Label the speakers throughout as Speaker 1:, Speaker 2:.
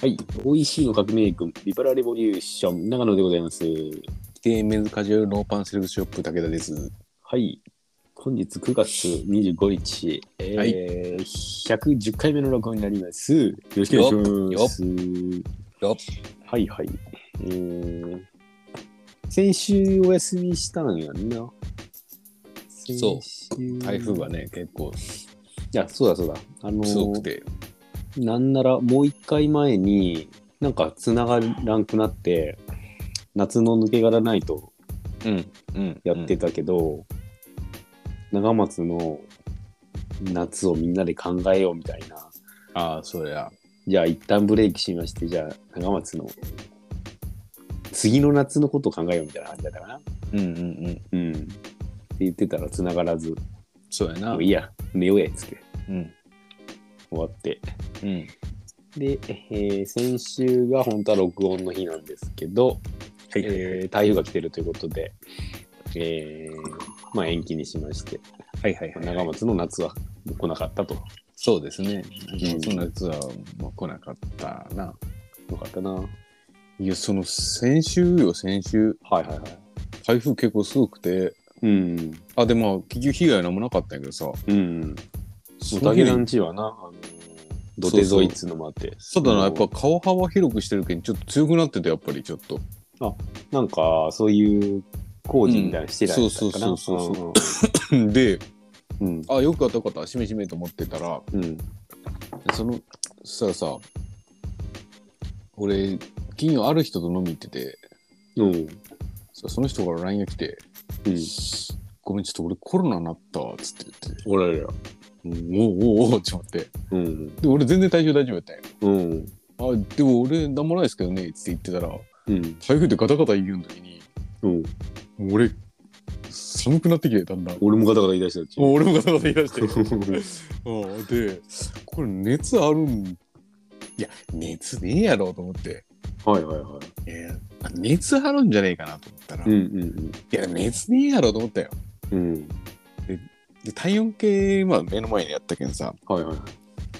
Speaker 1: はい。OEC の革命軍、リバラレボリューション、長野でございます。
Speaker 2: で、メンズカジュアルノーパンセルフショップ武田です。
Speaker 1: はい。本日9月25日、えー
Speaker 2: はい
Speaker 1: 110回目の録音になります。よろしくお願いします。
Speaker 2: よっ
Speaker 1: はいはい。えー、先週お休みしたのよな。。
Speaker 2: そう台風が。ね、結構
Speaker 1: いや、そうだそうだ。あのー
Speaker 2: すごくて。
Speaker 1: なんならもう一回前になんか繋がらんくなって夏の抜け殻ないと
Speaker 2: うん。うん。
Speaker 1: やってたけど、長松の夏をみんなで考えようみたいな
Speaker 2: ああ、そりゃ。
Speaker 1: じゃあ一旦ブレーキしましてじゃあ長松の次の夏のことを考えようみたいな感じだったかな
Speaker 2: うんうんうん。
Speaker 1: うんって言ってたら繋がらず
Speaker 2: そうやな。
Speaker 1: もういいや寝ようやっつって
Speaker 2: うん。
Speaker 1: 終わって
Speaker 2: うん。
Speaker 1: で、えー先週が本当は録音の日なんですけど
Speaker 2: はい。
Speaker 1: えー台風が来てるということで、えーまあ、延期にしまして、
Speaker 2: はいはいはい。
Speaker 1: 長松の夏は来なかったと。よ
Speaker 2: そうですね。
Speaker 1: うん
Speaker 2: そんなやつはもう来なかったな。
Speaker 1: かったな。はい
Speaker 2: いや、その先週よ、先週。
Speaker 1: はいはい。
Speaker 2: 台風結構すごくて。
Speaker 1: うん。
Speaker 2: あ、でも、結局被害なんもなかったんやけどさ。
Speaker 1: うん。
Speaker 2: そ
Speaker 1: お
Speaker 2: の
Speaker 1: たげ
Speaker 2: 日
Speaker 1: らんちはな、あのー土手沿いっつうのもあって。
Speaker 2: そうだな、やっ
Speaker 1: あ
Speaker 2: ぱ
Speaker 1: の
Speaker 2: 顔幅広くしてるけん、ちょっと強くなってて、やっぱりちょっと。
Speaker 1: なんか、そういう工事みたいなのしてない
Speaker 2: うんそうそうそうそう
Speaker 1: そう。
Speaker 2: で、
Speaker 1: うん。
Speaker 2: あ、よかったよかった、しめしめと思ってたら、
Speaker 1: うん。
Speaker 2: そのそしたらさ俺金曜ある人と飲み行ってて
Speaker 1: うん。うん。
Speaker 2: そその人から LINE が来て「ごめんちょっと俺コロナなった」っつって
Speaker 1: おられら。
Speaker 2: 言って「おうおうおう」って思って
Speaker 1: うん。
Speaker 2: で俺全然体調大丈夫やったんや
Speaker 1: うん。
Speaker 2: あでも俺なんもないですけどねっつって言ってたら
Speaker 1: うん。
Speaker 2: 台風でガタガタ言う時に
Speaker 1: うん。
Speaker 2: もう俺寒くなってきてだんだん
Speaker 1: 俺もガタガタ言い出したっちゅう
Speaker 2: もう俺もガタガタ言い出して
Speaker 1: うん
Speaker 2: うんでこれ熱あるんいや熱ねえやろと思って
Speaker 1: はいはいはい
Speaker 2: や熱あるんじゃねえかなと思ったら、
Speaker 1: い。うん
Speaker 2: い
Speaker 1: うん
Speaker 2: や熱ねえやろと思ったよ
Speaker 1: うん。うん。
Speaker 2: で体温計、まあ、目の前にやったけどさ、
Speaker 1: はいはい。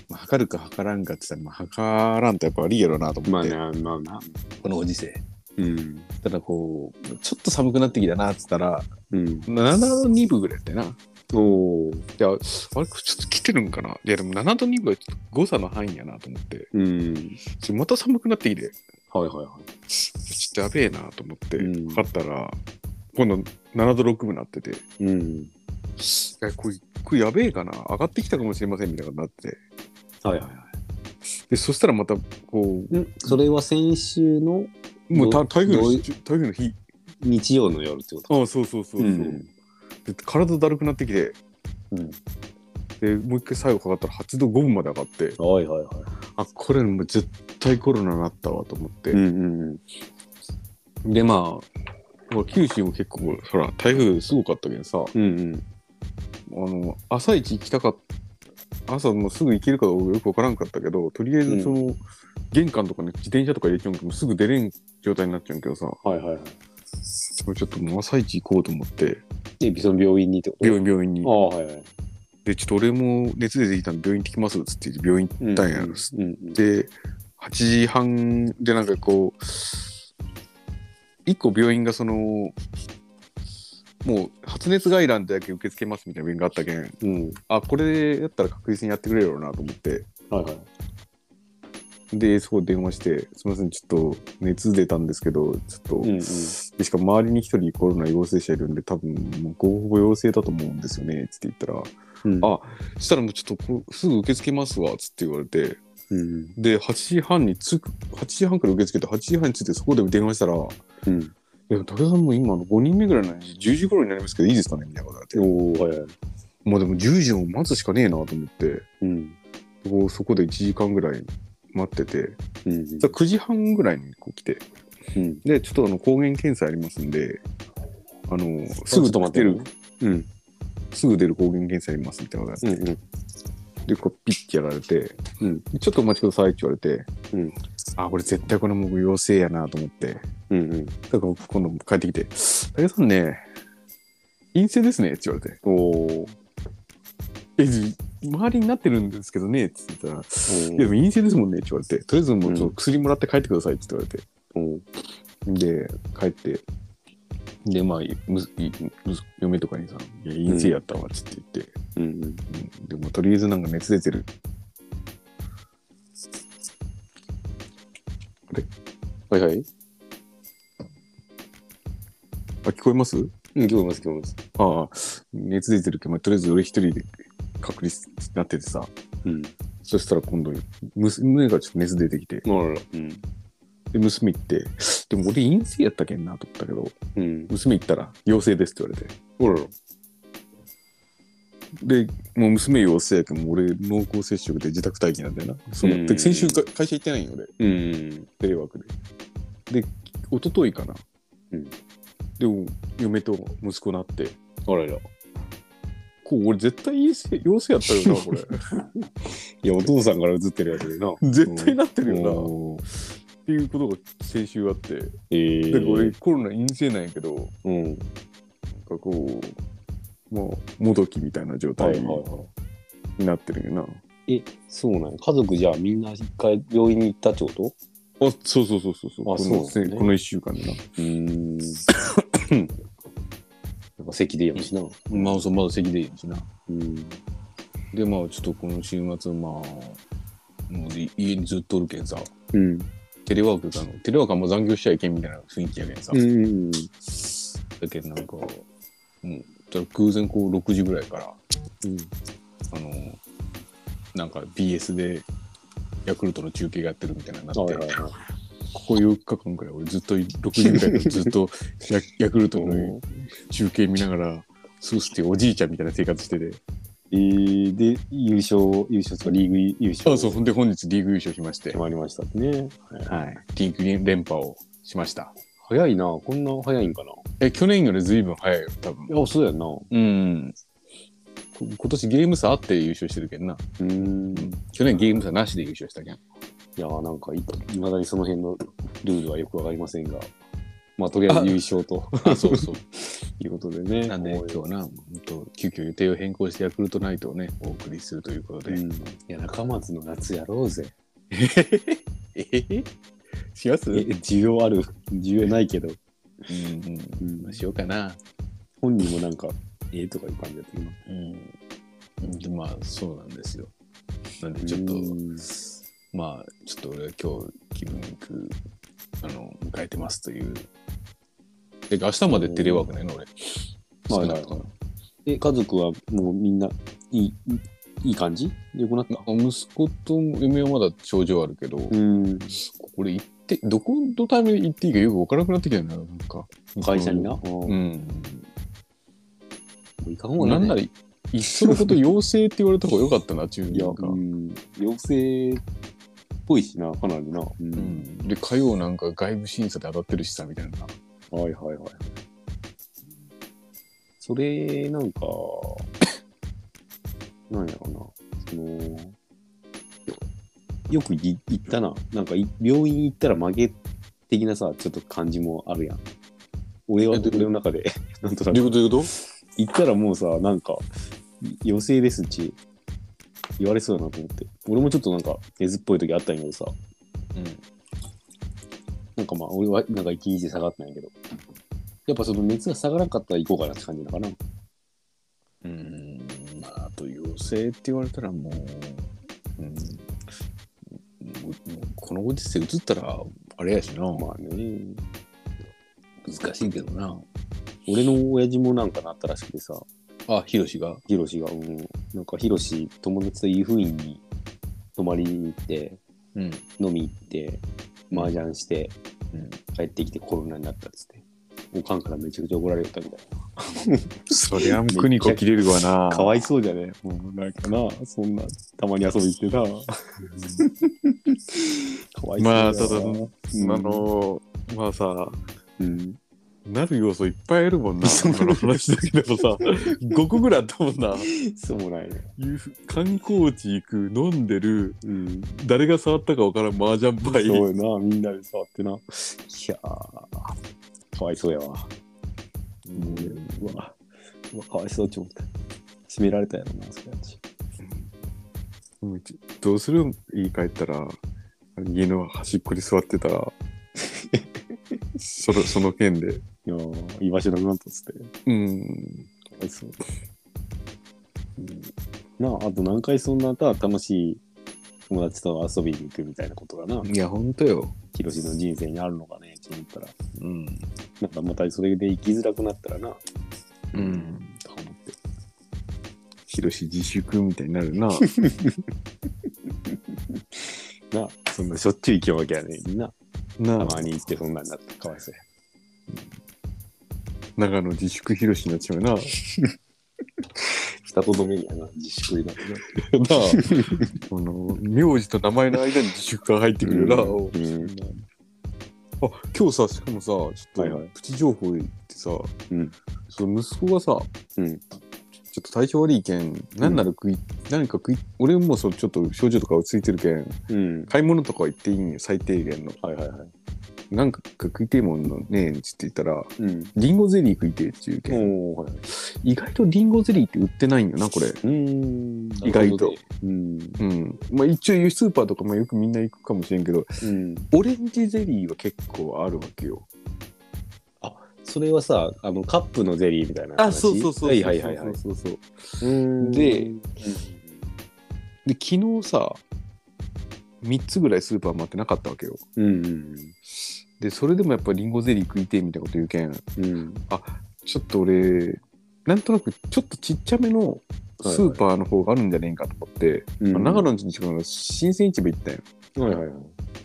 Speaker 2: まあ、測るか測らんかって言ったら、まあ、測らんとやっぱ悪いやろうなと
Speaker 1: ま
Speaker 2: 思
Speaker 1: あ
Speaker 2: って、
Speaker 1: ね、まあな。
Speaker 2: このご時世
Speaker 1: うん。
Speaker 2: ただこうちょっと寒くなってきたなっつったら
Speaker 1: うん。
Speaker 2: 7度2分ぐらいだってなあ
Speaker 1: おー
Speaker 2: れこれちょっと来てるんかないやでも7度2分はちょっと誤差の範囲やなと思って
Speaker 1: うん。
Speaker 2: ちょまた寒くなってきて
Speaker 1: はいはいは
Speaker 2: ちょっとやべえなと思って
Speaker 1: うん
Speaker 2: 測ったら、今度7度6分なってて
Speaker 1: い。うん。
Speaker 2: えこれこれやべえかな上がってきたかもしれませんみたいなことになって
Speaker 1: はいはいは
Speaker 2: でそしたらまたこ
Speaker 1: い。んそれは先週の
Speaker 2: うもうた
Speaker 1: ど
Speaker 2: 台風
Speaker 1: ど
Speaker 2: の
Speaker 1: うい
Speaker 2: 日台風の日
Speaker 1: 日曜の夜ってこと
Speaker 2: ああそうそうそうそう、
Speaker 1: うん
Speaker 2: で体だるくなってきて
Speaker 1: うん。
Speaker 2: でもう一回最後かかったら8度5分まで上がって
Speaker 1: はいはいは
Speaker 2: あこれもう絶対コロナなったわと思って
Speaker 1: い。、んうん。
Speaker 2: でまあほら九州も結構ほら台風すごかったけどさあ
Speaker 1: うんうん。
Speaker 2: の朝一行きたかった朝もうすぐ行けるかどうかよくわからんかったけどとりあえずその、玄関とかね自転車とか入れちゃうんけどもうすぐ出れん状態になっちゃうんけどさ
Speaker 1: はいはいはい。
Speaker 2: これちょっともう朝一行こうと思って
Speaker 1: で、その病院にってこと
Speaker 2: 病院病院に
Speaker 1: ああ、はいはい。
Speaker 2: でちょっと俺も熱出てきたんで病院行ってきますっつって病院行ったんや、
Speaker 1: うんうんうん。
Speaker 2: で8時半でなんかこう一個病院がそのもう発熱外来だけ受け付けますみたいな病院があったけん
Speaker 1: うん。
Speaker 2: あこれやったら確実にやってくれるよなと思って
Speaker 1: はいはい。
Speaker 2: でそこ電話して「すみませんちょっと熱出たんですけどちょっと、
Speaker 1: んうん
Speaker 2: でしかも周りに一人コロナ陽性者いるんで多分もうごほぼ陽性だと思うんですよね」つって言ったら
Speaker 1: うん
Speaker 2: あそしたらもうちょっとこうすぐ受け付けますわっつって言われて
Speaker 1: うん。
Speaker 2: で8時半に着く8時半から受け付けて8時半に着いてそこで電話したら「い
Speaker 1: うん。
Speaker 2: や武田さんも今の5人目ぐらいなのに10時頃になりますけどいいですかね?」みたいなこと言われて
Speaker 1: おーはいはい。
Speaker 2: 「まあでも10時を待つしかねえな」と思って
Speaker 1: うん。
Speaker 2: こうそこで1時間ぐらい待ってて
Speaker 1: うん。
Speaker 2: そしたら9時半ぐらいにこう来て
Speaker 1: うん。
Speaker 2: でちょっとあの抗原検査ありますんであのす
Speaker 1: ちょ
Speaker 2: ぐ
Speaker 1: っと待って
Speaker 2: 出る
Speaker 1: うん。
Speaker 2: すぐ出る抗原検査ありますみたいなこと言われて
Speaker 1: うんうん。
Speaker 2: で、こうピッてやられて、
Speaker 1: うん
Speaker 2: ちょっとお待ちくださいって言われて、
Speaker 1: うん
Speaker 2: あ、これ絶対このもう陽性やなと思って、だか
Speaker 1: うんうん。
Speaker 2: ら僕今度帰ってきて、武田さんね、陰性ですねって言われて、
Speaker 1: おー
Speaker 2: え、じ周りになってるんですけどね、って言ったら、
Speaker 1: うん
Speaker 2: いやでも陰性ですもんねって言われて、とりあえずもうちょっ
Speaker 1: うん
Speaker 2: と薬もらって帰ってくださいって言われて、
Speaker 1: うん
Speaker 2: で、帰って、で、まあ、むいむ嫁とかにさ、いや、陰性やったわっつって言って、
Speaker 1: うん
Speaker 2: うんでもとりあえずなんか熱出てる。
Speaker 1: はいはい。
Speaker 2: あ、聞こえます
Speaker 1: うん、聞こえます、聞こえます。
Speaker 2: ああ、熱出てるけど、まあとりあえず俺一人で隔離になっててさ、
Speaker 1: うん。
Speaker 2: そしたら今度、娘がちょっと熱出てきて、
Speaker 1: あらら。うん。
Speaker 2: で、娘行って、でも俺陰性やったけんなと思ったけど、
Speaker 1: うん。
Speaker 2: 娘行ったら陽性ですって言
Speaker 1: あら
Speaker 2: われて。
Speaker 1: ら。
Speaker 2: で、もう娘陽性やけど、もう俺濃厚接触で自宅待機なんだよな。その
Speaker 1: う
Speaker 2: で
Speaker 1: ん
Speaker 2: 先週か会社行ってないよ、俺。
Speaker 1: うん。
Speaker 2: テレワークで。で、一昨日かな。
Speaker 1: うん
Speaker 2: でも、嫁と息子なって、
Speaker 1: あらら。
Speaker 2: こう、俺絶対陽性陽性やったよな、これ。
Speaker 1: いや、お父さんから映ってるやつで な。
Speaker 2: 絶対なってるよな。
Speaker 1: よな。
Speaker 2: っていうことが先週あって、
Speaker 1: えー。
Speaker 2: なんか俺コロナ陰性なんやけど、なん
Speaker 1: うん。
Speaker 2: かこう、まあ、もどきみたいな状
Speaker 1: はいは
Speaker 2: 態
Speaker 1: い
Speaker 2: に
Speaker 1: は
Speaker 2: なってるよな。
Speaker 1: い。え、そうなんや家族じゃあみんな一回病院に行ったってこと
Speaker 2: あ、そうそうそうそうそう。
Speaker 1: あ
Speaker 2: こ
Speaker 1: そう
Speaker 2: の
Speaker 1: ですね
Speaker 2: この1週間でな。
Speaker 1: うーん。なんか咳でやんしな。う
Speaker 2: まあ、そうまだ咳でいいしな。
Speaker 1: ん。
Speaker 2: で、まあ、ちょっとこの週末、まあ、もうい家にずっとおるけんさ、
Speaker 1: うん。
Speaker 2: テレワークだの、テレワークはもう残業しちゃいけんみたいな雰囲気やけんさ。
Speaker 1: うん。
Speaker 2: だけどなんか、もう、じゃあ偶然こう6時ぐらいから、
Speaker 1: うん。
Speaker 2: あの、なんか BS で、ヤクルトの中継がやってるみたいなのになっ
Speaker 1: はい
Speaker 2: て、
Speaker 1: はいはい。
Speaker 2: ここ4日間ぐらい俺ずっと6時ぐらいからずっと ヤヤクルトの中継見ながらそうっすっておじいちゃんみたいな生活してて
Speaker 1: えー、で、優勝、優勝とかリーグ優勝
Speaker 2: あそうほんで本日リーグ優勝しまして
Speaker 1: 決、まりましたね。
Speaker 2: はい、リーグ連覇をしました
Speaker 1: 早いな、こんな早いんかな。
Speaker 2: え去年よりずいぶん早いよ多分
Speaker 1: いや、そうやんな。う
Speaker 2: うんこ今年ゲーム差あって優勝してるけんな、
Speaker 1: ーん。
Speaker 2: 去年ゲーム差なしで優勝したけん
Speaker 1: いやー、なんかい、いまだにその辺のルールはよくわかりませんが、まあ、とりあえず優勝と
Speaker 2: あそうそう
Speaker 1: いうことでね。
Speaker 2: なんで今
Speaker 1: 応
Speaker 2: 日
Speaker 1: 援
Speaker 2: はなほんと急遽予定を変更してヤクルトナイトをねお送りするということで、
Speaker 1: うん、いや、中松の夏やろうぜ。
Speaker 2: ええします
Speaker 1: え、需要ある、需要ないけど、
Speaker 2: うん
Speaker 1: う
Speaker 2: うんん、しようかな。
Speaker 1: 本人もなんか、ええとかいう感じだったけど
Speaker 2: うん。で、まあ、そうなんですよ。なんで、ちょっと、
Speaker 1: うん
Speaker 2: まあ、ちょっと俺は今日、気分よく、あの、迎えてますという。で、明日までテレワークね、俺。
Speaker 1: はいはいはい
Speaker 2: 少なくとも
Speaker 1: え、家族はもうみんないい、いいい感じよくなった
Speaker 2: な息子と嫁はまだ症状あるけど、
Speaker 1: ん。
Speaker 2: これ行って、どこのタイミングで行っていいかよく分からなくなってきたよな、なんか。
Speaker 1: 会社にな。うん
Speaker 2: う
Speaker 1: も
Speaker 2: ん。
Speaker 1: ういかん
Speaker 2: も
Speaker 1: わ
Speaker 2: う
Speaker 1: ね
Speaker 2: なんなら、いっそのこと陽性って言われた方がよか ったな、中
Speaker 1: いや、
Speaker 2: 間か。
Speaker 1: うん、妖精っぽいしな、かなりな。う
Speaker 2: う。ん、で火曜なんか外部審査で当たってるしさみたいな
Speaker 1: はいはいはい。それ、なんか、 なんやろな、その、よよくい言ったな、なんかい病院行ったら負け的なさ、ちょっと感じもあるやん。俺は、
Speaker 2: えどう
Speaker 1: 俺の中で、 なんとな
Speaker 2: どう
Speaker 1: く、
Speaker 2: いうことどういうこと
Speaker 1: 行ったらもうさ、なんか、陽性ですち、言われそうだなと思って。俺もちょっとなんか、根ずっぽい時あったんやけどさ、なんかまあ、俺はなんか一日で下がったんやけど、やっぱその熱が下がらんかったら行こうかなって感じなのかな。
Speaker 2: うん、まああと陽性って言われたらもう,、うん、もうもうこのご時世移ったらあれやしな、
Speaker 1: まあね、
Speaker 2: 難しいけどな
Speaker 1: 俺の親父もなんかなったらしくてさ、
Speaker 2: あヒロシが
Speaker 1: ヒロシが、うん、なんかヒロシ、友達と湯布院に泊まりに行って、
Speaker 2: うん
Speaker 1: 飲み行って、麻雀して、
Speaker 2: うん
Speaker 1: 帰ってきてコロナになったっつって。おかんからめちゃくちゃ怒られたみたい
Speaker 2: そりゃ
Speaker 1: クニコ切
Speaker 2: れるわ
Speaker 1: な。
Speaker 2: な
Speaker 1: かわいそうじゃねもうなんかな、そんな、たまに遊び行ってな。 かわいそう
Speaker 2: まあ
Speaker 1: だよな、
Speaker 2: のまあさ
Speaker 1: うん、うん
Speaker 2: なる要素いっぱいあるもん
Speaker 1: そう
Speaker 2: この話だけでも さ5個ぐらいあったもんな
Speaker 1: そうなんよ。
Speaker 2: いうふ観光地行く飲んでる
Speaker 1: うん。
Speaker 2: 誰が触ったか分からん麻雀牌
Speaker 1: そうよな、みんなで触ってな。いやー、かわいそうやわ。もうねうわ、うわかわいそうって思った。締められたやろな、それやち。
Speaker 3: もういちどうする家帰ったら、家の端っこに座っ てたら、その、その件で。
Speaker 1: いやー居場所なくなったっつって。
Speaker 3: うん。
Speaker 1: かわいそう。うん、なあ、あと何回そんなた楽しい友達と遊びに行くみたいなことがな、
Speaker 3: いや、ほんとよ。
Speaker 1: ヒロシの人生にあるのかねって思ったら、
Speaker 3: うん。
Speaker 1: なんかまたそれで生きづらくなったらな、
Speaker 3: うん。
Speaker 1: とか思って。
Speaker 3: ひろし自粛みたいにな るな。
Speaker 1: なあ、そんなしょっちゅう行きようわけやねんな。
Speaker 3: な
Speaker 1: たまに行ってそんなんなって、かわいそうや。
Speaker 3: 長野自粛ひろしになっちゃうな。な
Speaker 1: 二言目にはな、自粛になってな。
Speaker 3: この、名字と名前の間に自粛が入ってくるよな。
Speaker 1: うんうん
Speaker 3: あ今日さしかもさちょっと
Speaker 1: はいはい
Speaker 3: プチ情報でさ、
Speaker 1: うん
Speaker 3: その息子がさ
Speaker 1: うん。
Speaker 3: ちょっと体調悪いけん何なら食い、何か食い俺もそうちょっと症状とか落ち着いてるけん
Speaker 1: うん。
Speaker 3: 買い物とか行っていいんよ最低限の
Speaker 1: はいはいはい。
Speaker 3: 何か食いてえもんのねえんちって言ったら
Speaker 1: うん。
Speaker 3: リンゴゼリー食いてえって言うけん、
Speaker 1: おーはい。
Speaker 3: 意外とリンゴゼリーって売ってないんよなこれ
Speaker 1: うん。
Speaker 3: 意外と。
Speaker 1: うん。
Speaker 3: うんまあ一応輸出スーパーとかもよくみんな行くかもしれんけど
Speaker 1: うん。
Speaker 3: オレンジゼリーは結構あるわけよ
Speaker 1: それはさ、あの、カップのゼリーみたいな話。はいはいはいはい。
Speaker 3: そうそう
Speaker 1: で、
Speaker 3: でで昨日さ3つぐらいスーパー回ってなかったわけよ
Speaker 1: うんうん
Speaker 3: でそれでもやっぱりリンゴゼリー食いてえみたいなこと言うけ
Speaker 1: う
Speaker 3: ん
Speaker 1: んうん
Speaker 3: ちょっと俺なんとなくちょっとちっちゃめのスーパーの方があるんじゃねえかと思って、
Speaker 1: うん。
Speaker 3: まあ長野の近くの新鮮市場行ったんよ
Speaker 1: はいはいはい。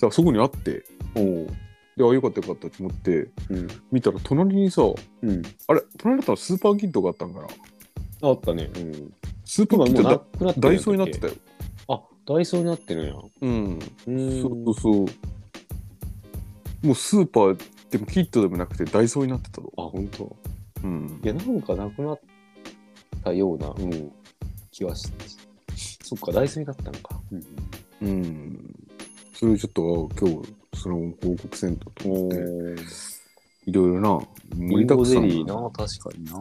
Speaker 3: さそこにあって
Speaker 1: おお。
Speaker 3: であよかったよかったと思って
Speaker 1: うん。
Speaker 3: 見たら隣にさ
Speaker 1: うん。
Speaker 3: あれ隣だったらスーパーキットがあったんかな
Speaker 1: あったね。うん。
Speaker 3: スーパ
Speaker 1: 今
Speaker 3: ーキ
Speaker 1: もうな
Speaker 3: ット
Speaker 1: くなって
Speaker 3: ダイソーになってた
Speaker 1: よ。
Speaker 3: よ
Speaker 1: あ、ダイソーになってるんや。
Speaker 3: うん
Speaker 1: うん。
Speaker 3: そうそうそうもうスーパーでもキットでもなくてダイソーになってたぞ
Speaker 1: あ、本当。
Speaker 3: うん
Speaker 1: いや、なんかなくなったような、うん、気はして。そっか、ダイソーになったのか。うん。
Speaker 3: うんそれちょっとあ今日その報告せんとと思っていろいろな
Speaker 1: リ
Speaker 3: 盛り
Speaker 1: ン
Speaker 3: だ
Speaker 1: ゴ
Speaker 3: く
Speaker 1: ゼ
Speaker 3: さん
Speaker 1: リー
Speaker 3: だ
Speaker 1: な、確かにな。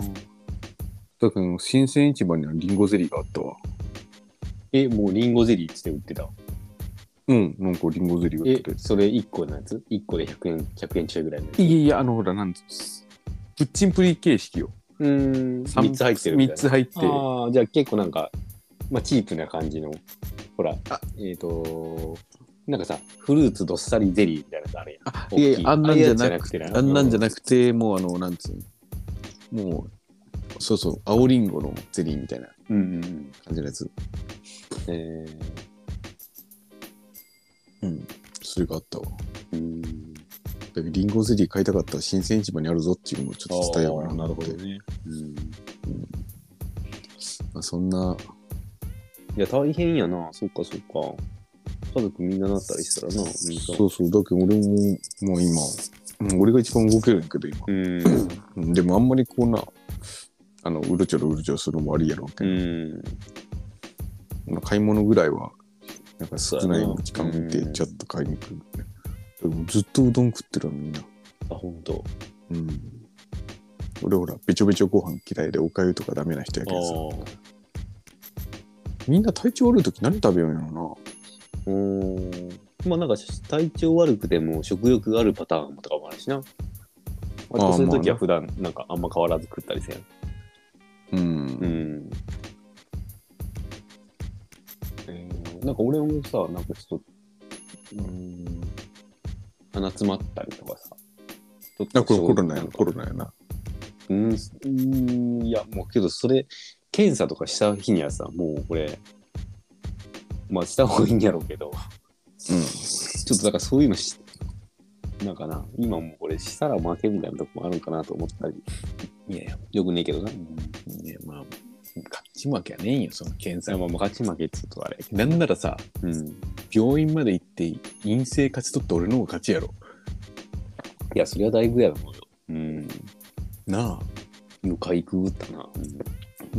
Speaker 3: くん新鮮市場にはリンゴゼリーがあったわ
Speaker 1: え、もうリンゴゼリーっつって売ってた。
Speaker 3: うんなんかリンゴゼリーがあっ
Speaker 1: え
Speaker 3: て、
Speaker 1: それ1個のやつ ?1 個で100円、100円ちょいぐらいのやつ。
Speaker 3: いやいやあのほらなんつプッチンプリ形式よ
Speaker 1: うーん。
Speaker 3: 三
Speaker 1: 3つ入ってるみたい
Speaker 3: 三
Speaker 1: な。
Speaker 3: つ入って
Speaker 1: ああ、じゃあ結構なんか、まあ、チープな感じの、ほら
Speaker 3: あ、
Speaker 1: えっ、と、なんかさ、フルーツどっさりゼリーみたいなやつあるやん。
Speaker 3: あ
Speaker 1: 大きい
Speaker 3: いやあんなんじゃなくて
Speaker 1: あ
Speaker 3: あんなんじゃな
Speaker 1: く
Speaker 3: くてもうあのなんつうのもうそうそう青リンゴのゼリーみたいな
Speaker 1: て。うんうんうん。
Speaker 3: 感じのやつ
Speaker 1: えー、
Speaker 3: うんそれがあったわ
Speaker 1: うーん。
Speaker 3: だけどリンゴゼリー買いたかったら新鮮市場にあるぞっていうのをちょっと伝えようかな
Speaker 1: な
Speaker 3: と
Speaker 1: る
Speaker 3: 思
Speaker 1: ほ
Speaker 3: って
Speaker 1: どね。うん。
Speaker 3: まあ、そんない
Speaker 1: や、大変やな。そっかそっか。家族みんななったりしたらな、みんな。
Speaker 3: そうそうだけど俺ももう今うん俺が一番動けるんやけど今
Speaker 1: うーん。
Speaker 3: うんでもあんまりこうなあのうるちょろうるちょろするのもありやろうけ
Speaker 1: う
Speaker 3: ど、
Speaker 1: ん。
Speaker 3: 買い物ぐらいはなんか少な
Speaker 1: そう
Speaker 3: い
Speaker 1: やな
Speaker 3: 時間見て
Speaker 1: うん
Speaker 3: ちょっと買いに行く、でもずっとうどん食ってるのみんな
Speaker 1: あ、ほんと。
Speaker 3: うん俺ほらべちょべちょご飯嫌いでおかゆとかダメな人や
Speaker 1: あ
Speaker 3: けどさ
Speaker 1: あ。
Speaker 3: みんな体調悪い時何食べようやろ
Speaker 1: うーん。まあなんか体調悪くても食欲があるパターンとかもあるしな。割とそういう時は普段なんかあんま変わらず食ったりせん。
Speaker 3: うなうん、
Speaker 1: うん。えーなんか俺もさ、なんかちょっと、うーん、鼻詰まったりとかさ。ちょっと
Speaker 3: あこれコロナや
Speaker 1: なん
Speaker 3: な
Speaker 1: か
Speaker 3: コロナやな
Speaker 1: うん、うーんいや、もうけど、それ、検査とかした日にはさ、もうこれ、まあ、した方がいいんやろうけど、
Speaker 3: うん
Speaker 1: ちょっとだからそういうのし、なんかな、今もうこれ、したら負けみたいなとこもあるんかなと思ったり、
Speaker 3: いやいや
Speaker 1: よくねえけどな。
Speaker 3: ねまあ勝ち負けはねえんよその検
Speaker 1: いやまあ、勝ち負けって言うとあれやけど、
Speaker 3: なんならさ
Speaker 1: うん。い
Speaker 3: 病院まで行って陰性勝ち取って俺の方が勝ちやろ
Speaker 1: や、それはだいぶやろうよ。うん。
Speaker 3: なあ
Speaker 1: よかいくぐったな。うん。い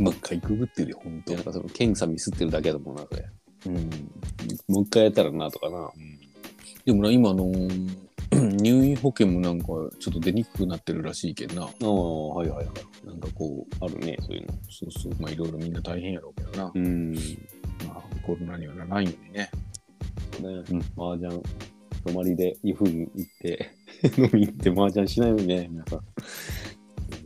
Speaker 3: もう一回ググってるよほんと
Speaker 1: や、なんかその検査ミスってるだけだもんな、それ。
Speaker 3: うん
Speaker 1: もう一回やったらな、とかな。
Speaker 3: でもな今あのー 入院保険もなんかちょっと出にくくなってるらしいけんな
Speaker 1: ああ、はいはいはい。
Speaker 3: なんかこう
Speaker 1: あるね、そういうの。
Speaker 3: そうそうまあいろいろみんな大変やろうけどな、
Speaker 1: うん。
Speaker 3: まあコール何やらないのにね。
Speaker 1: ね、
Speaker 3: うん
Speaker 1: 麻雀、泊まりで湯布院行って、 飲み行って麻雀しないのにね、皆さん。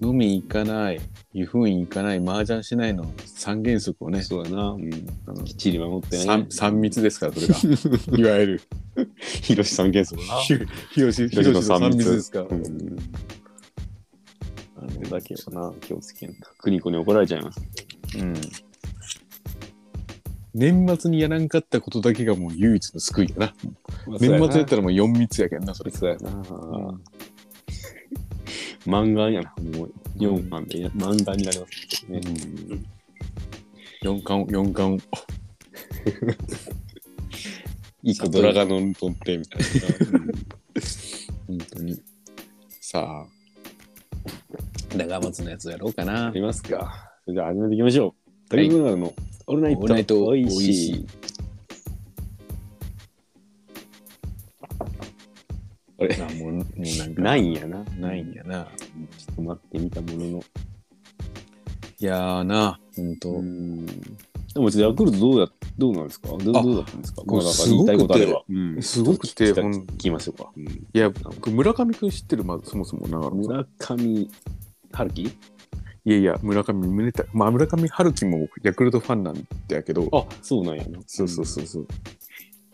Speaker 3: 飲み行かない、湯布院行かない、麻雀しないの三原則をね、
Speaker 1: そうやな、うん、
Speaker 3: あの
Speaker 1: きっちり守ってね。
Speaker 3: 三三密ですから、それが。 いわゆる、
Speaker 1: ひろし三原則な。
Speaker 3: ひひろし、ひ
Speaker 1: ひろしの
Speaker 3: ろしの
Speaker 1: 三
Speaker 3: 三
Speaker 1: 密
Speaker 3: 密ですから。
Speaker 1: うんあれだけはな、気をつけんと。クニコに怒られちゃいます。
Speaker 3: うん年末にやらんかったことだけがもう唯一の救いやな。年末やったらもう4密やけんな、それ。
Speaker 1: そうやな。漫画やな、もう4巻で漫画になりますね。
Speaker 3: 4巻、四巻、
Speaker 1: いい
Speaker 3: さ
Speaker 1: こ
Speaker 3: あ
Speaker 1: と
Speaker 3: ドラ
Speaker 1: だが、
Speaker 3: ガノンとってみたいな。本当に。さあ、長松のやつやろうか
Speaker 1: あ
Speaker 3: な。
Speaker 1: りますか。それでは始めていきましょう。トリブナルのオールナイ
Speaker 3: オールナイト
Speaker 1: トおいしい。あれ
Speaker 3: なもうもうなんか
Speaker 1: ないんやな。
Speaker 3: ないんやな。
Speaker 1: ちょっと待ってみたものの。
Speaker 3: いやーな、ほんと。
Speaker 1: うんでもちょっとヤクルトどうやどうなんですかどうど
Speaker 3: あ
Speaker 1: うだったんですか
Speaker 3: これ
Speaker 1: まあなんか言いたいことあれば。うん
Speaker 3: すごくて、
Speaker 1: 聞か
Speaker 3: ほん
Speaker 1: 聞きましょうか。うん
Speaker 3: いや、僕村上くん知ってる、まずそもそもな。
Speaker 1: 村上春樹
Speaker 3: いやいや、村上宗太、まあ、村上春樹もヤクルトファンなんだけど、
Speaker 1: あそうなんやな。
Speaker 3: そうそうそうそう。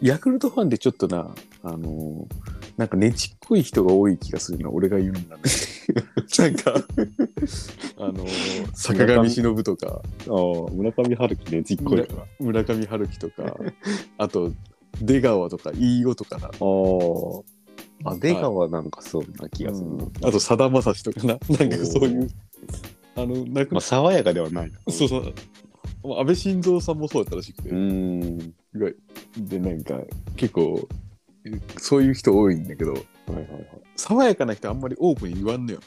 Speaker 3: ヤクルトファンでちょっとな、あのーなんかねちっこい人が多い気がするな、俺が言うのもなんだけど なんか、あのー坂上忍と
Speaker 1: あ
Speaker 3: か、
Speaker 1: あ、村上春樹ね、実行やから。あ
Speaker 3: 村上春樹とか、あと、出川とか、飯尾とかな、
Speaker 1: あ。あ、出川なんかそうな気がするな。
Speaker 3: あと、さだまさしとかな、なんかそういう、あの、なん
Speaker 1: ま
Speaker 3: か
Speaker 1: あ、、爽やかではないな。
Speaker 3: そうそう、まあ安倍晋三さんもそうだったらしくて、
Speaker 1: ん。
Speaker 3: でなんか結構そういう人多いんだけど
Speaker 1: はいはいはい。
Speaker 3: 爽やかな人あんまりオープンに言わんのよ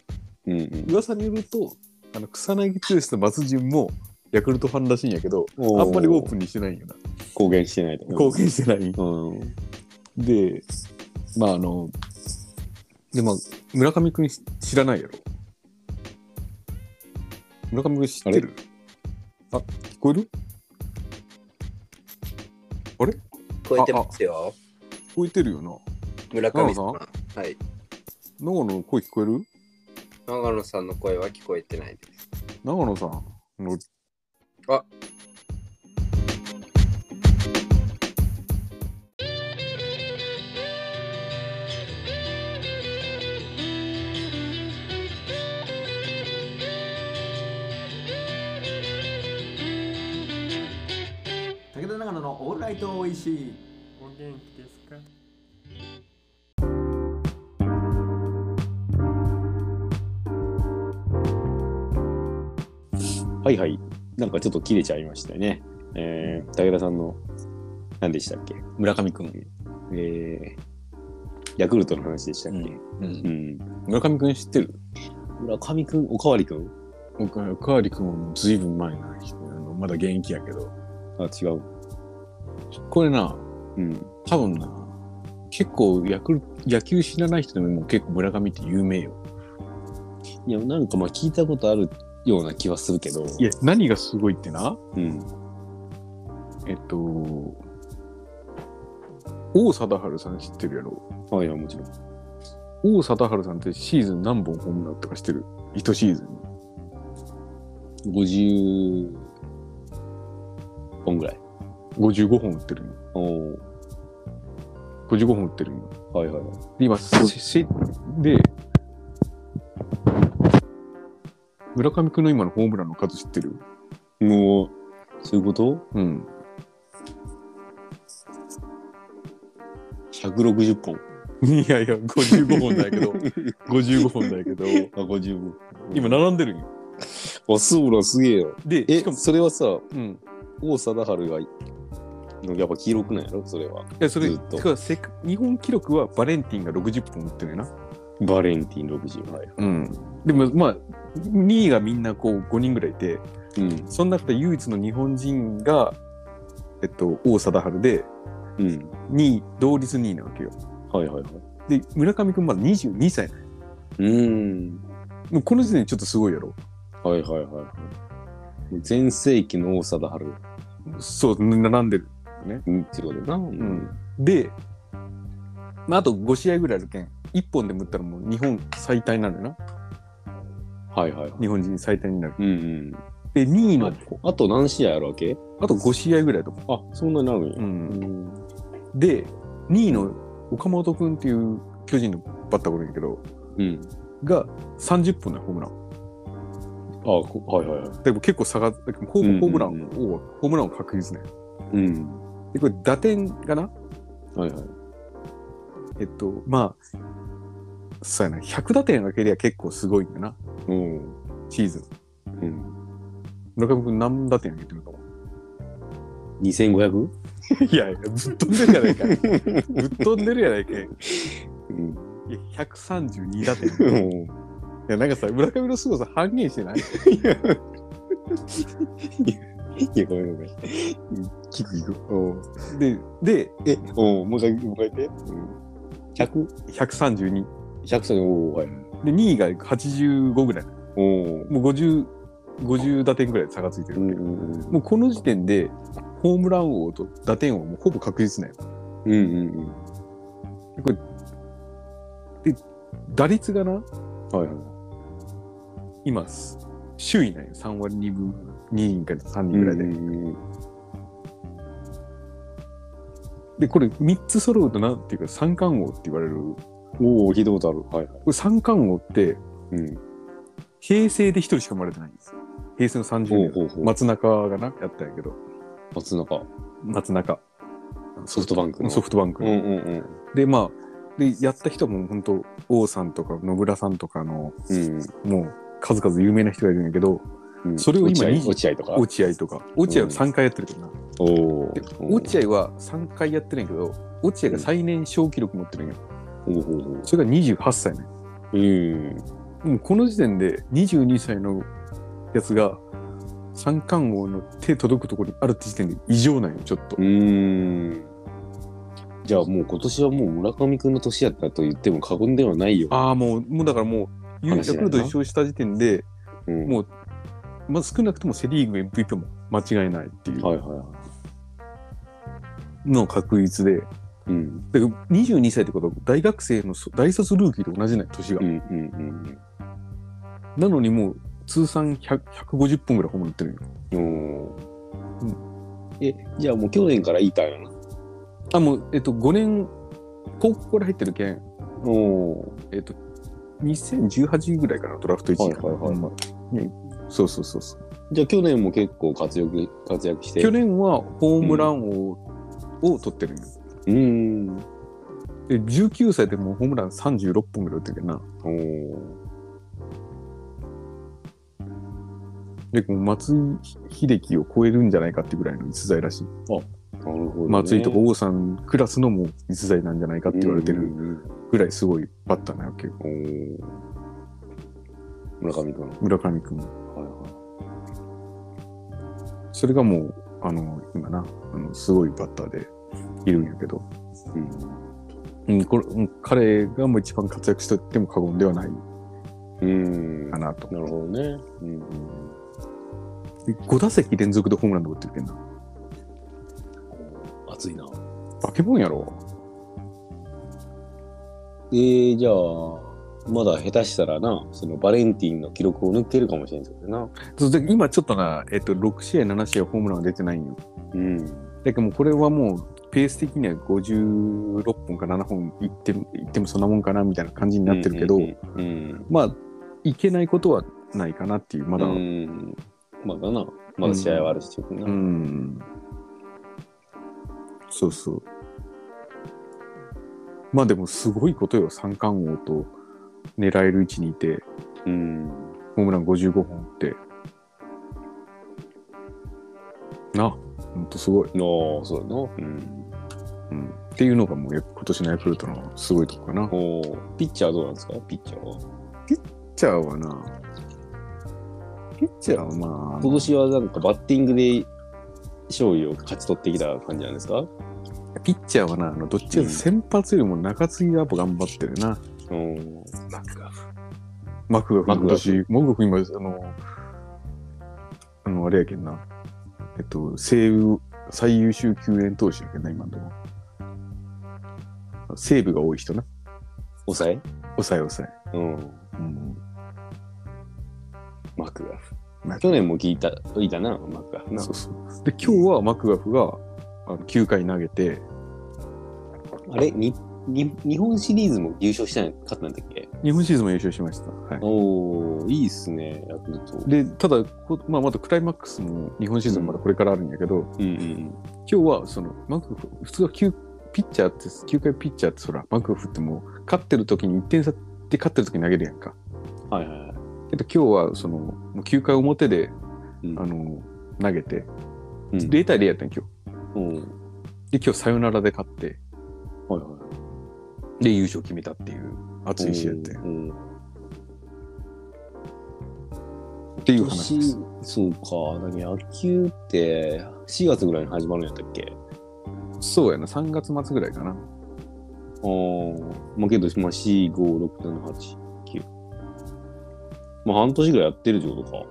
Speaker 1: うんうん。
Speaker 3: 噂によるとあの草薙剛と松潤もヤクルトファンらしいんやけどあんまりオープ
Speaker 1: ン。
Speaker 3: ンにしてないんよな
Speaker 1: 公言してないと。
Speaker 3: 貢献してない
Speaker 1: うん。うん。
Speaker 3: でまああのでまあ村上君知らないやろ村上君知ってるあ聞こえる
Speaker 4: 超えてますよ。
Speaker 3: 聞こえてるよな
Speaker 4: 村上さん。
Speaker 3: 長
Speaker 4: は
Speaker 3: 野
Speaker 4: い。
Speaker 3: 長野の声聞こえる
Speaker 4: 長野さんの声は聞こえてないです。
Speaker 3: 長野さんの
Speaker 4: あ
Speaker 5: 武田長野のオールライトおいしい
Speaker 6: お元気ですか
Speaker 1: はいはい。なんかちょっと切れちゃいましたよね。えー、武田さんの、何でしたっけ
Speaker 3: 村上君
Speaker 1: えー、ヤクルトの話でしたっけ、
Speaker 3: うん
Speaker 1: うん、
Speaker 3: 村上君知ってる
Speaker 1: 村上くん、おかわりくん
Speaker 3: 僕は川里君はもうずいぶん前の人あのまだ現役やけど
Speaker 1: あ、違う。
Speaker 3: これな
Speaker 1: うん。
Speaker 3: 多分な結構ヤクル野球知らない人でももう結構村上って有名よ
Speaker 1: いや、なんかまあ聞いたことあるような気はするけど。
Speaker 3: いや何がすごいってな
Speaker 1: うん。
Speaker 3: えっと王貞治さん知ってるやろ
Speaker 1: はいはい、もちろん。
Speaker 3: 王貞治さんってシーズン何本ホームラン打ったか知ってる一シーズン
Speaker 1: 50本ぐらい。
Speaker 3: 55本打ってるんよ
Speaker 1: おお。
Speaker 3: 55本打ってるんよ
Speaker 1: はいはいはい。
Speaker 3: で今せせで村上君の今のホームランの数知ってる
Speaker 1: もう、そういうこと
Speaker 3: うん。
Speaker 1: ?160 本。
Speaker 3: いやいや、55本だけ ど、55本だけど、
Speaker 1: あ、50本。
Speaker 3: 今並んでるんよ。
Speaker 1: あ、そうなんすげえよ。
Speaker 3: で、
Speaker 1: え
Speaker 3: しか、も、
Speaker 1: それはさ、
Speaker 3: うん。
Speaker 1: 王貞治が、のやっぱ記録なんやろそれは。
Speaker 3: いや、それ、
Speaker 1: ずっと
Speaker 3: てかせっ日本記録はバレンティンが60本打ってるよな。
Speaker 1: バレンティン60。はい。
Speaker 3: うん。でも、まあ、2位がみんなこう5人ぐらいいて、
Speaker 1: うん。
Speaker 3: その中で唯一の日本人が、えっと、王貞治で、
Speaker 1: うん。
Speaker 3: 2位、同率2位なわけよ。
Speaker 1: はいはいはい。
Speaker 3: で、村上君まだ22歳。
Speaker 1: うーん。
Speaker 3: もうこの時点でちょっとすごいやろ。
Speaker 1: はいはいはいはい。全盛期の王貞治。
Speaker 3: そう、並んでる。局ね。
Speaker 1: うん、ちゅうことやな。うん。
Speaker 3: で、まあ、あと5試合ぐらいあるけん、1本でも打ったらもう日本最多になるよな。
Speaker 1: はいはいはい。
Speaker 3: 日本人最多になる。
Speaker 1: うんうん。
Speaker 3: で、2位の、
Speaker 1: あと何試合あるわけ
Speaker 3: あと5試合ぐらいとか。
Speaker 1: あ、そんなになるんや。
Speaker 3: んで、2位の岡本君っていう巨人のバッターがおるんやけど、
Speaker 1: うん。
Speaker 3: が30本のホームラン。
Speaker 1: あ、こはいはいはい。
Speaker 3: でも結構差が、でもホ
Speaker 1: うんうん
Speaker 3: ー
Speaker 1: うん
Speaker 3: ホームランを、ホームランを確実ね。
Speaker 1: うん。
Speaker 3: で、これ打点がな、
Speaker 1: はいはい。
Speaker 3: えっと、まあ、そうやな、100打点あけりゃ結構すごいんだな、
Speaker 1: うん。
Speaker 3: シーズン。
Speaker 1: うん。
Speaker 3: 村上君何打点あげてるかも。
Speaker 1: 2500?
Speaker 3: いやいや、ぶっ飛んでるやないか。ぶっ飛んでるやないか。い
Speaker 1: うん。
Speaker 3: や、132打点。い
Speaker 1: うん
Speaker 3: や、なんかさ、村上の凄さ半減してない
Speaker 1: いや、ごめんごめん。聞く聞く。うん
Speaker 3: で、で、
Speaker 1: え、おもう一回、もう一回言って。百
Speaker 3: 132。
Speaker 1: 百歳おおはい。
Speaker 3: で、2位が85ぐらい。
Speaker 1: おお。
Speaker 3: もう50、50打点ぐらい差がついて
Speaker 1: う
Speaker 3: る。
Speaker 1: んうんうん。
Speaker 3: もうこの時点で、ホームラン王と打点王もほぼ確実ね。
Speaker 1: うんうんうん。
Speaker 3: 打率がな、
Speaker 1: はいはい。
Speaker 3: 今、首位なんよ。3割2分、2位か3人ぐらいで。
Speaker 1: うん
Speaker 3: で、これ3つ揃うとなっていうか、三冠王って言われる。こ
Speaker 1: おお、聞いたことある。はいは
Speaker 3: れ三冠王って、
Speaker 1: い。うん。
Speaker 3: 平成で1人しか生まれてないんですよ。平成の
Speaker 1: ほう
Speaker 3: 30年。
Speaker 1: ほうほう。
Speaker 3: 松中がな、やったんやけど、
Speaker 1: 松中。
Speaker 3: 松中。
Speaker 1: ソフトバンクの
Speaker 3: ソフトバンク
Speaker 1: うん
Speaker 3: の。
Speaker 1: うんうん。
Speaker 3: で、まあ、で、やった人も本当王さんとか野村さんとかの、
Speaker 1: うん
Speaker 3: もう数々有名な人がいるんやけど、
Speaker 1: うん。
Speaker 3: それを今
Speaker 1: 落
Speaker 3: 二十
Speaker 1: 合落合とか。
Speaker 3: 落合とか、落合は3回やってるけどな。
Speaker 1: おお
Speaker 3: で。落合は3回やってるんやけど、落合が最年少記録持ってるんや。
Speaker 1: おおほうほう。
Speaker 3: それが28歳ね。
Speaker 1: うん。
Speaker 3: もうこの時点で22歳のやつが、三冠王の手届くところにあるって時点で異常なんよ、ちょっと
Speaker 1: う。ーん。じゃあもう今年はもう村上君の年やったと言っても過言ではないよ。
Speaker 3: ああ、もう、もうだからもう、ヤ
Speaker 1: 話だ
Speaker 3: ク
Speaker 1: よな
Speaker 3: ルト優勝した時点で、
Speaker 1: うん
Speaker 3: もまあ、少なくともセ・リーグ MVP も間違いないっていう
Speaker 1: はいはいは
Speaker 3: の確率で、
Speaker 1: い。うん。
Speaker 3: だから22歳ってことは大学生のそ大卒ルーキーと同じない年が
Speaker 1: う、んうん
Speaker 3: なのにもう通算100 150本ぐらいホームラン打ってるんよ
Speaker 1: うんうん。おお。え、じゃあもう去年からいいターンやな。
Speaker 3: あもうえっと5年高校から入ってるけん
Speaker 1: おお。
Speaker 3: えっと2018ぐらいかなドラフト1位か
Speaker 1: は
Speaker 3: な、
Speaker 1: いはいはいは
Speaker 3: ねそうそうそうそう
Speaker 1: じゃあ去年も結構活躍活躍して。
Speaker 3: 去年はホームラン王を取ってるんよ、
Speaker 1: うーん。
Speaker 3: で19歳でもうホームラン36本ぐらい打ってるけんな
Speaker 1: おお。
Speaker 3: でこう松井秀喜を超えるんじゃないかってぐらいの逸材らしい、
Speaker 1: なるほど、ね。
Speaker 3: 松井とか王さんクラスのもう逸材なんじゃないかって言われて
Speaker 1: う
Speaker 3: る、
Speaker 1: んうん
Speaker 3: ぐらいすごいバッターなわけよ、
Speaker 1: うんおー村上君。は
Speaker 3: 村上君も。
Speaker 1: いはい。
Speaker 3: それがもう、あの、今な、あのすごいバッターでいるんやけど、
Speaker 1: うん
Speaker 3: うん、これうん彼がもう一番活躍してても過言ではない
Speaker 1: うん。
Speaker 3: か
Speaker 1: な
Speaker 3: なと。
Speaker 1: るほどね。うんうん。
Speaker 3: 5打席連続でホームランで打ってるけんな。
Speaker 1: 熱いな。
Speaker 3: バケモンやろ。
Speaker 1: えー、じゃあ、まだ下手したらな、そのバレンティンの記録を抜けるかもしれんけどな。
Speaker 3: そうで今ちょっとな、えっと、6試合、7試合ホームランは出てないんよ。
Speaker 1: うん。
Speaker 3: だけどもうこれはもう、ペース的には56本か7本いってもいってもそんなもんかなみたいな感じになってるけど、
Speaker 1: うんうんうん。
Speaker 3: まあ、いけないことはないかなっていう、ま
Speaker 1: ま
Speaker 3: だ、
Speaker 1: うん、まだな。まだ試合はあるし、う、
Speaker 3: うんん。そうそう。まあでもすごいことよ、三冠王と狙える位置にいて、
Speaker 1: うん。
Speaker 3: ホームラン55本打って。な、ほんとすごい、
Speaker 1: ああ、そうだな。うん。
Speaker 3: うん。っていうのがもうや今年のヤクルトのすごいとこかな。ピッ
Speaker 1: おーピッチャーどうなんですかピッチャーは。
Speaker 3: チャーはな、ピッチャーはまあ、
Speaker 1: 今年はなんかバッティングで勝利を勝ち取ってきた感じなんですか
Speaker 3: ピッチャーはな、あのどっちかというと先発よりも中継ぎがやっぱ頑張ってるな。
Speaker 1: うん。
Speaker 3: マク
Speaker 1: マク
Speaker 3: ガフ
Speaker 1: ガフ
Speaker 3: 今年、マクガフ今、あの、あの、あれやけんな。えっと、西武、最優秀救援投手やけどな、今のところ。セーブが多い人な。
Speaker 1: 抑え
Speaker 3: 抑え抑
Speaker 1: うん。
Speaker 3: え。うん。
Speaker 1: マクガフ。
Speaker 3: まあ
Speaker 1: 去年も聞いた、聞いたな、マクガフな
Speaker 3: そ。うそう。で、今日はマクガフがあの9回投げて、
Speaker 1: あれにに日本シリーズも優勝したんや勝ったんだっけ
Speaker 3: 日本シリーズも優勝しました。はい。
Speaker 1: おー、いいっすね、ヤクルト。
Speaker 3: で、ただ、こまあ、まだクライマックスも日本シリーズもまだこれからあるんやけ
Speaker 1: う
Speaker 3: ど、
Speaker 1: んうん
Speaker 3: 今日はそのマクガフ、普通は9ピッチャーって、9回ピッチャーって、そら、マクガフってもう、勝ってる時に1点差って勝ってる時に投げるやんか。
Speaker 1: うん。はいはいはい。
Speaker 3: けど今日はその、もう9回表で、
Speaker 1: うん
Speaker 3: あの、投げて、
Speaker 1: うん
Speaker 3: 0対0やったんや今
Speaker 1: うん。はい
Speaker 3: 日。で、今日サヨナラで勝って、
Speaker 1: はい。
Speaker 3: で、優勝決めたっていう、熱い試合やって。
Speaker 1: うんうん
Speaker 3: っていう
Speaker 1: 今
Speaker 3: 話です
Speaker 1: 年。、そうか、だけど野球って4月ぐらいに始まるんやったっけ
Speaker 3: そうやな、3月末ぐらいかな。
Speaker 1: あーまあけど、まあ、4、5、6、7、8、9。まあ、半年ぐらいやってるってことか。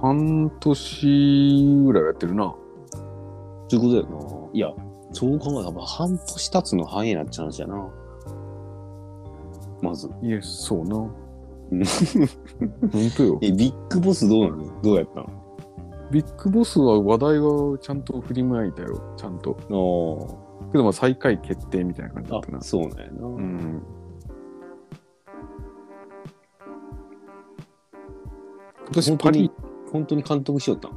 Speaker 3: 半年ぐらいはやってるな。
Speaker 1: そういうことやよな。いや、そう考えたら、まあ半年経つの早いなって話やな。まず。
Speaker 3: いや、そうな。
Speaker 1: ん
Speaker 3: 本当よ。
Speaker 1: え、ビッグボスどうなのどうやった
Speaker 3: ビッグボスは話題はちゃんと振り向いたよ、ちゃんと。
Speaker 1: の
Speaker 3: けどまあ最下位決定みたいな感じだ
Speaker 1: あ
Speaker 3: ったな
Speaker 1: あ、。そうなんやな。
Speaker 3: うん。今年
Speaker 1: 本
Speaker 3: パ
Speaker 1: 当
Speaker 3: リ
Speaker 1: に、、本当に監督しよったん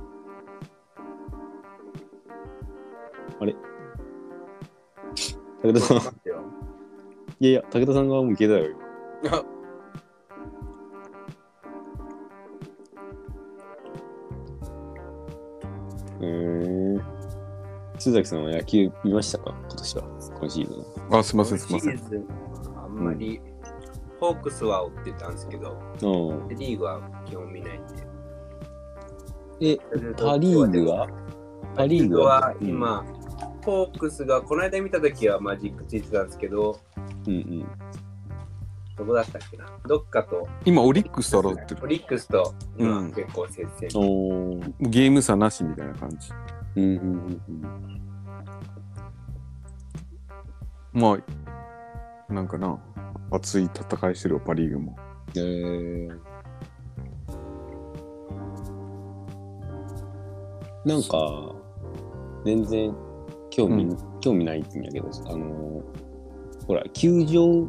Speaker 1: あれ武田さん、い
Speaker 4: 待ってよ
Speaker 1: やいや、武田さんがもう消えたよ。
Speaker 4: あ
Speaker 1: えー、須崎さんは野球見ましたか今年は、今シーズン。
Speaker 3: あ、すいません、すいま
Speaker 4: 今シ
Speaker 3: せん。
Speaker 4: ーズンあんまり、ホークスは追ってたんですけど、
Speaker 1: うん。
Speaker 4: リーグは基本見ないんで。
Speaker 1: え、パ・リーグはパ・リ
Speaker 4: リ
Speaker 1: ー
Speaker 4: ー
Speaker 1: グ
Speaker 4: グは
Speaker 1: は、
Speaker 4: 今、ホークスがこの間見たときはマジックついてたんですけど、
Speaker 1: うんうん
Speaker 4: どこだったっけなどっかと、
Speaker 3: 今、オリックスと争って
Speaker 4: オ
Speaker 3: る。
Speaker 4: リックスと今
Speaker 3: うん
Speaker 4: 結構接戦、
Speaker 1: うん。おー。
Speaker 3: ゲーム差なしみたいな感じ。
Speaker 1: うんうんうんうん。
Speaker 3: まあ、なんかな、熱い戦いしてるよ、パ・リーグも。
Speaker 1: えー、なんか、全然興味、
Speaker 3: うん
Speaker 1: 興味ないんやけど、あのーほら、球場、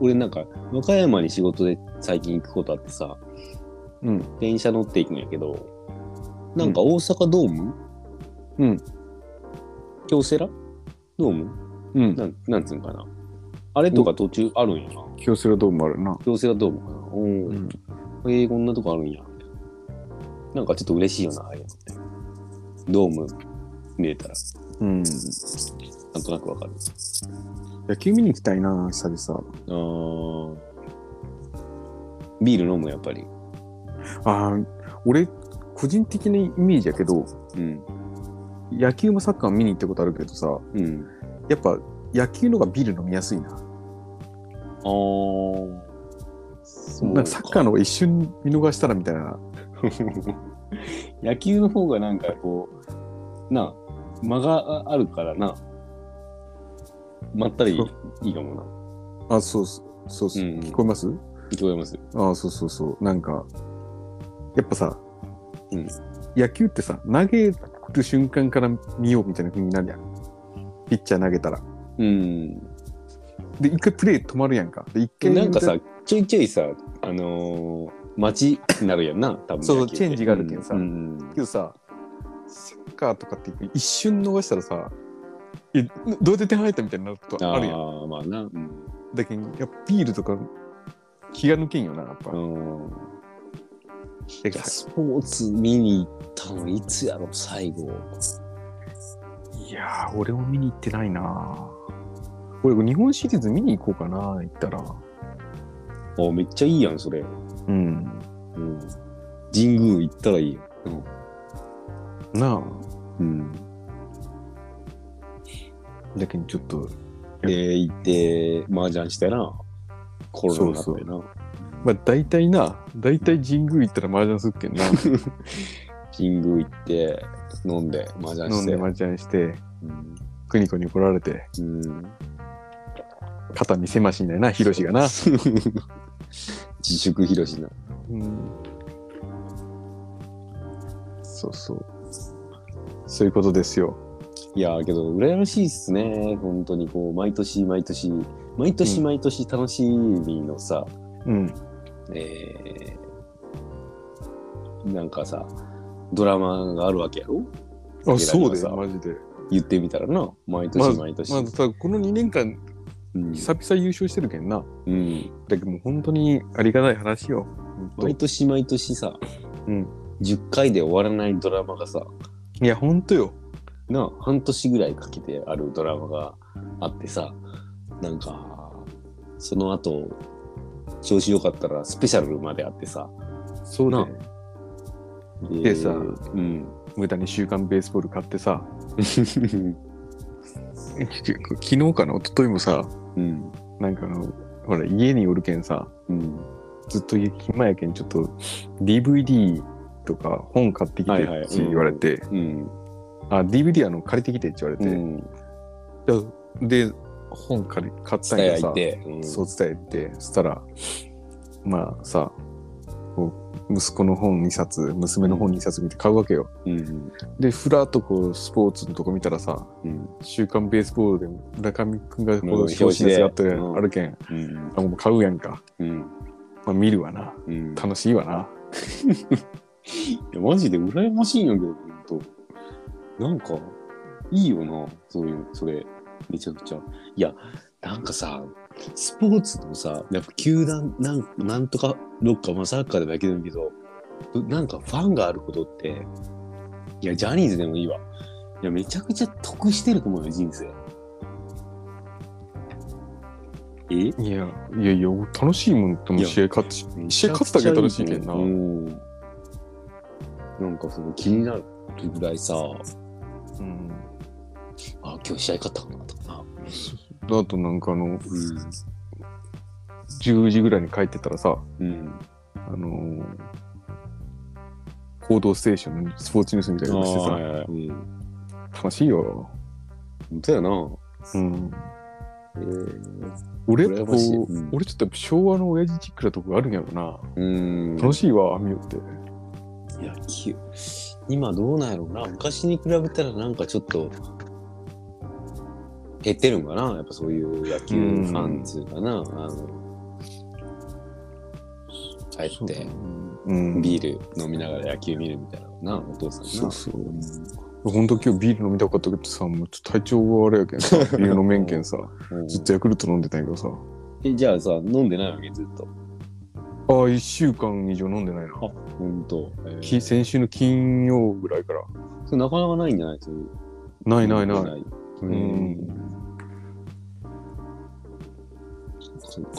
Speaker 1: 俺なんか、和歌山に仕事で最近行くことあってさ、
Speaker 3: うん。
Speaker 1: 電車乗っていくんやけど、なんか大阪ドーム
Speaker 3: うん。
Speaker 1: 京セラドーム
Speaker 3: うん。
Speaker 1: なんなんつうんかな。あれとか途中あるんやな。
Speaker 3: 京セラドームあるな。
Speaker 1: 京セラドームかな。おー
Speaker 3: うん。
Speaker 1: えー、こんなとこあるんや。なんかちょっと嬉しいよな、ああいうのって。ドーム見れたら、
Speaker 3: うん。
Speaker 1: なんとなくわかる。
Speaker 3: 野球見に行きたいな、久々。
Speaker 1: あービール飲む、やっぱり。
Speaker 3: あー俺、個人的なイメージやけど、
Speaker 1: うん。
Speaker 3: 野球もサッカーも見に行ったことあるけどさ、
Speaker 1: うん。
Speaker 3: やっぱ野球の方がビール飲みやすいな。
Speaker 1: あー。そう
Speaker 3: なんかサッカーの方が一瞬見逃したらみたいな。
Speaker 1: 野球の方がなんかこう、なあ、間があるからな。まったりいいかもな。
Speaker 3: あ、そうそうそうそう、
Speaker 1: うん
Speaker 3: 聞こえます
Speaker 1: 聞こえます。
Speaker 3: あそうそうそう。なんか、やっぱさ、
Speaker 1: うん
Speaker 3: 野球ってさ、投げる瞬間から見ようみたいな風になるやん。ピッチャー投げたら。
Speaker 1: うん。
Speaker 3: で、一回プレー止まるやんか。で、一回
Speaker 1: なんかさ、ちょいちょいさ、あのー、待ちになるやんな、多分
Speaker 3: そうそ
Speaker 1: 野
Speaker 3: う
Speaker 1: 球って
Speaker 3: チェンジがあるけんさ
Speaker 1: うんうん
Speaker 3: けどさ、サッカーとかって一瞬逃したらさ、えどうやって点入ったみたいになることあるやん。
Speaker 1: あーまあな。うん
Speaker 3: だけど、やっぱビールとか気が抜けんよな、やっぱ。
Speaker 1: うん。
Speaker 3: だ
Speaker 1: い
Speaker 3: け
Speaker 1: や、
Speaker 3: どさ
Speaker 1: スポーツ見に行ったのいつやろ、最後。
Speaker 3: いやー、俺も見に行ってないな俺、日本シリーズ見に行こうかな、行ったら。
Speaker 1: あめっちゃいいやん、それ。
Speaker 3: うん。
Speaker 1: うん。神宮行ったらいいやん。
Speaker 3: なあ。
Speaker 1: うん。
Speaker 3: だけど、ちょっと、
Speaker 1: で、行って、麻雀してな。コロナになって
Speaker 3: そ
Speaker 1: な。
Speaker 3: うまあ、大体な、大体神宮行ったら麻雀すっけんな。
Speaker 1: キング行って、飲んで、麻雀
Speaker 3: 飲
Speaker 1: し
Speaker 3: ん
Speaker 1: て。
Speaker 3: で麻雀して、
Speaker 1: うん
Speaker 3: クニコに怒られて、
Speaker 1: うん。
Speaker 3: 肩見せましんだよな、ヒロシがな。
Speaker 1: 自粛ひろしな。
Speaker 3: うんそうそう。そういうことですよ。
Speaker 1: いやーけど、羨ましいっすね。本当にこう、毎年毎年、毎年毎年楽しみのさ、
Speaker 3: うん。
Speaker 1: えー、なんかさ、ドラマがあるわけやろ
Speaker 3: あ、そうだ
Speaker 1: さ
Speaker 3: よ、マジで。
Speaker 1: 言ってみたらな、毎
Speaker 3: ま
Speaker 1: 年毎年。
Speaker 3: まあ、ただこの2年間、
Speaker 1: うん
Speaker 3: 久々優勝してるけんな。
Speaker 1: うん、
Speaker 3: だけど、もう本当にありがたい話よ。
Speaker 1: 毎年毎年さ、
Speaker 3: うん
Speaker 1: 10回で終わらないドラマがさ、
Speaker 3: いや、本当よ。
Speaker 1: な半年ぐらいかけてあるドラマがあってさなんかその後調子良かったらスペシャルまであってさ
Speaker 3: そうだよ。でさ
Speaker 1: うん
Speaker 3: 無駄に週刊ベースボール買ってさ、き 昨日かな、一昨日もさ、
Speaker 1: うん
Speaker 3: なんかあの、ほら、家におるけんさ、
Speaker 1: うん
Speaker 3: ずっと暇やけん、ちょっと DVD とか本買ってきてって言われて、
Speaker 1: うん
Speaker 3: あ、DVD あの借りてきてって言われ
Speaker 1: う
Speaker 3: て、
Speaker 1: ん
Speaker 3: で、本借り買ったん
Speaker 1: 伝え
Speaker 3: や
Speaker 1: 合
Speaker 3: さ
Speaker 1: い、てうん
Speaker 3: そう伝えて、そしたら、まあさ、こう息子の本2冊、娘の本2冊見て買うわけよ。
Speaker 1: うん
Speaker 3: で、ふらっとこう、スポーツのとこ見たらさ、
Speaker 1: うん
Speaker 3: 週刊ベースボールで村上くんがこ
Speaker 1: うん
Speaker 3: う表紙でやってる
Speaker 1: うん
Speaker 3: あるけん、
Speaker 1: うん
Speaker 3: あもう買うやんか。
Speaker 1: うん
Speaker 3: まあ見るわな。
Speaker 1: うん
Speaker 3: 楽しいわな。
Speaker 1: いやマジで羨ましいんやけどほんとなんかいいよなそういうのそれめちゃくちゃいやなんかさスポーツのさやっぱ球団なんなんとかどっか、まあ、サッカーでもやけどいいけどどなんかファンがあることっていやジャニーズでもいいわいやめちゃくちゃ得してると思うよ人生え
Speaker 3: いや、いやいや、楽しいもんってもう試合勝つ試合勝つだけ楽しいけんな
Speaker 1: うんなんかその気になるぐらいさ
Speaker 3: うん。
Speaker 1: あ、今日試合勝ったかなとかな。
Speaker 3: あとなんかあの、
Speaker 1: う
Speaker 3: 10時ぐらいに帰ってたらさ、
Speaker 1: ん。うん。
Speaker 3: あのー報道ステーションのスポーツニュースみたいなのしてさ、
Speaker 1: うん。
Speaker 3: 楽しいよ。
Speaker 1: 本当やな。
Speaker 3: うん。
Speaker 1: え
Speaker 3: 俺、
Speaker 1: 羨
Speaker 3: こ、
Speaker 1: ましいううん
Speaker 3: 俺ちょっとやっぱ昭和の親父チックなとこがあるんやろな。
Speaker 1: うん。
Speaker 3: 楽しいわ、アミュって。
Speaker 1: いや、き今どうなんやろうな。昔に比べたらなんかちょっと、減ってるんかな。やっぱそういう野球ファンっていうかな。あの、帰
Speaker 3: そう
Speaker 1: って、
Speaker 3: うん。
Speaker 1: ビール飲みながら野球見るみたいなのな、お父さんな。
Speaker 3: そうそう。本当今日ビール飲みたかったけどさ、もうちょっと体調があれやけんさ、ビール飲めんけんさ、
Speaker 1: うん
Speaker 3: ずっとヤクルト飲んでたんやけどさ、
Speaker 1: えじゃあさ、飲んでないわけずっと。
Speaker 3: ああ、1週間以上飲んでないな。
Speaker 1: ほんと。えー
Speaker 3: き先週の金曜ぐらいから。
Speaker 1: それなかなかないんじゃないそういう
Speaker 3: ないないない。
Speaker 1: い。
Speaker 3: うん
Speaker 1: そうか。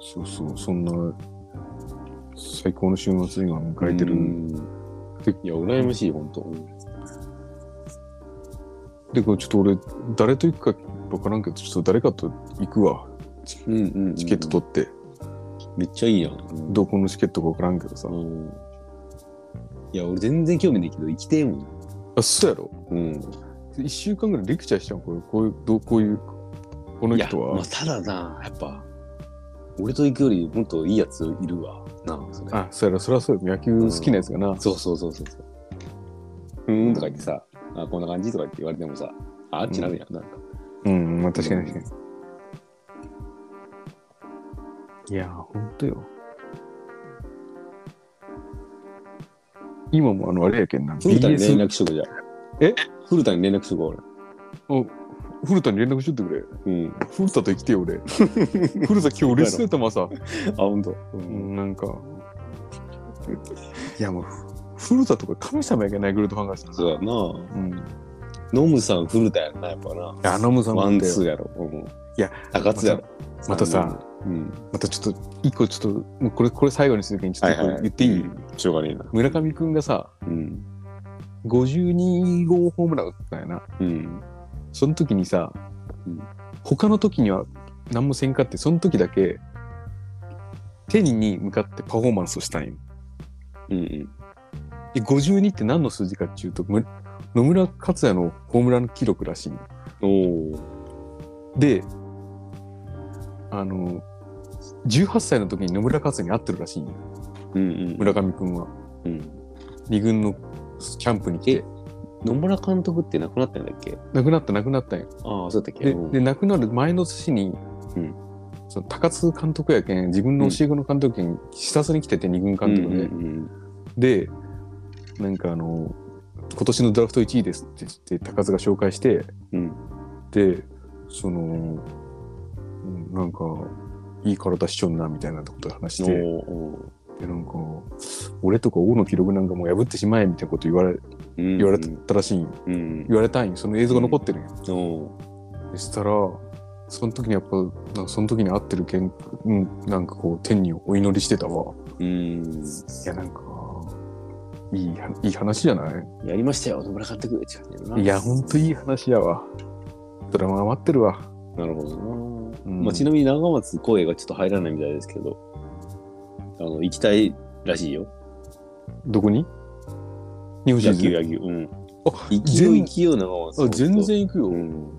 Speaker 3: そうそう、そんな最高の週末今迎えてる。
Speaker 1: うんいや、羨ましい、ほんと。
Speaker 3: で、これちょっと俺、誰と行くか分からんけど、ちょっと誰かと行くわ。
Speaker 1: うんうんうん
Speaker 3: チケット取って、
Speaker 1: めっちゃいいやん。
Speaker 3: どこのチケットか分からんけどさ。
Speaker 1: うんいや、俺全然興味ないけど、生きてえもん。
Speaker 3: あ、そうやろ
Speaker 1: うん。
Speaker 3: ?1 週間ぐらいレクチャーしたんこれ、こういう、どうこういう、この
Speaker 1: いや、
Speaker 3: 人
Speaker 1: ま
Speaker 3: は
Speaker 1: あ、。ただな、やっぱ、俺と行くよりもっといいやついるわ。なあ、それ。
Speaker 3: あ、そうやろ、そりゃそうやろ、野球好きなやつがな。
Speaker 1: そうそうそうそうそう。うーんとか言ってさ、あ、こんな感じとか言って言われてもさ、ああっちなるやん、なんか。
Speaker 3: うん、まあ確かに確かに。いやー、ほんとよ。今もあの、あれやけんな。
Speaker 1: 古田に連
Speaker 3: BS。
Speaker 1: 絡しとくじゃん。
Speaker 3: え
Speaker 1: 古田に連絡しとこう、
Speaker 3: お古田に連絡しとってくれ。
Speaker 1: 俺。うん。
Speaker 3: 古田と生きてよ、 俺。古田今日嬉しそうやったもんさ。
Speaker 1: あ、ほんと。う。
Speaker 3: うんん、なんか。いや、もう、ふ古田とか神様やけんな、ヤクルトファンがしたら
Speaker 1: そうやな。
Speaker 3: うん。
Speaker 1: ノムさん古田やんな、やっぱな。
Speaker 3: あのむさんも
Speaker 1: ワ
Speaker 3: い
Speaker 1: ン
Speaker 3: たよ
Speaker 1: ツーやろ。うん
Speaker 3: いや、
Speaker 1: 高津やろ。
Speaker 3: またさ、
Speaker 1: うん。
Speaker 3: またちょっと、一個ちょっと、もうこれ、これ最後にするけん、ちょっと一個言っていい、
Speaker 1: うんしょうがねえな。
Speaker 3: 村上くんがさ、
Speaker 1: うん。
Speaker 3: 52号ホームラン打ったんやな。
Speaker 1: うん。
Speaker 3: その時にさ、
Speaker 1: うん
Speaker 3: 他の時には何もせんかって、その時だけ手に向かってパフォーマンスをしたんよ。
Speaker 1: うんうん。
Speaker 3: で、52って何の数字かっていうと、む野村克也のホームラン記録らしいんよ
Speaker 1: おー
Speaker 3: で、あの、18歳の時に野村克也に会ってるらしいんよ
Speaker 1: うんうん。
Speaker 3: 村上君は。
Speaker 1: うん。
Speaker 3: 二軍のキャンプに来て、
Speaker 1: 野村監督って亡くなったんだっけ
Speaker 3: 亡くなった亡くなったんよ。
Speaker 1: ああ、そうだったっけ
Speaker 3: で
Speaker 1: うん
Speaker 3: で亡くなる前の年に、
Speaker 1: うん
Speaker 3: その高津監督やけん自分の教え子の監督やけん視察に来てて二軍監督で、
Speaker 1: うんうんうん
Speaker 3: でなんかあの今年のドラフト1位ですって言って高津が紹介して、
Speaker 1: うん
Speaker 3: でそのうんなんかいい体しちょんなみたいなことで話して
Speaker 1: おーおー
Speaker 3: でなんか俺とか王の記録なんかもう破ってしまえみたいなこと言われ
Speaker 1: うん
Speaker 3: 言われたらしいん
Speaker 1: うん。
Speaker 3: 言われたんよその映像が残ってるんよ
Speaker 1: おー
Speaker 3: そしたら、その時にやっぱ、なんかその時に会ってるけん、うん、なんかこう、天にお祈りしてたわ。
Speaker 1: うん。
Speaker 3: いや、なんか、いいは、いい話じゃない
Speaker 1: やりましたよ、野村監督って感じだよな。
Speaker 3: いや、ほんといい話やわ。ドラマ待ってるわ。
Speaker 1: なるほどな。
Speaker 3: うん
Speaker 1: まあ、ちなみに長松声がちょっと入らないみたいですけど、あの、行きたいらしいよ。
Speaker 3: どこに日本シリ
Speaker 1: 野
Speaker 3: ー
Speaker 1: 球、野
Speaker 3: ズ
Speaker 1: 球。うん。
Speaker 3: あ
Speaker 1: 行きよ、
Speaker 3: 全
Speaker 1: 行きよ、長松。
Speaker 3: あ全然行くよ。
Speaker 1: うん。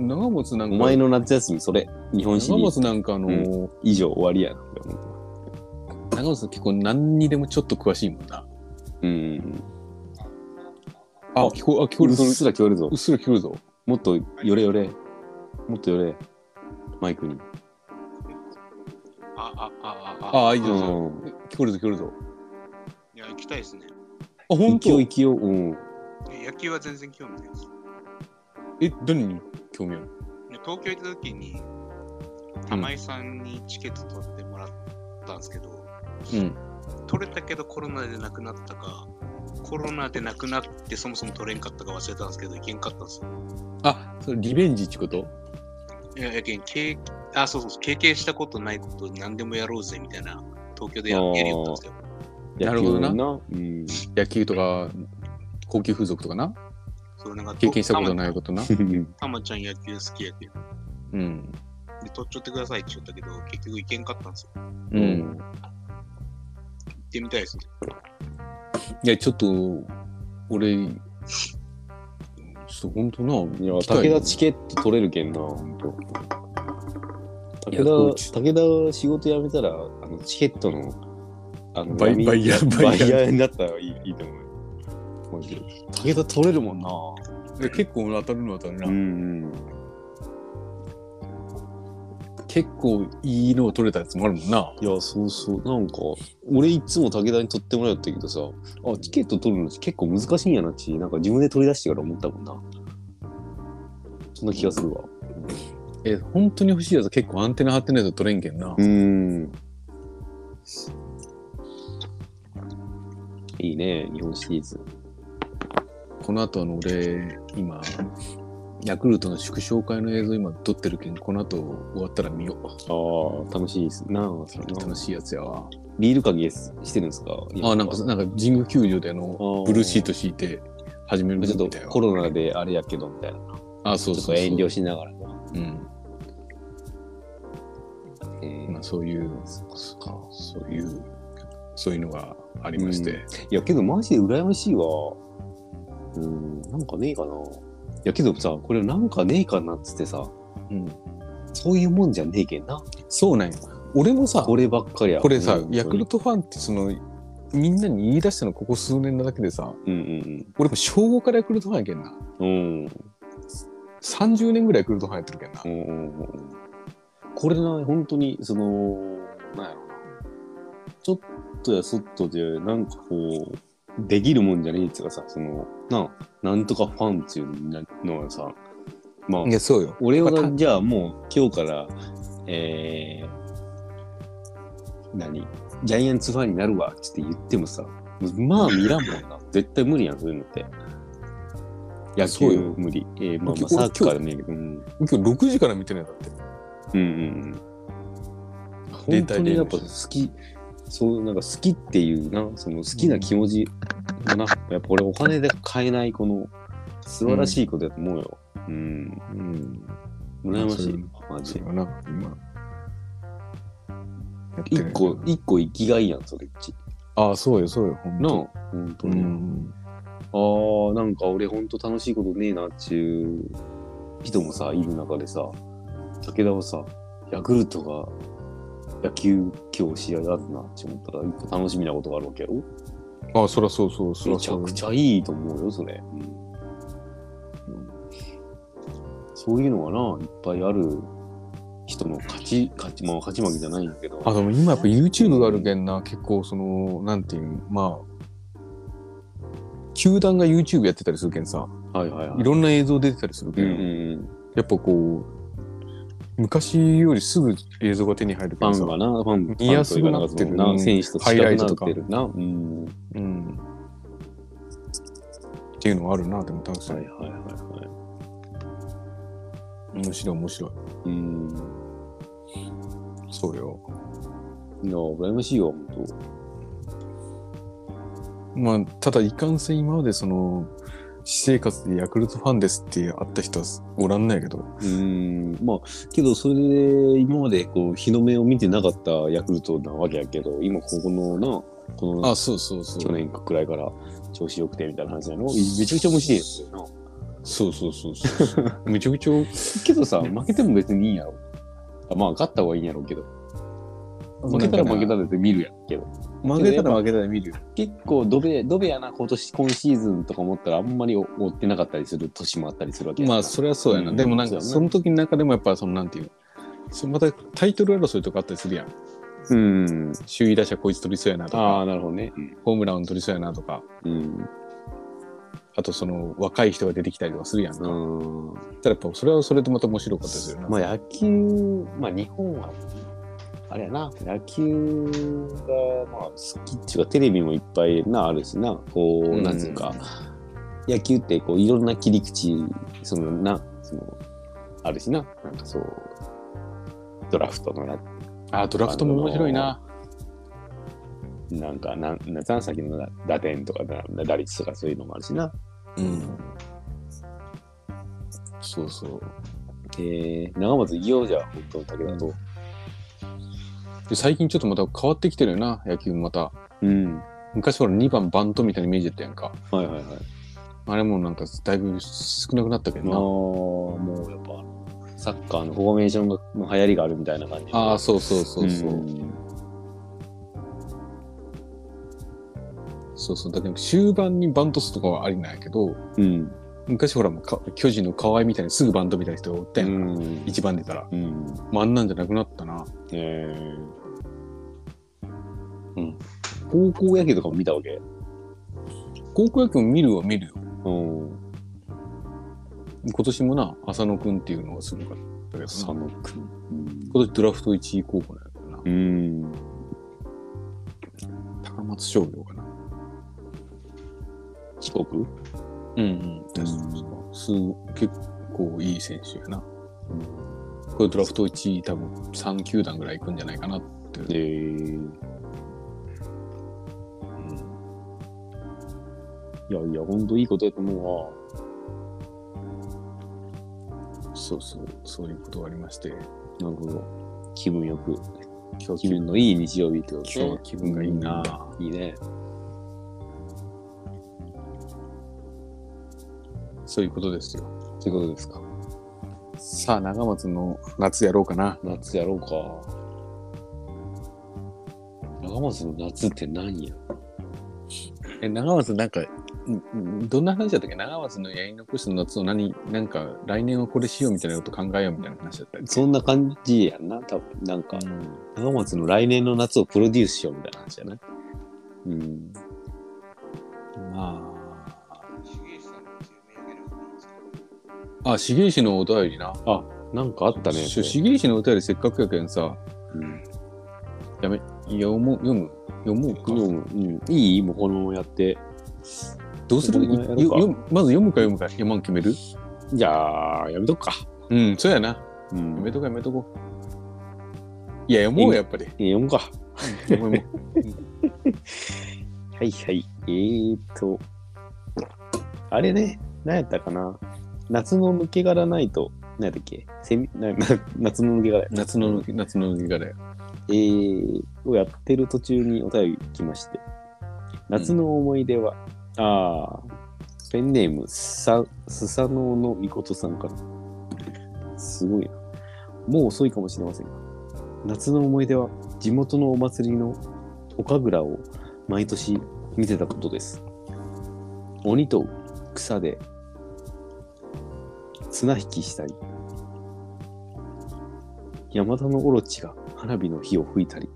Speaker 3: 長松なん
Speaker 1: お
Speaker 3: か、
Speaker 1: 前の夏休み、それ、日本史
Speaker 3: 長松なんかあの、
Speaker 1: う以上終わりやな。
Speaker 3: 長松結構何にでもちょっと詳しいもんな。
Speaker 1: うん。
Speaker 3: あ、聞こ、あ、聞こえ
Speaker 1: う
Speaker 3: る。
Speaker 1: っすら聞こえるぞ
Speaker 3: うっ。すら聞こえるぞ。
Speaker 1: もっとよれよれ。もっとよれ。マイクに。
Speaker 6: あ、あ、あ、あ、あ、
Speaker 3: あ、いいじゃん。
Speaker 1: う
Speaker 3: 聞
Speaker 1: ん
Speaker 3: こえるぞ、聞こえるぞ。
Speaker 6: いや、行きたいですね。
Speaker 3: あ、ほん
Speaker 1: 行きよ、
Speaker 3: と
Speaker 1: 行きよ。うん。
Speaker 6: え野球は全然興味ないです。
Speaker 3: え、何に興味ある
Speaker 6: で東京行った時に、玉井さんにチケット取ってもらったんですけど、
Speaker 3: うん
Speaker 6: 取れたけどコロナでなくなったか、コロナでなくなってそもそも取れんかったか忘れたんですけど、行けんかったんですよ。
Speaker 3: あ、それリベンジってこと
Speaker 6: いや、やけん、経あ、そうそうそう、経験したことないこと何でもやろうぜみたいな、東京でや
Speaker 1: あー
Speaker 6: やりよったんですよ。
Speaker 3: なるほどな
Speaker 1: 野球うん。
Speaker 3: 野球とか高級風俗とかな
Speaker 6: そうなんか
Speaker 3: 経験したことないことな。
Speaker 6: たまちゃん野球好きやけん。
Speaker 3: うん。
Speaker 6: で、取っちゃってくださいって言ったけど、結局行けんかったんですよ。行
Speaker 3: う。
Speaker 1: うんん。
Speaker 6: ってみたいですね。
Speaker 3: いや、ちょっと、俺、ちょっと本当な。
Speaker 1: いや、
Speaker 3: 行きたい
Speaker 1: 武田チケット取れるけんな、ほんと。
Speaker 3: いやそう
Speaker 1: 武田、武田仕事辞めたら、あのチケットの、あの、
Speaker 3: バイ
Speaker 1: 闇
Speaker 3: バイヤー
Speaker 1: バ
Speaker 3: バイヤー
Speaker 1: イヤーになったらいいいいと思う。マジで。武田取れるもんな。
Speaker 3: で結構当たるの当たるな。
Speaker 1: うんうん。
Speaker 3: 結構いいのを取れたやつもあるもんな。
Speaker 1: いや、そうそう。なんか、俺いつも武田に取ってもらうって言うけどさ、あ、チケット取るの結構難しいんやなっち、なんか自分で取り出してから思ったもんな。そんな気がするわ。
Speaker 3: え、本当に欲しいやつ結構アンテナ張ってないと取れんけんな。
Speaker 1: うん。いいね、日本シリーズ。
Speaker 3: この後あの俺、今、ヤクルトの祝勝会の映像今撮ってるけん、この後終わったら見よう。
Speaker 1: ああ、楽しいです。なあ、それ
Speaker 3: 楽しいやつやわ。
Speaker 1: ビールかけしてるんですか
Speaker 3: あなんか
Speaker 1: ち
Speaker 3: なんか神宮球場であ
Speaker 1: あ
Speaker 3: の
Speaker 1: ー
Speaker 3: ブルーシート敷いて始めるみたい
Speaker 1: ょ
Speaker 3: な
Speaker 1: っとコロナであれやけどみたいな。
Speaker 3: あそう
Speaker 1: ちょっ
Speaker 3: そ
Speaker 1: と
Speaker 3: うそう
Speaker 1: 遠慮しながら。
Speaker 3: うん
Speaker 1: え
Speaker 3: ま
Speaker 1: ー
Speaker 3: あ、そういうそういうそういうのがありまして、
Speaker 1: いや、けどマジで羨ましいわ。うん、なんかねえかな。いや、けどさ、これなんかねえかなっつってさ、
Speaker 3: うん
Speaker 1: そういうもんじゃねえけんな。
Speaker 3: そうなんよ俺もさ
Speaker 1: こればっかりや。
Speaker 3: これさ、
Speaker 1: うん
Speaker 3: ヤクル。トファンってそのみんなに言い出したのここ数年なだけでさ
Speaker 1: うん
Speaker 3: 俺も小5からヤクルトファンやけんな
Speaker 1: うんうん。うん。
Speaker 3: 30年ぐらいヤクルトファンやってるけんな、
Speaker 1: うんうんうんうんこれな、本当に、その、なんやろな。ちょっとやそっとで、なんかこう、できるもんじゃねえっていうかさ、その、な、なんとかファンっていうのはさ、まあ
Speaker 3: い、やそうよ
Speaker 1: 俺
Speaker 3: ま
Speaker 1: は
Speaker 3: た
Speaker 1: じゃあもう今日から、えー、何ジャイアンツファンになるわっつって言ってもさ、まあ見らんもんな。絶対無理やん、そういうのって。野
Speaker 3: そう
Speaker 1: 球
Speaker 3: よ
Speaker 1: 無理。えー、まあ
Speaker 3: 俺
Speaker 1: ま
Speaker 3: 今
Speaker 1: あ
Speaker 3: 日
Speaker 1: サッカーでもいいけど、うん。
Speaker 3: 今日6時から見てないんだって
Speaker 1: うんうんうん。
Speaker 3: 0
Speaker 1: 本
Speaker 3: 対
Speaker 1: 当
Speaker 3: 0
Speaker 1: にやっぱ好き、そう、なんか好きっていうな、その好きな気持ちがな、やっぱ俺お金で買えないこの素晴らしいことやと思うよ。うん。
Speaker 3: うん
Speaker 1: 羨まし
Speaker 3: そう
Speaker 1: い。マジ
Speaker 3: そ
Speaker 1: で
Speaker 3: う。かな今
Speaker 2: やって
Speaker 1: 一
Speaker 2: る。
Speaker 1: 個、一個生きがいやん、それっち。
Speaker 2: ああ、そうよ、そうよ、ほん
Speaker 1: なあ
Speaker 2: と。、
Speaker 1: 本当
Speaker 2: う
Speaker 1: に。
Speaker 2: ん。
Speaker 1: ああ、なんか俺ほんと楽しいことねえなっちゅう人もさ、いる中でさ、武田はさ、ヤクルトが野球今日試合あるなって思ったら、一個楽しみなことがあるわけやろ
Speaker 2: ああ、そらそうそう、そ
Speaker 1: め
Speaker 2: ら
Speaker 1: ち
Speaker 2: そ
Speaker 1: ゃ
Speaker 2: う
Speaker 1: く。ちゃいいと思うよ、それ。うんそういうのがな、いっぱいある人の勝ち、勝ち、まあ勝ち負けじゃないんだけど。
Speaker 2: あ、でも今やっぱ YouTube があるけんな、結構その、なんていうん、まあ、球団が YouTube やってたりするけんさ、
Speaker 1: はいはいはい。
Speaker 2: いろんな映像出てたりするけ、
Speaker 1: うんんうん、
Speaker 2: やっぱこう、昔よりすぐ映像が手に入る
Speaker 1: フ
Speaker 2: けん
Speaker 1: ァ
Speaker 2: さ
Speaker 1: ン、がな、ファン、
Speaker 2: 見やすくなってる
Speaker 1: ファンというかなんかそ
Speaker 2: うん
Speaker 1: の選手と
Speaker 2: ハイライトと
Speaker 1: 近
Speaker 2: か
Speaker 1: くなってるな。うん。は
Speaker 2: うん。っていうのはあるな、でも確か
Speaker 1: いは
Speaker 2: に
Speaker 1: い。はいはい。
Speaker 2: 面白い、面白い。
Speaker 1: うん。い
Speaker 2: そうよ。
Speaker 1: や、羨ましいよ、本
Speaker 2: まあ、ただ、いかんせん今までその、私生活でヤクルトファンですって会った人はおらんないけど、
Speaker 1: 当。うん。まあ、けど、それで、今まで、こう、日の目を見てなかったヤクルトなわけやけど、今、ここのな、この、
Speaker 2: あ、そうそうそう。
Speaker 1: 去年くらいから調子良くてみたいな話なのめちゃくちゃ面白いよ。
Speaker 2: そうそうそう そう。めちゃくちゃ、
Speaker 1: けどさ、負けても別にいいんやろ。あまあ、勝った方がいいんやろうけど。負けたら負けたで見るやんけど。
Speaker 2: 負けたら負けたで見るよ。
Speaker 1: 結構ドベ、ドベやな、今年、今シーズンとか思ったら、あんまり追ってなかったりする年もあったりするわけや
Speaker 2: ま
Speaker 1: な
Speaker 2: あ、それはそうやな。
Speaker 1: うん
Speaker 2: でもなん
Speaker 1: そう
Speaker 2: か、
Speaker 1: やな
Speaker 2: その時の中でもやっぱ、その、なんていうのそまたタイトル争いとかあったりするやん。
Speaker 1: うん。
Speaker 2: 首位打者こいつ取りそうやなと
Speaker 1: あ
Speaker 2: か、
Speaker 1: あ、なるほどね。
Speaker 2: ホームラン取りそうやなとか、
Speaker 1: うん。
Speaker 2: あとその若い人が出てきたりとかするやん。
Speaker 1: うん。
Speaker 2: ただやっぱそれはそれでまた面白かったですよね。
Speaker 1: まあ野球、まあ日本は、あれやな、野球が、まあ好きっていうか、テレビもいっぱいな、あるしな、こう、
Speaker 2: うん
Speaker 1: なんつうか、野球ってこう、いろんな切り口、そのな、その、あるしな、なんかそう、ドラフトのや、
Speaker 2: あドラフトも面白いな。
Speaker 1: なんか、なん、なんつうの先のな打点とかな、打率とかそういうのもあるしな。
Speaker 2: うん。そうそう。
Speaker 1: えー、長松行きようじゃあ、本当だけだと。
Speaker 2: で最近ちょっとまた変わってきてるよな、野球もまた。
Speaker 1: うん。
Speaker 2: 昔ほら2番バントみたいなイメージだったやんか。
Speaker 1: はいはいはい。
Speaker 2: あれもなんかだいぶ少なくなったけ
Speaker 1: ああ、
Speaker 2: ど
Speaker 1: もうやっぱあの、サッカーのフォーメーションがの流行りがあるみたいな感じ。
Speaker 2: な。ああー、そうそうそうそう。
Speaker 1: ん
Speaker 2: そうそう。だけど終盤にバントするとかはありなんやけど、
Speaker 1: うん。
Speaker 2: 昔ほらもうか巨人の河合みたいにすぐバントみたいな人がおった
Speaker 1: う
Speaker 2: やんか。
Speaker 1: ん。
Speaker 2: 一番出たら。
Speaker 1: うん。
Speaker 2: まあ、あんなんじゃなくなったな。
Speaker 1: えーうん。高校野球とかも見たわけ
Speaker 2: 高校野球も見るは見るよ。
Speaker 1: うん。
Speaker 2: 今年もな、浅野くんっていうのがすごかったけど
Speaker 1: 佐
Speaker 2: さ、
Speaker 1: 野くん。
Speaker 2: 今年ドラフト1位候補なのかな
Speaker 1: う。ん。
Speaker 2: 高松商業かな。
Speaker 1: 四国
Speaker 2: うんうん。す結構いい選手やな。これドラフト1位多分3球団ぐらい行くんじゃないかなって。
Speaker 1: えー。いやいや、ほんといいことやと思うわ。
Speaker 2: そうそう、そういうことがありまして、
Speaker 1: なるほど。気分よく。
Speaker 2: 今
Speaker 1: 気
Speaker 2: 日
Speaker 1: 分のいい日曜日ってことね
Speaker 2: 今日は気分がいいな。
Speaker 1: うんいいね。
Speaker 2: そういうことですよ。
Speaker 1: ということですか。
Speaker 2: さあ、長松の夏やろうかな。
Speaker 1: 夏やろうか。長松の夏って何や
Speaker 2: え、長松なんか、どんな話だったっけ長松のやり残した夏の何、なんか来年はこれしようみたいなこと考えようみたいな話だったっけ
Speaker 1: そんな感じやんな、多分。なんか、長松の来年の夏をプロデュースしようみたいな話じゃないうん。
Speaker 2: ま
Speaker 6: 重さんの有名なのなんですか
Speaker 2: あ。あ、重石のお便りな。
Speaker 1: なんかあったね。
Speaker 2: し重石のお便りせっかくやけんさ、
Speaker 1: うん
Speaker 2: やめ、読もう、読む、読もうか。
Speaker 1: うん、うんいいもうこのやって。
Speaker 2: どうする
Speaker 1: こんな
Speaker 2: よ
Speaker 1: やろうか
Speaker 2: 読むまず読むか読むか、読まん決める
Speaker 1: じゃあ、やめとくか。
Speaker 2: うん、そうやな。
Speaker 1: う
Speaker 2: や
Speaker 1: ん
Speaker 2: めとこうやめとこう。いや、読もうやっぱり。
Speaker 1: 読むか。
Speaker 2: 読もう 読も
Speaker 1: はいはい。えーっと、あれね、何やったかな。夏の抜け殻ないと、何やったっけセミなな夏の抜け殻や
Speaker 2: う夏の、夏の抜け殻や。
Speaker 1: えーをやってる途中にお便り来まして、夏の思い出は、ああ、ペンネーム、さスサノオのみことさんから。すごいな。もう遅いかもしれませんが、夏の思い出は、地元のお祭りのお神楽を毎年見てたことです。鬼と草で綱引きしたり、山田のオロチが花火の火を吹いたり、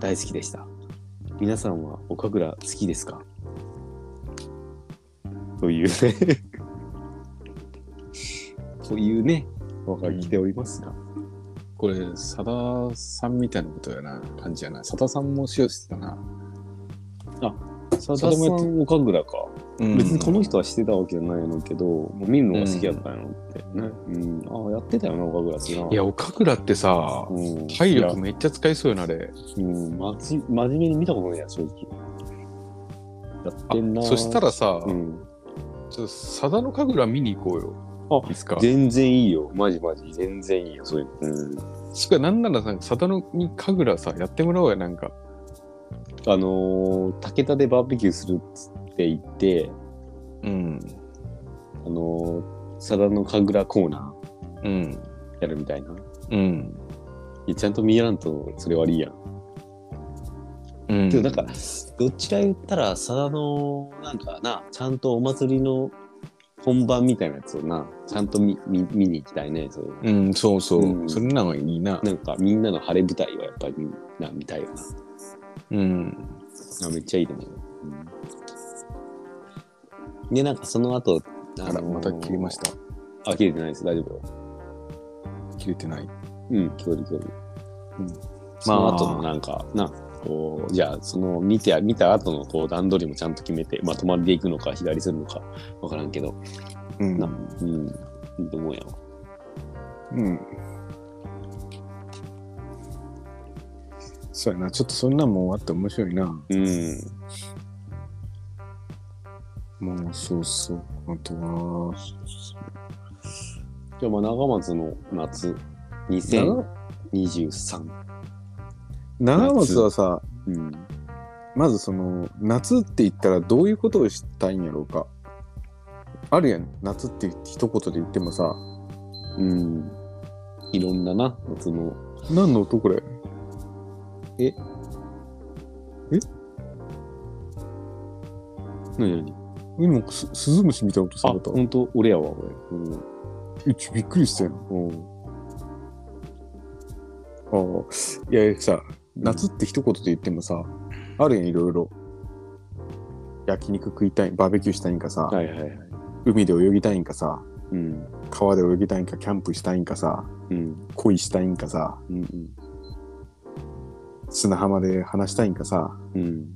Speaker 1: 大好きでした。皆さんはお神楽好きですかというね というね、おはがき来ておりますが。
Speaker 3: これ、さださんみたいなことやな、感じやな。さださんも使用してたな。
Speaker 1: さださんお神楽か。
Speaker 3: うん
Speaker 1: 別にこの人はしてたわけじゃないのけど、もう見るのが好きやったんやろってね。うん、ああ、やってたよな、お神楽ってな。
Speaker 3: いや、おかくらってさ、
Speaker 1: うん、
Speaker 3: 体力
Speaker 1: いや
Speaker 3: めっちゃ使いそうよな、あれ。
Speaker 1: うん、まじ真面目に見たことないや、正直。やっ
Speaker 3: あ
Speaker 1: てんな。
Speaker 3: そした、らさ、
Speaker 1: うん、
Speaker 3: ちょっとさだのかぐら見に行こうよ。
Speaker 1: あ
Speaker 3: いつか。
Speaker 1: 全然いいよ。マジマジ。全然いいよ、そういうの。うん
Speaker 3: しかもなんならさ、さだのにかぐらさ、やってもらおうや、なんか。
Speaker 1: あのー竹田でバーベキューするっつって言って、
Speaker 3: うん。
Speaker 1: あのー、佐田の神楽コーナ
Speaker 3: うん。
Speaker 1: ーやるみたいな。い
Speaker 3: うん。
Speaker 1: やちゃんと見やらんと、それ悪いやん。
Speaker 3: うん
Speaker 1: けどなんか、どちら言ったら、佐田の、なんかな、ちゃんとお祭りの本番みたいなやつをな、ちゃんと見見見に行きたいね、そういう。
Speaker 3: うん、そうそう。
Speaker 1: うん
Speaker 3: それなのにいいな。
Speaker 1: なんか、みんなの晴れ舞台はやっぱりみんな見たいよな。
Speaker 3: うん。
Speaker 1: あめっちゃいいと思う。で、なんかその後、
Speaker 3: あら、また切れまし
Speaker 1: た。
Speaker 3: た。
Speaker 1: あ、切れてないです。大丈夫よ。
Speaker 3: 切れてない。
Speaker 1: うん、聞こえる聞こえる。うん、その後のなんか、な、こう、じゃあ、その見て、見た後のこう段取りもちゃんと決めて、まあ、泊まりでいくのか、左するのか、わからんけど、
Speaker 3: う。
Speaker 1: なんうん、いいと思うよ。
Speaker 3: うん。そうやな。ちょっとそんなんもあって面白いな。
Speaker 1: うん。
Speaker 3: もう、そうそう。あとは、
Speaker 1: じゃあ、まあ、長松の夏、2023。
Speaker 3: 長松はさ、
Speaker 1: うん。
Speaker 3: まずその、夏って言ったらどういうことをしたいんやろうか。あるやん。夏って一言で言ってもさ、
Speaker 1: うん。いろんなな、夏の。
Speaker 3: 何の音これ
Speaker 1: 何々
Speaker 3: 今す、スズムシみたいな音す
Speaker 1: あ、
Speaker 3: ること
Speaker 1: ほんと、俺やわ、俺。うん。
Speaker 3: うちびっくりしたよ。
Speaker 1: うん。
Speaker 3: ああいやいやさ夏って一言で言ってもさ、あるやんいろいろ焼肉食いたいバーベキューしたいんかさ、
Speaker 1: はいはいはい。
Speaker 3: 海で泳ぎたいんかさ
Speaker 1: うん。
Speaker 3: 川で泳ぎたいんかキャンプしたいんかさ
Speaker 1: うん。
Speaker 3: 恋したいんかさ
Speaker 1: うん。
Speaker 3: 砂浜で話したいんかさ
Speaker 1: うん。うん。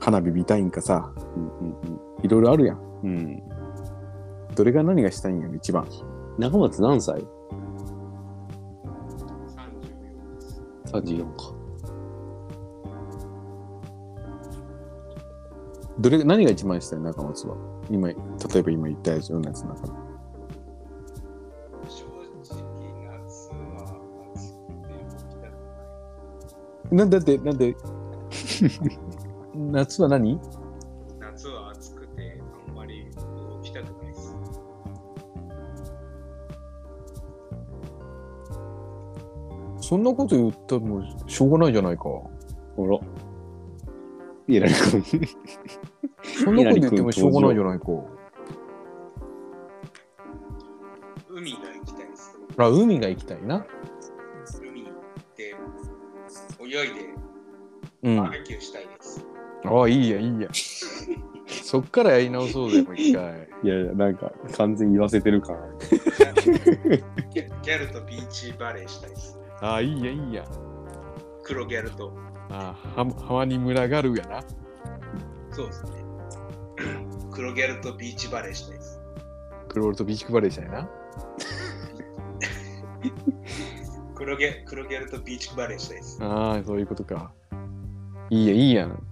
Speaker 3: 花火見たいんかさ
Speaker 1: うん。
Speaker 3: いろいろあるやん
Speaker 1: うん。うん。
Speaker 3: どれが何がしたいんやろ一番
Speaker 1: 長松何歳 ?34 か。
Speaker 3: どれ何が一番したい中松は今例えば今言ったやつようなやつの中で
Speaker 6: 正直、夏は暑くて起きたくない。
Speaker 3: なんだってなん で夏は何
Speaker 6: 夏は暑くて、あんまり起きたくないです。
Speaker 3: そんなこと言ったらもうしょうがないじゃないか
Speaker 1: ほら。いらなく
Speaker 3: そんなこと言ってもしょうがないじゃないか。
Speaker 6: 海が行きたいです。
Speaker 3: あ、海が行きたいな。
Speaker 6: 海に行って、泳いで
Speaker 3: うん。
Speaker 6: バー
Speaker 3: あ
Speaker 6: ベキューしたいです。
Speaker 3: あ、いいや、いいや。 そっからやり直そうぜ、もう一回。
Speaker 1: いやいや、なんか完全に言わせてるから。
Speaker 6: ギャギャルとビーチバレーしたいです。
Speaker 3: ああ、いいや、いいや。
Speaker 6: 黒ギャルと。
Speaker 3: ああ、は浜に群がるやな。
Speaker 6: そうですね。黒ギャルとビーチバレーしたいです。
Speaker 3: クロールとビーチクバレーしたいな。
Speaker 6: 黒ギャ黒ギャルとビーチバレーしたいです。
Speaker 3: ああ、そういうことか。いいや、いいやん。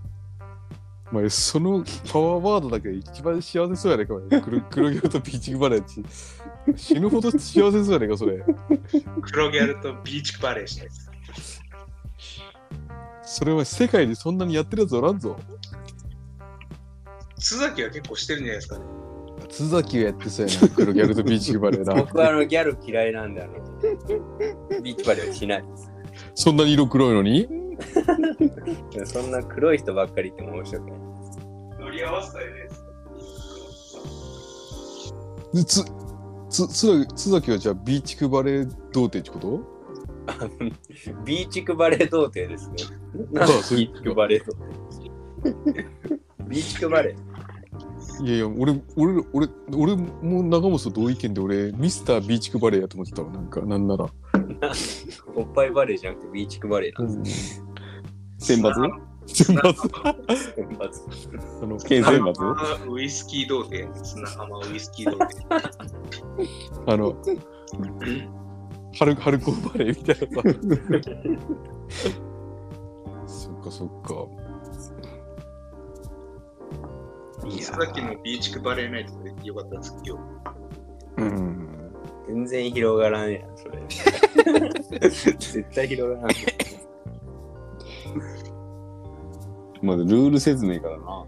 Speaker 3: お前、そのパワーワードだけで一番幸せそうやねか、お前黒 黒ギャルとビーチクバレーって。死ぬほど幸せそうやねか、それ。
Speaker 6: 黒ギャルとビーチバレーしたいです。
Speaker 3: それは世界にそんなにやってるやつおらんぞ。
Speaker 6: 須崎は結構してるんじゃないですかね。
Speaker 3: 津崎はやってそうやな、黒ギャルとビーチバレーな。
Speaker 4: 僕はあのギャル嫌いなんだよ。ビーチバレーはしない。
Speaker 3: そんなに色黒いのに
Speaker 4: そんな黒い人ばっかりいても面白くない。
Speaker 6: 乗り合わせたよね。
Speaker 3: でつ、つ、津崎津崎はじゃあビーチバレー童貞ってこと
Speaker 4: ビーチクバレー童貞ですね。
Speaker 3: あ
Speaker 4: なんで
Speaker 3: そう
Speaker 4: ビーチクバレー童貞ビーチクバレー。
Speaker 3: いやいや、俺、俺、俺、俺も長本と同意見で俺、ミスタービーチバレーやと思ってたわ、なんか、なんなら。
Speaker 4: おっぱいバレーじゃなくてビーチクバレーなんで
Speaker 1: 選抜
Speaker 3: 選抜
Speaker 4: す選抜
Speaker 3: あの
Speaker 1: 県選抜
Speaker 6: 砂浜ウイスキー童貞。砂浜ウイスキー童貞。
Speaker 3: あの、春春高バレーみた いなさ。そっかそっか。
Speaker 1: いや
Speaker 6: 須崎のビーチクバレーナイトでよかったんですけど、
Speaker 3: うん。
Speaker 4: 全然広がらんやん、それ。絶対広がらん。
Speaker 1: まずルール説明からな。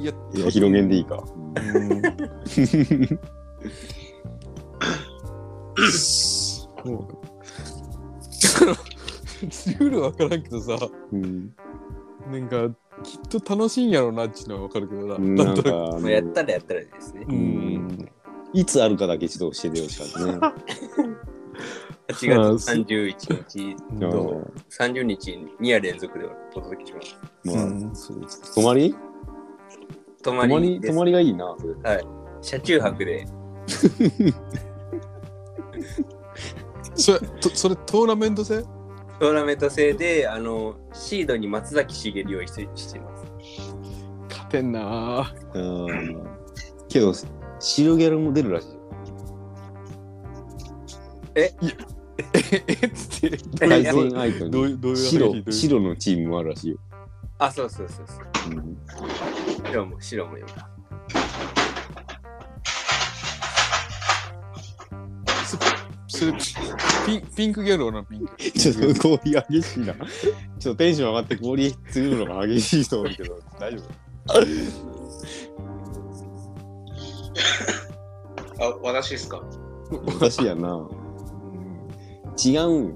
Speaker 3: いや、
Speaker 1: いや、広げんでいいか。
Speaker 3: もう。そのルールわからんけどさ、
Speaker 1: うん、
Speaker 3: なんか、きっと楽しいんやろうなっちゅうのはわかるけどな。
Speaker 1: な
Speaker 3: な ん
Speaker 1: ん
Speaker 3: と
Speaker 1: か
Speaker 3: なく。、
Speaker 1: あ
Speaker 4: も
Speaker 1: の
Speaker 4: うやったらやったらですね。
Speaker 1: う
Speaker 3: うん
Speaker 1: ん、いつあるかだけちょっと教えてほしかったね。
Speaker 4: 8月31日、
Speaker 1: うん
Speaker 3: ど
Speaker 4: 30日、2夜連続でお届けします。
Speaker 1: まあ
Speaker 3: うん
Speaker 1: そう泊まり
Speaker 4: 泊ま
Speaker 1: 泊ま
Speaker 4: り
Speaker 1: り
Speaker 4: で
Speaker 1: 泊
Speaker 4: す
Speaker 1: まりがいいな。
Speaker 4: 車中泊で、
Speaker 3: うそれとそれトーナメント戦
Speaker 4: トーナメント制で、あの、シードに松崎しげりを一緒にしています。
Speaker 3: 勝てんなぁ
Speaker 1: うんけど、白ギャルも出るらしいよ。
Speaker 3: ええっつって
Speaker 4: え
Speaker 1: 対戦相手
Speaker 3: どう
Speaker 1: に
Speaker 3: いうどういう話どうい
Speaker 1: 白
Speaker 3: う
Speaker 1: 白のチームもあるらしいよ。
Speaker 4: あ、そうそうそうそう。
Speaker 1: うん
Speaker 4: 白も白もよ。
Speaker 3: それピンピンクギャルをなピンク
Speaker 1: ちょっと氷激しいな。ちょっとテンション上がって氷つぐるのが激しい人多いけど、大丈夫
Speaker 6: あ、私ですか
Speaker 1: 私やな。違うんよ。違うんよ。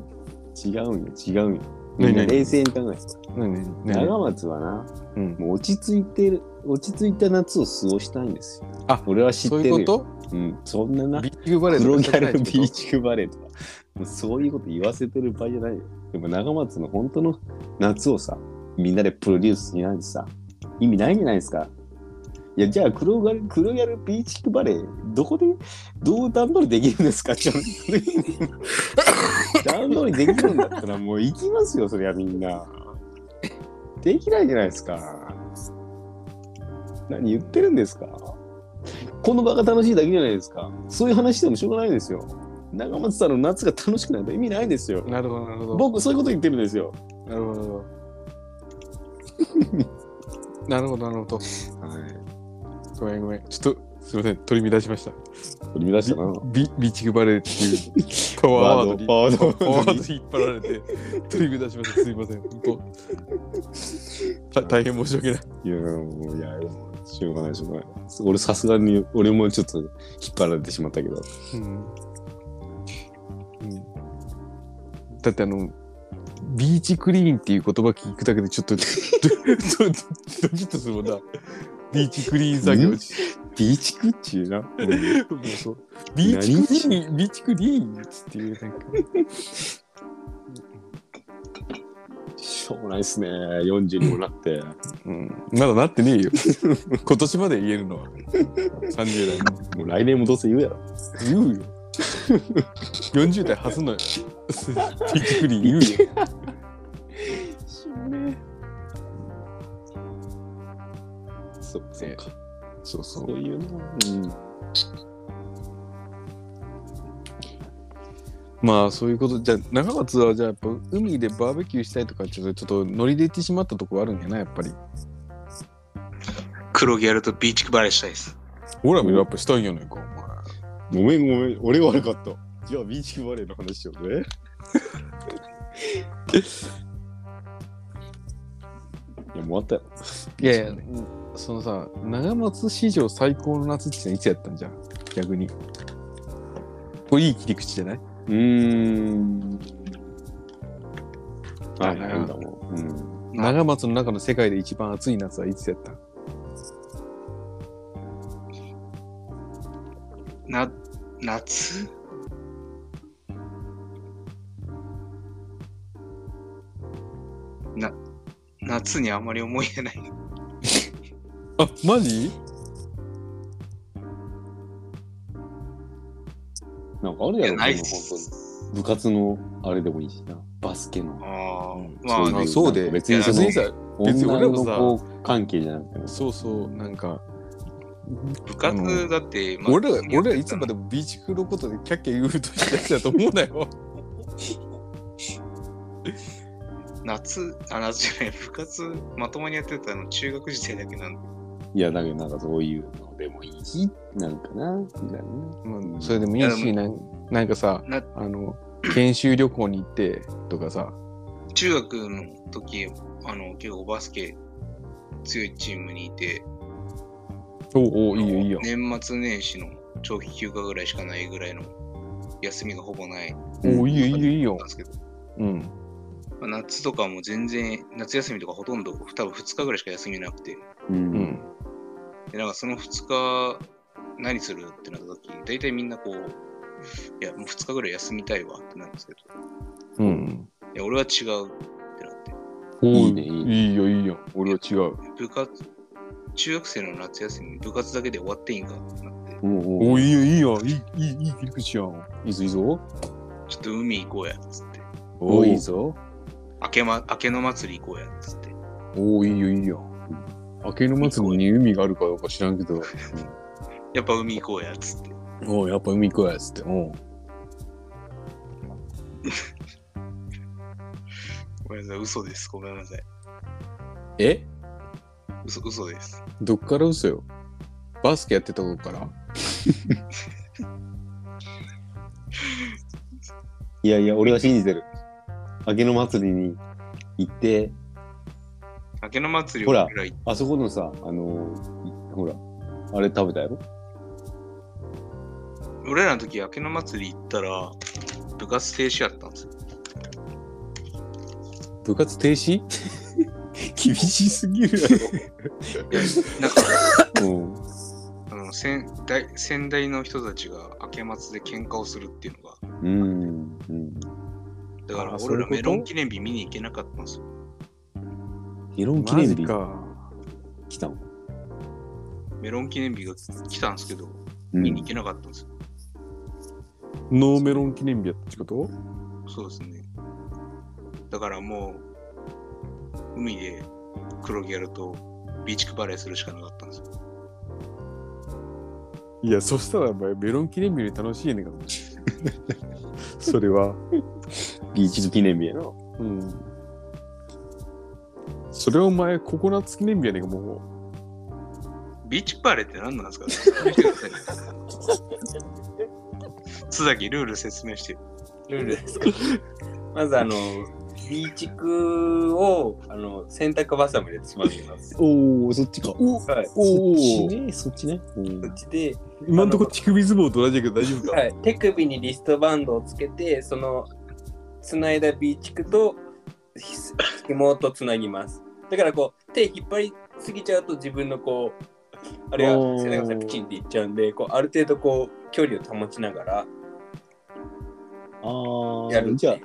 Speaker 1: 違うんよ。
Speaker 3: ね
Speaker 1: み
Speaker 3: えねえ
Speaker 1: んな冷静に考えて。
Speaker 3: 何
Speaker 1: 長松はな、
Speaker 3: うん
Speaker 1: もう落ち着いてる、落ち着いた夏を過ごしたいんですよ。
Speaker 3: あ
Speaker 1: 俺は知って
Speaker 3: そう
Speaker 1: る
Speaker 3: い
Speaker 1: よ。
Speaker 3: うこと
Speaker 1: うん、そんなな
Speaker 3: ビ。ッグバレー
Speaker 1: 黒
Speaker 3: と
Speaker 1: ギ
Speaker 3: かしたくな
Speaker 1: ャ
Speaker 3: いって
Speaker 1: ル
Speaker 3: こと
Speaker 1: ビーチクバレーとか、もうそういうこと言わせてる場合じゃないよ。でも長松の本当の夏をさ、みんなでプロデュースしないとさ、意味ないんじゃないですか。いや、じゃあ黒ギャル、黒ギャルビーチクバレー、どこで、どう段取りできるんですかちょっと段取りできるんだったらもう行きますよ、そりゃみんな。できないじゃないですか。何言ってるんですかこの場が楽しいだけじゃないですか。そういう話してもしょうがないですよ。長松さんの夏が楽しくないと意味ないですよ。
Speaker 3: なるほどなるほど
Speaker 1: 僕、そういうこと言ってるんですよ。
Speaker 3: なるほどなる ほどなるほど
Speaker 1: はい。
Speaker 3: ごめんごめんちょっとすいません取り乱しました
Speaker 1: 取り乱したな。
Speaker 3: ビビーチグバレーって いうパワーワードに
Speaker 1: パワーワード
Speaker 3: パワーワードに引っ張られて取り乱しましたすいません本当た大変申し訳ない
Speaker 1: いや、もう、いや、もうしょうがない、しょうがない。俺、さすがに、俺もちょっと引っ張られてしまったけど。
Speaker 3: うんだってあのビーチクリーンっていう言葉聞くだけでちょっとドドキッとするもんなビーチクリーン作業
Speaker 1: んビーチクっちゅ うな。うん
Speaker 3: もうそうビーチクリーンビーチクリーンっつっていうなんか
Speaker 1: しょうがないっすね。40にもなって。
Speaker 3: うんまだなってねえよ今年まで言えるのは30代の
Speaker 1: もう来年もどうせ言うやろ。
Speaker 3: 言う よ40代初のビーチクリーン言うよ
Speaker 1: そそうか。
Speaker 3: そうそ
Speaker 1: そういうな。うん。
Speaker 3: まあそういうことじゃあ長松はじゃあやっぱ海でバーベキューしたいとかちょっとちょっとノリで行ってしまったとこあるんやなやっぱり
Speaker 6: 黒ギャルとビーチクバレーしたいです。
Speaker 3: 俺らもやっぱしたいんやないかお
Speaker 1: ごめ
Speaker 3: 前
Speaker 1: んごめん、俺が悪かった。じゃあビーチクバレーの話しようぜ。いや、もう終わっ
Speaker 3: いやいや、そのさ、長松史上最高の夏ってのはいつやったんじゃん逆に。これいい切り口じゃない
Speaker 1: たよ。うーん。あ、なんだもう。うん。
Speaker 3: 長松の中の世界で一番暑い夏はいつやった
Speaker 6: な、夏な、夏にあまり思い出ない。
Speaker 3: あ、マジ
Speaker 1: なんかある
Speaker 6: い
Speaker 1: や
Speaker 6: や、
Speaker 1: ろ、
Speaker 6: ないっ
Speaker 1: その本
Speaker 6: す。
Speaker 1: 当に部活のあれでもいいしな。バスケの。
Speaker 6: ああ、
Speaker 1: そい
Speaker 6: まあ、
Speaker 1: の
Speaker 3: そうで
Speaker 1: 別にその
Speaker 6: いや
Speaker 3: さ、別
Speaker 1: 別に
Speaker 3: に
Speaker 1: 俺
Speaker 3: 俺らも
Speaker 1: の
Speaker 3: さ
Speaker 1: 子関係じゃなくても。
Speaker 3: そうそう、なんか、
Speaker 6: 部活だって、まあ
Speaker 3: 俺ら、俺らいつまでもビーチクのことでキャッキャ言うとしたやつだと思うなよ。
Speaker 6: 夏、あ、夏じゃない、部活まともにやってたの中学時代だけなんで。
Speaker 1: いや、だけどなんかそういうのでもいいし、なんかな、みたいなね。
Speaker 3: まあ、それでもいいし、
Speaker 6: い
Speaker 3: なんなんかさ
Speaker 6: な、
Speaker 3: あの、研修旅行に行ってとかさ、
Speaker 6: 中学の時、あの、結構バスケ強いチームにいて、
Speaker 3: おお、いいよいいよ。
Speaker 6: 年末年始の長期休暇ぐらいしかないぐらいの休みがほぼない
Speaker 3: おお、いいよいいよいい
Speaker 6: なん
Speaker 3: よ
Speaker 6: で。すけど、
Speaker 3: うん。
Speaker 6: まあ夏とかも全然、夏休みとかほとんど、多分2日ぐらいしか休みなくて、
Speaker 1: う。
Speaker 3: うんん。
Speaker 6: でなんかその2日、何するってなった時大体みんなこう、いや、もう2日ぐらい休みたいわってなるんですけ
Speaker 3: う
Speaker 6: ど、
Speaker 3: ん。
Speaker 6: いや、俺は違うってなって、
Speaker 3: お
Speaker 1: い
Speaker 3: い
Speaker 1: い
Speaker 3: い
Speaker 1: ねいいね
Speaker 3: いいよいいよ。俺は違う。
Speaker 6: 部活、中学生の夏休み、部活だけで終わっていいんかってなって、
Speaker 1: おうおう
Speaker 3: おいいよいいよ。いい、いい、いい切り口やん。いいぞいいぞ。
Speaker 6: ちょっと海行こうやっつって、
Speaker 3: お
Speaker 1: お
Speaker 3: い
Speaker 1: い
Speaker 3: いぞ。
Speaker 6: 明け,、ま、明けの祭り行こうやっつって、
Speaker 3: おお、いいよいいよ。明けの末に海があるかどうか知らん けど、
Speaker 6: やっぱ海行こうやっつって。
Speaker 3: おお、やっぱ海行くやつって。おう
Speaker 6: ごめんなさい、嘘です。ごめんなさい。
Speaker 3: え
Speaker 6: 嘘嘘です。
Speaker 3: どっから嘘よ。バスケやってた頃から。
Speaker 1: いやいや、俺は信じてる。明けの祭りに行って、
Speaker 6: 明けの祭り
Speaker 1: ほら
Speaker 6: 俺ら行っ
Speaker 1: あそこのさ、あのーいほら、あれ食べた やろ
Speaker 6: 俺らの時、明けの祭り行ったら、部活停止やったんですよ。
Speaker 3: 部活停止 厳しすぎるや
Speaker 6: なんか、
Speaker 1: うん。
Speaker 6: あの先大先代の人たちが明け祭で喧嘩をするっていうのが、
Speaker 1: うん。うん。
Speaker 6: だから
Speaker 3: あそう
Speaker 6: 俺
Speaker 3: いう
Speaker 6: ら
Speaker 3: こと
Speaker 6: メロン記念日見に行けなかったんですよ。
Speaker 1: メロン
Speaker 3: ろ。
Speaker 1: 記念日
Speaker 3: か。
Speaker 1: 来たの
Speaker 6: メロン記念日が来たんですけど、
Speaker 1: う
Speaker 6: 見
Speaker 1: ん
Speaker 6: に行。けなかったんですよ。
Speaker 3: ノーメロン記念日やったってこと
Speaker 6: そうですね。だからもう、海で黒ギャルとビーチクバレーするしかなかったんですよ。
Speaker 3: いや、そしたらお前メロン記念日より楽しい ねんかそれは。
Speaker 1: ビーチ記念日やな。
Speaker 3: うん。それはお前、ココナッツ記念日やねんか、もう。
Speaker 6: ビーチバレーって何なんですか見てください須崎ルール説明して。
Speaker 4: ルールですかまずあの、ビーチクをあの洗濯バサミでつまみます。
Speaker 1: おお、そっちか。お
Speaker 4: はい。
Speaker 3: お
Speaker 1: そ
Speaker 3: ー
Speaker 1: っちね、そっちね。うん
Speaker 4: そっちで、
Speaker 3: 今んとこ乳首相撲と同じだけど大丈夫か
Speaker 4: はい、手首にリストバンドをつけて、そのつないだビーチクとひ紐とつなぎます。だからこう手引っ張りすぎちゃうと自分のこうあれが
Speaker 1: おー
Speaker 4: 背中がプチンっていっちゃうんで、こうある程度こう距離を保ちながら
Speaker 1: あ
Speaker 4: や
Speaker 1: あ、
Speaker 4: る。
Speaker 1: じゃあ、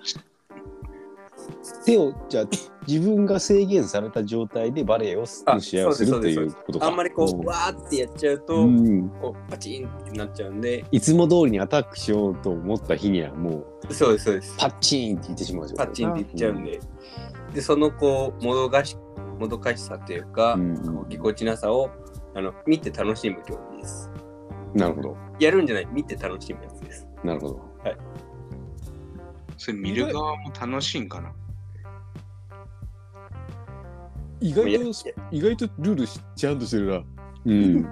Speaker 1: 手を、じゃあ、自分が制限された状態でバレエをす
Speaker 4: あ
Speaker 1: の試合をする
Speaker 4: そう
Speaker 1: と
Speaker 4: です
Speaker 1: いうことか。
Speaker 4: あんまりこう、
Speaker 1: ん
Speaker 4: わーってやっちゃうと、
Speaker 1: うん、
Speaker 4: こうパチンってなっちゃうんで、
Speaker 1: いつも通りにアタックしようと思った日にはもう
Speaker 4: そうですそうです。
Speaker 1: パッチンって言ってしまう状
Speaker 4: パ
Speaker 1: 態
Speaker 4: チンっていっちゃうんで、でそのこうもどかしもどかしさというか、
Speaker 1: うん
Speaker 4: こうぎこちなさをあの見て楽しむ競技です。
Speaker 1: なるほど
Speaker 4: やるんじゃない、見て楽しむやつです。
Speaker 1: なるほど
Speaker 6: それ見る側も楽しいんかな
Speaker 3: 意
Speaker 4: い
Speaker 3: 外
Speaker 4: や
Speaker 3: と、意外とルールしちゃんとしてるな。
Speaker 1: うん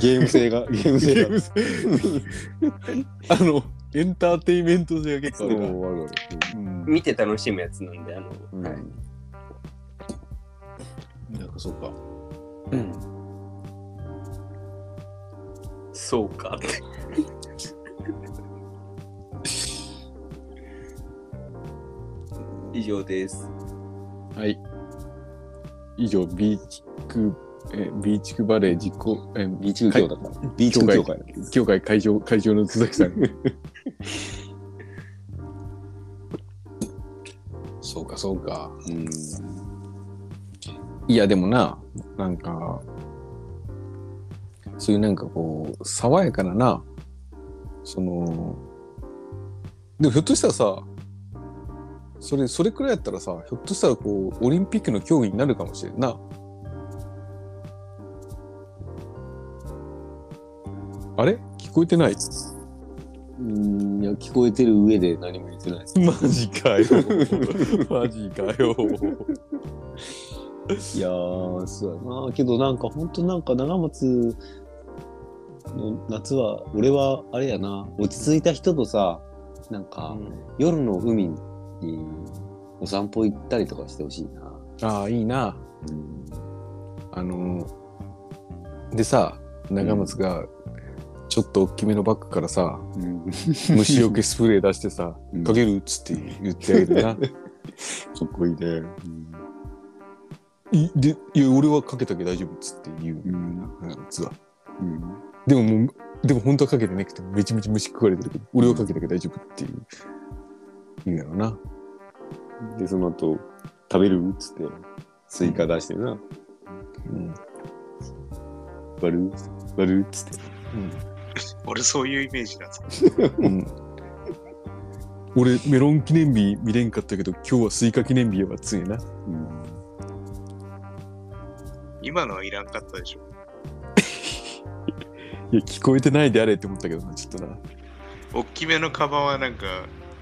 Speaker 1: ゲーム性がゲーム
Speaker 3: ゲ
Speaker 1: 性
Speaker 3: ー
Speaker 1: が
Speaker 3: ムあの、エンターテイメント性が結構
Speaker 1: そう
Speaker 3: ある
Speaker 1: あ
Speaker 3: な
Speaker 1: る
Speaker 3: うん
Speaker 4: 見て楽しむやつなんで、あの、
Speaker 1: ある。
Speaker 3: なんかそうか。
Speaker 4: そうかって。以上です。
Speaker 3: はい。以上、ビーチク、えビーチクバレー実行、え
Speaker 1: ビーチ部協だから。ビーチ部協会だから。
Speaker 3: 協会会長、会長の津 崎さん。そうか、そうか。
Speaker 1: うん。
Speaker 3: いや、でもな、なんか、そういうなんかこう、爽やかなな、その、でもひょっとしたらさ、それ、それくらいやったらさ、ひょっとしたらこう、オリンピックの競技になるかもしれんな。あれ聞こえてない
Speaker 1: うん、いや、聞こえてる上で何も言ってない。
Speaker 3: マジかよ。 マジかよ。
Speaker 1: いやー、そうやな。けどなんか、ほんとなんか、長松の夏は、俺はあれやな、落ち着いた人とさ、なんか、夜の海にお散歩行ったりとかしてほしいな。
Speaker 3: ああ、いいな。
Speaker 1: うん。
Speaker 3: あのでさ長松がちょっと大きめのバッグからさ、虫除けスプレー出してさ「
Speaker 1: うん
Speaker 3: かける?」っつって言ってあげるな。
Speaker 1: っこいいね。
Speaker 3: いでいや俺はかけたけど大丈夫っつって言う
Speaker 1: うん。
Speaker 3: 長松は。
Speaker 1: うん。
Speaker 3: でももうでも本当はかけてなくてめちゃめちゃ虫食われてるけど俺はかけたけど大丈夫っていう言うやろな。
Speaker 1: で、その後、食べるっつって、スイカ出してな、
Speaker 3: うん
Speaker 1: 割る割るっつって。
Speaker 6: 俺そういうイメージだ。
Speaker 3: うん俺メロン記念日見れんかったけど今日はスイカ記念日やばついな。
Speaker 1: うん。
Speaker 6: 今のはいらんかったでしょ。
Speaker 3: いや聞こえてないであれって思ったけどなちょっとな。
Speaker 6: 大きめのカバンはなんか、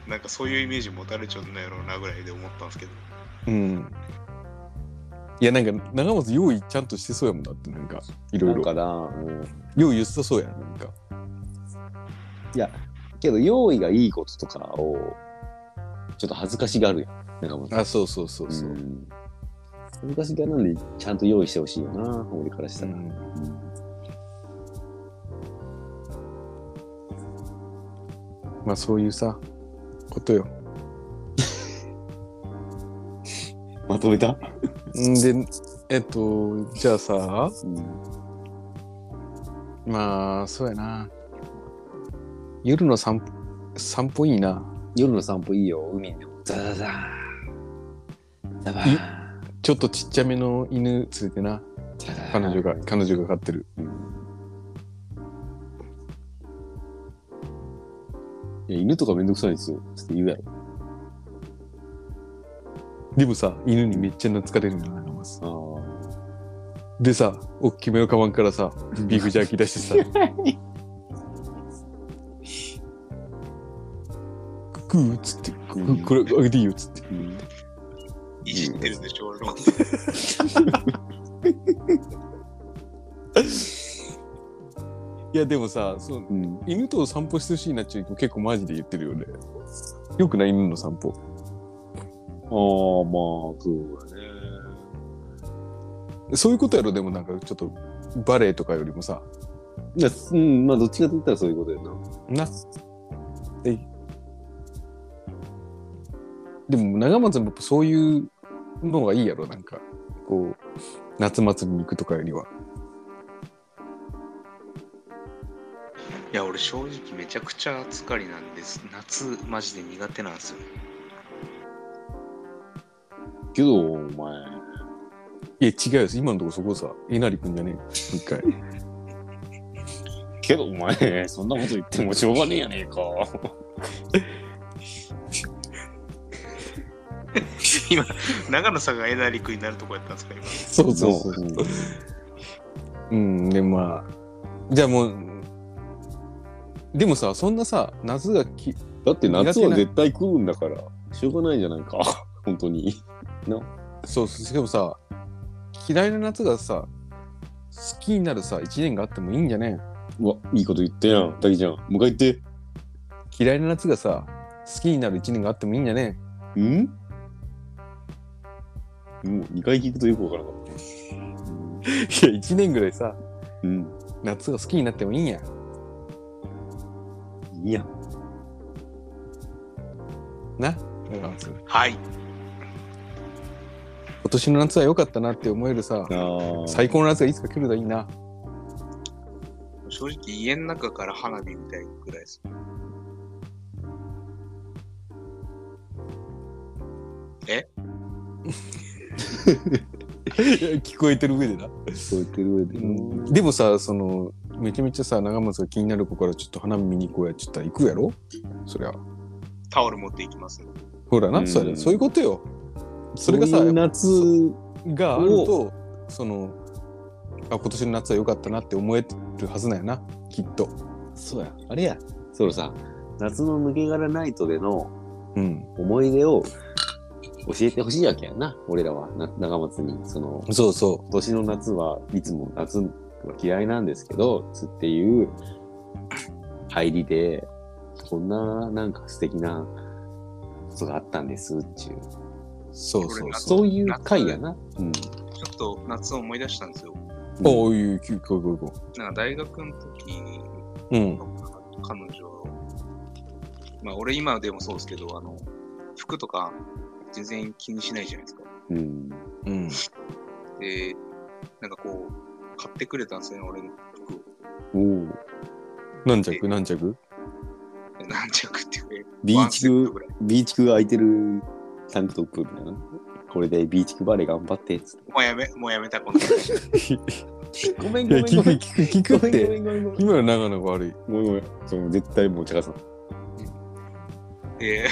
Speaker 6: なんかそういうイメージ持たれちゃうんだろうなぐらいで思ったんですけど。
Speaker 3: うん。いや、なんか、長松用意ちゃんとしてそうやもんだって、なんか、いろ
Speaker 1: ないん
Speaker 3: ろ。
Speaker 1: かな、うん
Speaker 3: 用意良さそうやん、なんか。
Speaker 1: けど、用意がいいこととかを、ちょっと恥ずかしがるやん。なんかもう
Speaker 3: あ、そうそうそうそう。
Speaker 1: ん恥ずかしがらんで、ちゃんと用意してほしいよな、俺からしたら。うん
Speaker 3: まあ、そういうさ、ことよ。
Speaker 1: まとめた
Speaker 3: んで、えっと、じゃあさ、
Speaker 1: うん。
Speaker 3: まあ、そうやな。夜の散歩、散歩いいな。
Speaker 1: 夜の散歩いいよ、海でも。ザザザー。ザバー。
Speaker 3: ちょっとちっちゃめの犬連れてな、
Speaker 1: ザザー
Speaker 3: 彼女が、彼女が飼ってる。
Speaker 1: いや、犬とかめんどくさいんですよ。ちょっと言うやろ。
Speaker 3: でもさ、犬にめっちゃ懐かれるのよ、長松。
Speaker 1: あ
Speaker 3: でさ、おっきめのカバンからさ、ビーフジャーキー出して さ。食うっつって、
Speaker 1: うん
Speaker 3: これあげていいよっつって。
Speaker 1: あ。うん
Speaker 6: いじってるでしょ、俺のこと。
Speaker 3: いや、でもさ、そう
Speaker 1: うん。
Speaker 3: 犬と散歩してほしいなっちゅう結構マジで言ってるよね。よくない犬の散歩。
Speaker 1: ああ、まあ、そうだね。
Speaker 3: そういうことやろ、でもなんかちょっとバレエとかよりもさ。
Speaker 1: いや、うん、まあ、どっちかと言ったらそういうことやな。
Speaker 3: な。えいでも長松もやっぱそういうのがいいやろ、なんか。こう、夏祭りに行くとかよりは。
Speaker 6: いや、俺正直めちゃくちゃ暑がりなんです。夏、マジで苦手なんですよ。
Speaker 1: けど、お前、
Speaker 3: いや、違うよ。今のところそこさ、えなりくんじゃねえよ一回。
Speaker 1: けどお前、そんなこと言ってもしょうがねえやねえか。
Speaker 6: 今、 長野さんがえなりくになるとこやったんですか、今。
Speaker 3: そ
Speaker 1: そ
Speaker 3: う
Speaker 1: う
Speaker 3: そう
Speaker 1: うん。
Speaker 3: うん、で、まあ、じゃあもう、でもさ、そんなさ、夏がき、
Speaker 1: だって夏は絶対来るんだから、しょうがないじゃないか。本当に。
Speaker 3: そう、しかもさ、嫌いな夏がさ、好きになるさ、一年があってもいいんじゃね
Speaker 1: うわ、いいこと言ったやん。だけじゃん。もう一回言って。
Speaker 3: 嫌いな夏がさ、好きになる一年があってもいいんじゃね
Speaker 1: うんもう2回聞くとよくわからなかった。
Speaker 3: いや、一年ぐらいさ、
Speaker 1: うん。
Speaker 3: 夏が好きになってもいいんや。
Speaker 1: いいや。
Speaker 3: な。だから今
Speaker 6: はい。
Speaker 3: 年の夏は良かったなって思えるさ、
Speaker 1: ああ。
Speaker 3: 最高の夏がいつか来るといいな。
Speaker 6: 正直、家の中から花火みたいぐらいです。
Speaker 3: 聞こえてる上でな。
Speaker 1: そう言ってる上で。
Speaker 3: うんでもさ、その、めちゃめちゃさ、長松が気になる子からちょっと花見に行こうやって言ったら行くやろそりゃ。
Speaker 6: タオル持っていきます。
Speaker 3: ほら
Speaker 1: う
Speaker 3: な、
Speaker 1: ん
Speaker 3: それそういうことよ。それがさ、
Speaker 1: そういう夏
Speaker 3: があると、その、あ、今年の夏は良かったなって思えるはずなんやな、きっと。
Speaker 1: そうや、あれや、そのさ、夏の抜け殻ナイトでの
Speaker 3: うん。
Speaker 1: 思い出を教えてほしいわけやな、俺らは、な長松に。その、
Speaker 3: そうそ
Speaker 1: 今年の夏はいつも夏は嫌いなんですけど、つっていう入りで、こんななんか素敵なことがあったんですっていう。
Speaker 3: う。そうそうそう。
Speaker 1: そういう回やな。うん。
Speaker 6: ちょっと夏を思い出したんですよ。
Speaker 3: おういう、行こう行こ
Speaker 6: なんか大学の時に
Speaker 3: う。うん。
Speaker 6: 彼女、まあ俺今でもそうですけど、あの、服とか全然気にしないじゃないですか。
Speaker 1: うん。
Speaker 3: うん。
Speaker 6: で、なんかこう、買ってくれたんですよね、俺の服を。
Speaker 1: おう
Speaker 3: 何着何着
Speaker 6: 何着っていうか
Speaker 1: ビー
Speaker 6: ワン
Speaker 1: チ
Speaker 6: セット
Speaker 1: ク
Speaker 6: ぐらい。
Speaker 1: ビーチクが空いてるタンクトップみたいな。これでビーチクバレー頑張ってっつって。
Speaker 6: もうやめ、もうやめた、この話。
Speaker 1: ごめん
Speaker 3: いや、聞く、聞く、聞くっ
Speaker 1: ごめ
Speaker 3: て。
Speaker 1: んごめんごめん
Speaker 3: 今の長野が悪い。
Speaker 1: ごめんごめんその絶対もうチャカさん。チ
Speaker 6: で、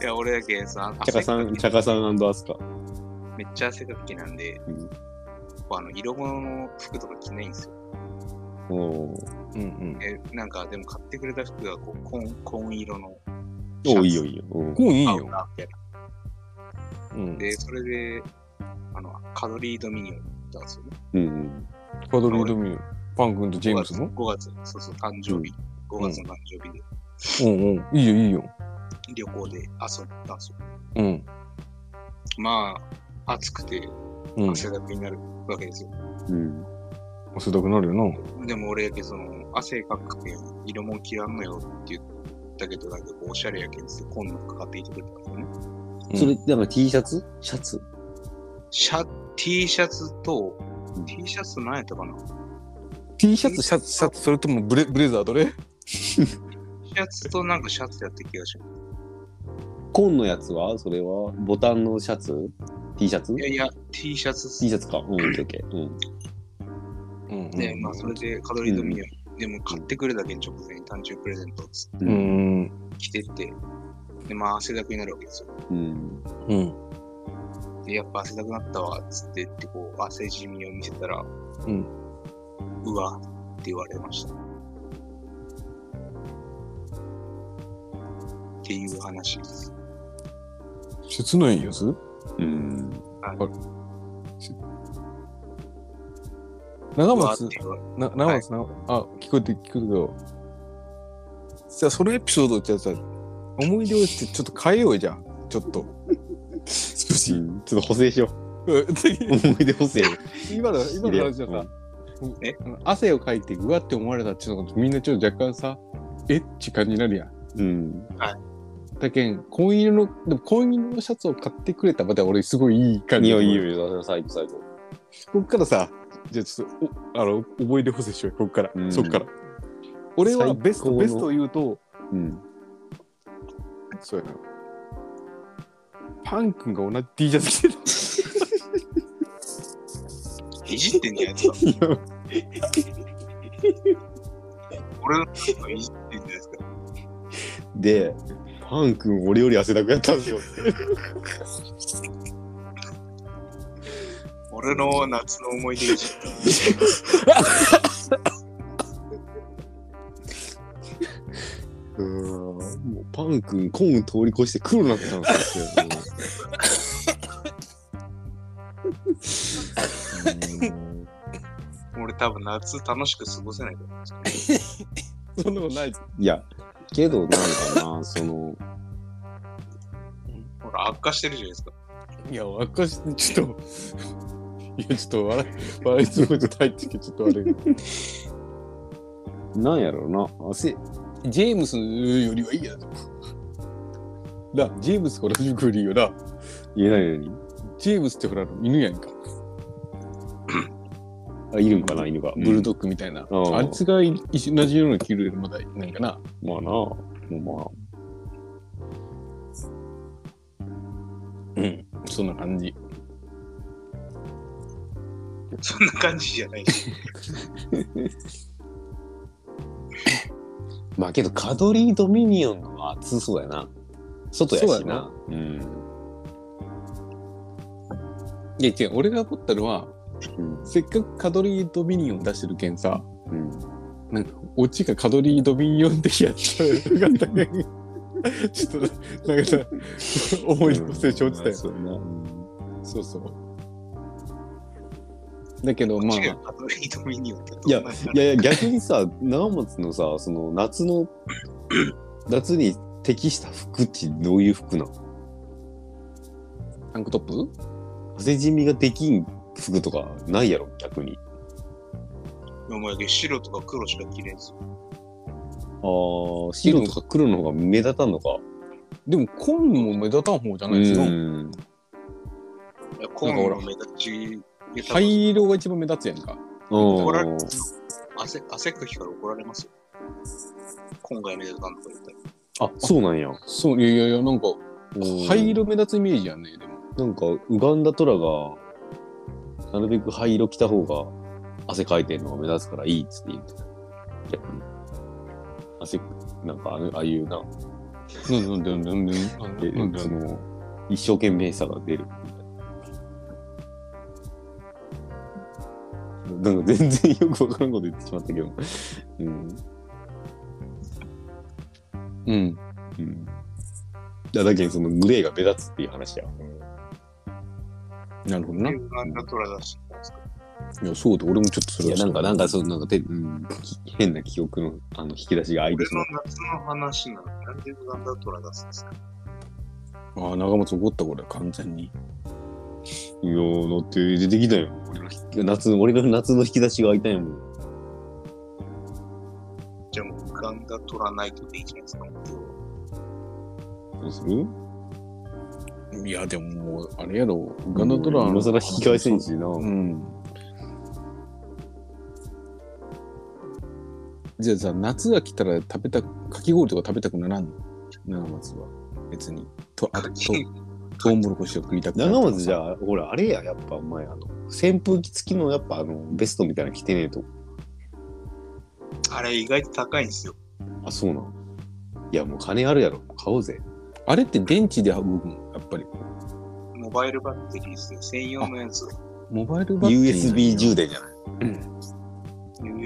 Speaker 6: いや、俺だけさ、
Speaker 1: ャカさ
Speaker 6: 汗か
Speaker 1: ん、
Speaker 6: き
Speaker 1: チャカさんアスカ。
Speaker 6: めっちゃ汗かきなんで、
Speaker 1: うん
Speaker 6: あの色物の服とか着ないんですよ。
Speaker 1: おー
Speaker 3: うんうん。
Speaker 6: え、なんかでも買ってくれた服がこう紺紺色のシャツ。
Speaker 1: おーいいよいいよ。うん
Speaker 3: こういい
Speaker 6: 青
Speaker 3: よ。
Speaker 6: なみたいな
Speaker 3: うん。
Speaker 6: で、それで、あの、カドリー・ドミニオンだったんですよね。
Speaker 1: うん
Speaker 3: パドリードミル。パン君とジェームスの
Speaker 6: ?5 月、そうそう、誕生日、5月の誕生日で
Speaker 3: うんうん。いいよいいよ。
Speaker 6: 旅行で遊んだんですよ。
Speaker 3: うん。
Speaker 6: まあ、暑くて
Speaker 3: うん。
Speaker 6: 汗だくになるわけですよ。
Speaker 1: うん。
Speaker 3: 汗だくなるよな。
Speaker 6: でも俺だけその、汗かくけん、色も着らんのよって言ったけど、なんかこう、おしゃれやけんっつって、今度かかってきてくれたんですよね。
Speaker 1: うん。それ、なんか T シャツシャツ
Speaker 6: シャ T シャツと
Speaker 1: うん、
Speaker 6: T シャツ何やったかな
Speaker 3: T シャツ、シャツ、シャツ、それともブレブレザーどれ
Speaker 6: ?T シャツとなんかシャツやった気がします。
Speaker 1: 紺のやつはそれはボタンのシャツ ?T シャツ
Speaker 6: いやいや、T シャツっす
Speaker 1: ?T シャツか。うん、オッケーオッケー。うん。
Speaker 3: うん
Speaker 6: ね、まあそれでカドリードミニオン、でも買ってくれたけん直前に誕生日プレゼントをつ
Speaker 3: う。ん。
Speaker 6: 着てって、でまあ汗だくになるわけですよ。
Speaker 1: うん。
Speaker 3: うん。、
Speaker 6: で、やっぱ汗だくなったわっつってってこう汗じみを見せたら、うんうわって言われました。っていう話です。
Speaker 3: 切ないやつ
Speaker 1: うん。
Speaker 3: 長
Speaker 6: うわっ
Speaker 3: 松
Speaker 6: て、言われ
Speaker 3: な長松、長あ、聞こえて、聞こえてくるじゃあ、そのエピソードをじゃあさ、思い出をしてちょっと変えようよじゃん。ちょっと。
Speaker 1: 少し、ちょっと補正しよ
Speaker 3: うん
Speaker 1: う。思い出補正。
Speaker 3: 今の、今の話は
Speaker 1: う
Speaker 3: さ
Speaker 1: ん、
Speaker 6: え
Speaker 3: あの汗をかいてうわって思われたっていうのがみんなちょっと若干さ、えっち感じになるやん。
Speaker 1: うん。
Speaker 3: だけん、紺色の、でも紺色のシャツを買ってくれたまでは俺すごいいい感
Speaker 1: いい
Speaker 3: じ。
Speaker 1: よいいよいいよ。最高最高。
Speaker 3: こっからさ、じゃあちょっと、おあの、思い出補正しようよ、こっから、
Speaker 1: うん
Speaker 3: そっから。俺はベス
Speaker 1: 最高
Speaker 3: ト、
Speaker 1: の
Speaker 3: ベストを言うと、
Speaker 1: うん。
Speaker 3: そうやな。パン君が同じ T シャツ着てた。
Speaker 6: たいじってんじゃないですか。俺のこといじってんじゃないですか。
Speaker 1: で、パン君俺より汗だくやったんですよ。
Speaker 6: 俺の夏の思い出いじってんじ
Speaker 1: うーん。もうパン君、コーン通り越して黒になってたん ですよ。
Speaker 6: ゃん俺多分夏楽しく過ごせないと思うんですよね。
Speaker 3: そんなことない。
Speaker 1: いや、けど、なんかな、その、
Speaker 6: ほら、悪化してるじゃないですか。
Speaker 2: いや、悪化して、ちょっと、いや、ちょっと笑い、笑いすごいと入ってきて、ちょっとあれ。
Speaker 1: なんやろうな、汗、
Speaker 2: ジェームスよりはいいやな。な、ジェームスから始くるよな。
Speaker 1: 言えないように。
Speaker 2: ジェームスってほら、犬やんか。
Speaker 1: あ、いるんかな、犬が。
Speaker 2: ブルドッグみたいな。
Speaker 1: うん
Speaker 2: あいつがい一緒同じような着るよりまだなんかな。
Speaker 1: まあな、もうまあ、
Speaker 2: うん。そんな感じ。
Speaker 6: そんな感じじゃないし。
Speaker 1: まあけど、カドリー・ドミニオンは暑そうやな。外や
Speaker 2: そう
Speaker 1: し
Speaker 2: や
Speaker 1: な
Speaker 2: な。
Speaker 1: うん。
Speaker 2: いや、違う、俺が思ったのは、
Speaker 1: うん。
Speaker 2: せっかくカドリー・ドミニオン出してるけんさ、
Speaker 1: うん。
Speaker 2: なんか、オチがカドリー・ドミニオン的やったらよかったね ちょっと、なんかさ、思い出せ生じたよ。
Speaker 1: そうやな。
Speaker 2: そうそう。だけど、まあ、
Speaker 6: 違、
Speaker 2: いう
Speaker 6: カトリー・ドミニオンってどん
Speaker 1: や
Speaker 6: なやつ
Speaker 1: いやいや、逆にさ、長松のさ、その夏の、夏に適した服ってどういう服なの
Speaker 2: タンクトップ
Speaker 1: 汗染みができん服とかないやろ、逆に。
Speaker 6: お前、白とか黒しか着れんすよ。
Speaker 1: ああ、白とか黒の方が目立たんのか。
Speaker 2: でも、コーンも目立たん方じゃ
Speaker 1: う
Speaker 2: ないですか。
Speaker 1: ん。
Speaker 6: いやコーンの目立ちで、多分
Speaker 2: 灰色が一番目立つやんか。
Speaker 6: 怒られ
Speaker 1: うん。
Speaker 6: 汗汗かきから怒られますよ。今回目立たんとか言ったら。
Speaker 1: あ、そうなんや。
Speaker 2: そう、いやいやいや、なんか、
Speaker 1: うん
Speaker 2: 灰色目立つイメージやんね、でも。
Speaker 1: なんか、ウガンダトラが、なるべく灰色着た方が、汗かいてるのが目立つからいいっつって言ってた。逆に。汗、なんかあの、ああいうな、
Speaker 2: なんでなんでなんで
Speaker 1: で
Speaker 2: なんで
Speaker 1: その、一生懸命さが出る。なんか全然よくわからんこと言ってしまったけど。うん。
Speaker 2: うん。
Speaker 1: うん。だだけにそのグレーが目立つっていう話や。
Speaker 2: なるほどな。い
Speaker 6: ウガンダトラだし、
Speaker 2: や、そうで、俺もちょっとそ
Speaker 1: い
Speaker 2: れ
Speaker 1: や、
Speaker 2: は
Speaker 1: なんか、なんか、そう、なんか、て、うん、き変な記憶の、あの、引き出しが開いて
Speaker 6: 俺
Speaker 1: しま
Speaker 6: の
Speaker 1: う。
Speaker 6: 夏の話なのになんでウガンダトラ出すんですか
Speaker 2: ああ、長松怒った、これ、完全に。
Speaker 1: いやー、だって出てきたよ。俺の引き夏の、俺の夏の引き出しが開いたんやもん。
Speaker 6: じゃあもうウガンダトラナイトでいいじゃないですか。もう今日は
Speaker 1: どうする
Speaker 2: いや、でももう、あれやろ、ウ
Speaker 1: ガ
Speaker 2: ガンダトラ
Speaker 1: 今更引き返せん
Speaker 2: ん
Speaker 1: しな。
Speaker 2: うん。じゃあさ、夏が来たら食べた、かき氷とか食べたくならんの長松は。別に。と、あと、とトウモロコシを食いたくなる
Speaker 1: 長松じゃあ、ほら、あれや、やっぱ、お前、あの、扇風機付きの、やっぱ、あの、ベストみたいなの着てねえと。
Speaker 6: あれ意外と高いんですよ。
Speaker 1: あ、そうなん。いや、もう金あるやろ。買おうぜ。
Speaker 2: あれって電池で運ぶのやっぱり。
Speaker 6: モバイルバッテリーですね。専用のやつ。
Speaker 2: モバイルバッテリー。
Speaker 1: USB 充
Speaker 2: 電。
Speaker 1: 電じゃない。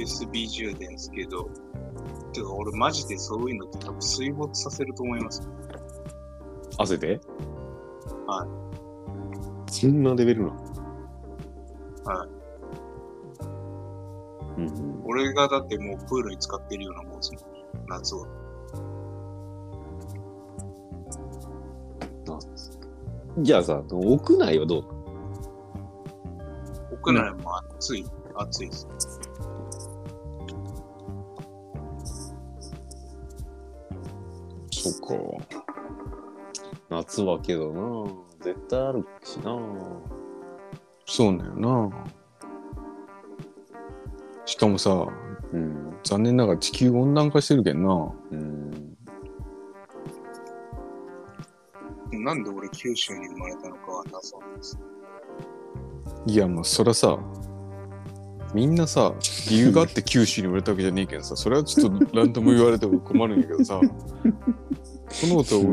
Speaker 6: USB 充電ですけど。てか俺マジでそういうのって多分水没させると思います。
Speaker 1: 汗で。
Speaker 6: はい
Speaker 1: そんなレベルな。。
Speaker 6: はい
Speaker 1: うん。
Speaker 6: 俺がだってもうプールに使ってるようなもんですよ。夏は。
Speaker 1: じゃあさ、屋内はどう
Speaker 6: 屋内も暑い。暑いです。
Speaker 2: そっか。
Speaker 1: 夏はけどな絶対あるしな
Speaker 2: そうなんよな。しかもさ、
Speaker 1: うん。
Speaker 2: 残念ながら地球温暖化してるけんな。
Speaker 1: うん。
Speaker 6: なんで俺九州に生まれたのかは謎なんです。
Speaker 2: いや、もうそらさ、みんなさ、理由があって九州に売れたわけじゃねえけどさ、それはちょっと何とも言われても困るんやけどさ、そのことを、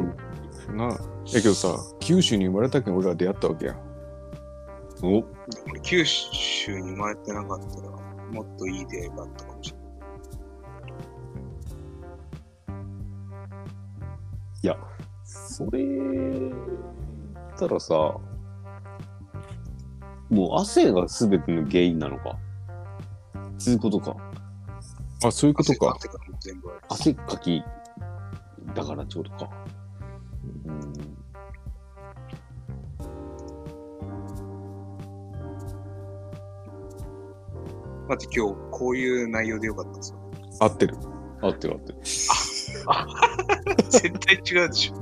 Speaker 2: な、やけどさ、九州に生まれたけん俺ら出会ったわけやん。
Speaker 1: お
Speaker 6: 俺九州に生まれてなかったら、もっといい出会いがあったかもしれない。
Speaker 1: それ、言ったらさ、もう汗が全ての原因なのか。そういうことか。
Speaker 2: あ、そういうことか。
Speaker 6: 汗かも全部ある
Speaker 1: 汗かきだからちょうどか。うん。
Speaker 6: 待って、今日こういう内容でよかったんですよ。
Speaker 2: 合ってる。
Speaker 1: 合ってる合ってる。
Speaker 6: 絶対違うでしょ。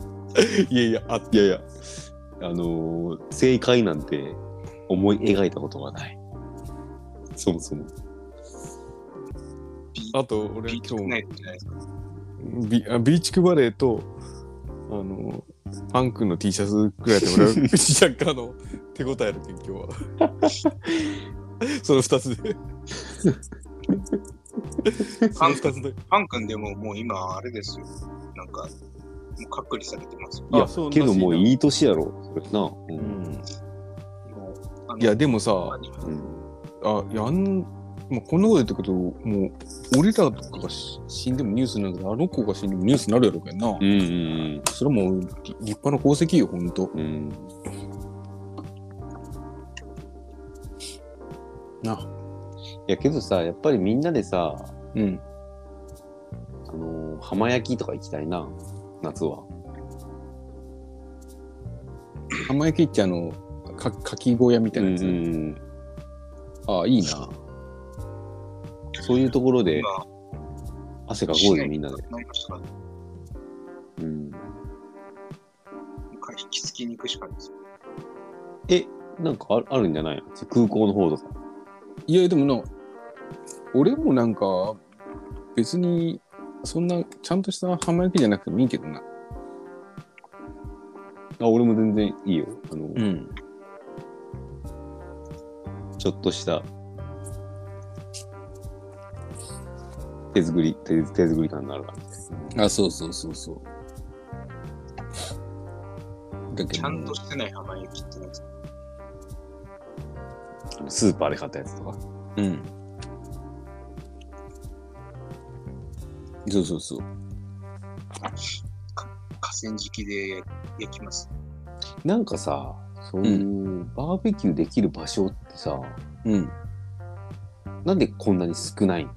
Speaker 1: いやいや、あいやいや。あのー正解なんて思い描いたことがない。そもそも。
Speaker 2: あと、俺
Speaker 6: ビーチ
Speaker 2: 今日
Speaker 6: ナイトじゃないですか。
Speaker 2: ビあビーチクバレーと、あの、パン君の T シャツくらいで 俺は若干あの手応えあるけん、今日は。その2つで。そ
Speaker 6: パ
Speaker 2: の
Speaker 6: ン
Speaker 2: 2つで。
Speaker 6: パン君でももう今あれですよ。なんか、もう隔離されてますよ。
Speaker 1: いや
Speaker 2: あそう、
Speaker 1: けどもう
Speaker 2: らしいない
Speaker 1: い年やろ。それな。うん。
Speaker 6: もうあの
Speaker 2: いや、でもさ、
Speaker 1: うん、
Speaker 2: あ、いや、あん、まあ、こんなこと言ってるけど、もう、俺らとかがし死んでもニュースになるけど、あの子が死んでもニュースになるやろうけんな。
Speaker 1: うんうん
Speaker 2: それはもう、立派な功績よ、ほんと。
Speaker 1: うん。うん。
Speaker 2: ない
Speaker 1: やけどさ、やっぱりみんなでさ、
Speaker 2: うん。
Speaker 1: あのー浜焼きとか行きたいな、夏は。
Speaker 2: 浜焼きってあの、か、かき小屋みたいなやつ。
Speaker 1: ん、
Speaker 2: ああ、いいな。
Speaker 1: そういうところで
Speaker 6: 今、
Speaker 1: 汗かこうよ、みんなで。
Speaker 6: なりましたから、
Speaker 1: うん、
Speaker 6: 引きつきに行くしかないですよ。
Speaker 1: え、なんかあるあるんじゃないの空港の方とか。
Speaker 2: いや、でもな、俺もなんか、別に、そんな、ちゃんとした浜焼きじゃなくてもいいけどな。
Speaker 1: あ俺も全然いいよ。あの、
Speaker 2: ん。
Speaker 1: ちょっとした手作り手、手作り感のある感
Speaker 2: あ、そうそうそうそう。だけ
Speaker 6: ち
Speaker 2: ど
Speaker 6: ゃ、んとしてない浜焼きってなんですか
Speaker 1: じあのスーパーで買ったやつとか。
Speaker 2: うん。そうそうそう。
Speaker 6: 河川敷で焼きます。
Speaker 1: なんかさ、そういううバーベキューできる場所ってさ、
Speaker 2: うん。
Speaker 1: なんでこんなに少ない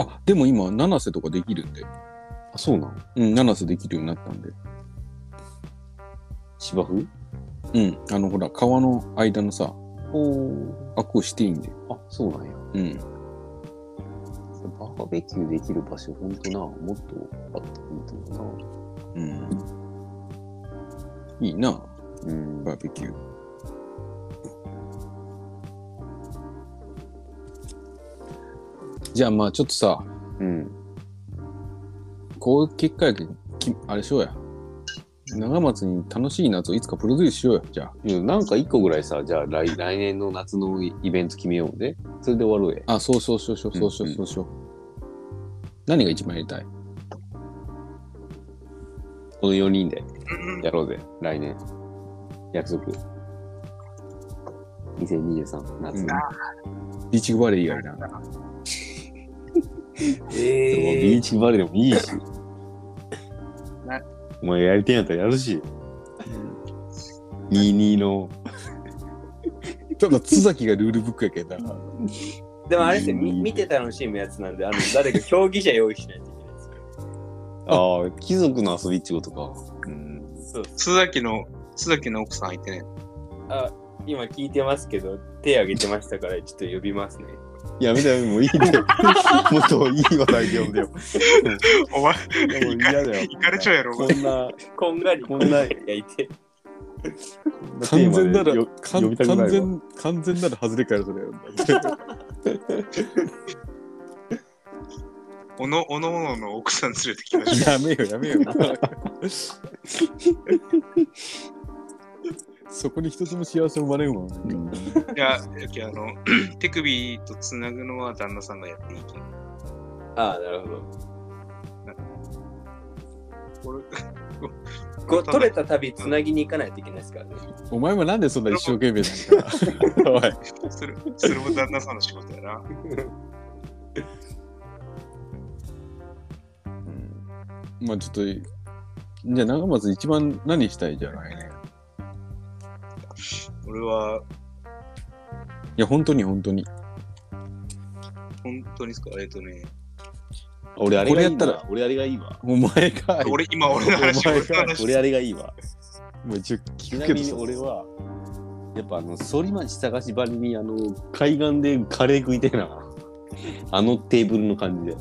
Speaker 2: あ、でも今、七瀬とかできるんで。
Speaker 1: あ、そうなの
Speaker 2: うん、七瀬できるようになったんで。
Speaker 1: 芝生
Speaker 2: うん。あの、ほら、川の間のさ、
Speaker 1: お
Speaker 2: アクをしていいんで。
Speaker 1: あ、そうなんや。
Speaker 2: うん。
Speaker 1: バーベキューできる場所、ほんとな、もっとあってもいいと思
Speaker 2: うん。いいな、
Speaker 1: うな。うん
Speaker 2: バーベキュー。じゃあまあちょっとさ、
Speaker 1: うん。
Speaker 2: こういう結果やけんきあれしようや。長松に楽しい夏をいつかプロデュースしようよ、じゃあ。
Speaker 1: いやなんか一個ぐらいさ、じゃあ来来年の夏のイベント決めようぜ。それで終わろうや。
Speaker 2: あ、そうそうそうそうそうそうそうそう、何が一番やりたい
Speaker 1: この4人で
Speaker 6: うん
Speaker 1: やろうぜ。来年。約束。2023夏。
Speaker 2: うん
Speaker 1: でも
Speaker 2: ビーチバレー以外な。
Speaker 1: ビ
Speaker 4: え
Speaker 1: ーチバレーでもいいし
Speaker 6: な。
Speaker 1: お前やりてんやったらやるし。22の。
Speaker 2: ただ、津崎がルールブックやけんな。
Speaker 4: ー、でもあれですよ、み見て楽しむやつなんで、あの誰か競技者用意しないといけないですよ。
Speaker 1: ああ、貴族の遊びってことか。うん。
Speaker 4: そうです
Speaker 6: 須崎の、須崎の奥さん相手ね。
Speaker 4: 今聞いてますけど、手挙げてましたから、ちょっと呼びますね。
Speaker 1: やめたやめたもういいんだ よ。もっといい話題で呼んでよ。
Speaker 6: お前、
Speaker 1: でも嫌だよ。
Speaker 6: 行かれちゃうやろ、お
Speaker 1: こ
Speaker 6: 前
Speaker 1: んな、
Speaker 4: こんがり、
Speaker 1: こんな
Speaker 4: 焼いて。
Speaker 2: 完全なら
Speaker 1: よ、呼
Speaker 2: 完
Speaker 1: びたくないわ
Speaker 2: 完全、完全なら外れかよ、それ。
Speaker 6: おの、おのおのの奥さん連れてき まし
Speaker 2: やめよ、やめよ。そこに一つも幸せ生まれんわ。
Speaker 6: た。いや、いやあの、 手首とつなぐのは旦那さんがやっていいけど。
Speaker 4: ああ、なるほど。
Speaker 6: これ
Speaker 4: こう取れた旅、つなぎに行かないといけないですからね。
Speaker 2: お前もなんでそんな一生懸命なんか。
Speaker 6: それ、それも旦那さんの仕事やな。
Speaker 2: おい。まあちょっと、じゃあ長松一番何したいじゃないね。
Speaker 6: 俺は、
Speaker 2: いや、本当に本当に。
Speaker 6: 本当にですか、えっとね、
Speaker 1: 俺あれがいい
Speaker 3: これやった
Speaker 1: わ。俺あれがいいわ。
Speaker 3: お前かい。
Speaker 6: 俺、今俺の話、
Speaker 3: お前
Speaker 6: 俺
Speaker 3: が
Speaker 6: の話。
Speaker 1: 俺あれがいいわ。
Speaker 3: もう一応
Speaker 1: ち
Speaker 3: 聞
Speaker 1: な
Speaker 3: くけ
Speaker 1: みに
Speaker 3: どさ
Speaker 1: 俺は、やっぱあの、反町探しばりに、あの、海岸でカレー食いたいな。あのテーブルの感じで。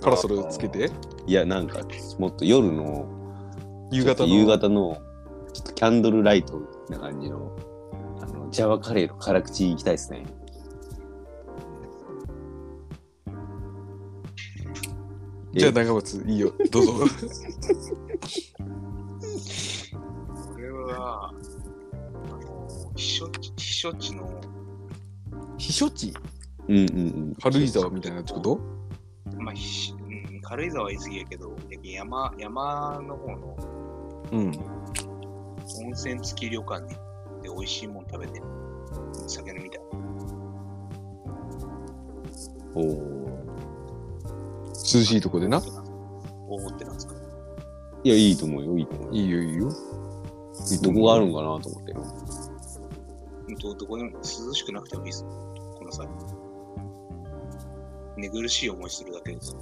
Speaker 3: パラソルつけて、
Speaker 1: いや、なんか、もっと夜の、
Speaker 3: 夕方の。
Speaker 1: 夕方の、ちょっとキャンドルライトな感じの、あの、ジャワカレーの辛口行きたいですね。
Speaker 3: じゃあ長松、いいよ。ど うぞ。
Speaker 6: 俺は、あの、避暑地、避暑地の、
Speaker 3: 避暑地
Speaker 1: うんうん
Speaker 3: 軽井沢みたいなってこと
Speaker 6: まあ、ひうん、軽井沢は言い過ぎやけど、やっぱ山、山の方の
Speaker 3: うん。
Speaker 6: 温泉付き旅館にで美味しいもん食べて、酒飲みたい。
Speaker 1: うん。おお。
Speaker 3: 涼しいとこでな。
Speaker 6: おおってなんですか
Speaker 1: いや、いいと思うよ、いいと思うよ。
Speaker 3: いいよいいよ。
Speaker 1: どこがあるんかなと思って。
Speaker 6: どどこでも涼しくなくてもいいです。この際。寝苦しい思いするだけです。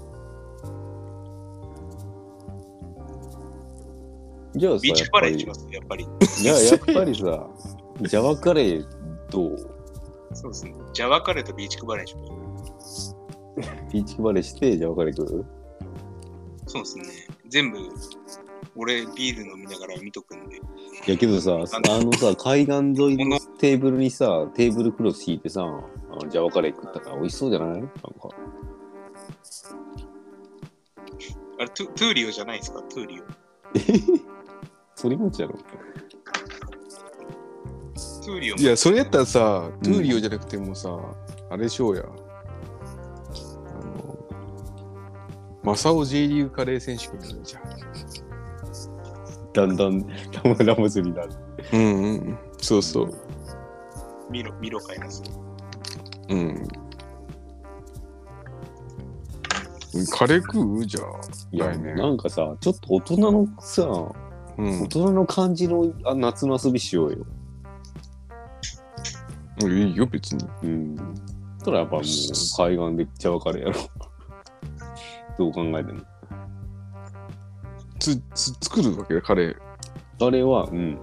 Speaker 1: じゃあさ、
Speaker 6: ビー
Speaker 1: や
Speaker 6: チ
Speaker 1: っぱ
Speaker 6: パレーし
Speaker 1: り
Speaker 6: ま、す、やっぱり。
Speaker 1: い や、やっぱりさ、ジャワカレーどう
Speaker 6: そうですね。ジャワカレーとビーチバレーします。
Speaker 1: ビーチバレーして、ジャワカレー食う
Speaker 6: そうですね。全部、俺、ビール飲みながら見とくんで。
Speaker 1: いやけどさ、あのさ、海岸沿いのテーブルにさ、テーブルクロス引いてさ、あのジャワカレー食ったから美味しそうじゃないなんか。
Speaker 6: あれ、トゥトゥーリオじゃないですか、トゥーリオ。
Speaker 1: それもちやろ。
Speaker 6: トゥーリオ
Speaker 3: い
Speaker 6: も
Speaker 3: や、それやったらさ、トゥーリオじゃなくてもさ、あれしようや。あの、マサオ J リーグカレー選手権やるじゃん。
Speaker 1: だんだん、たまらまずになる。
Speaker 3: うんうん。そうそう。
Speaker 6: 見ろ、見ろ買います。
Speaker 3: うん。カレー食うじゃあ。
Speaker 1: いや、
Speaker 3: 来年
Speaker 1: なんかさ、ちょっと大人のさ、
Speaker 3: う
Speaker 1: 大
Speaker 3: ん。
Speaker 1: 人の感じのあ夏の遊びしようよ。
Speaker 3: うんいいよ、別に。
Speaker 1: うん。そしたらやっぱもう、海岸でジャワカレーやろ。 どう考えても。
Speaker 3: つ、つ、作るわけだ、カレー。
Speaker 1: あれは、うん。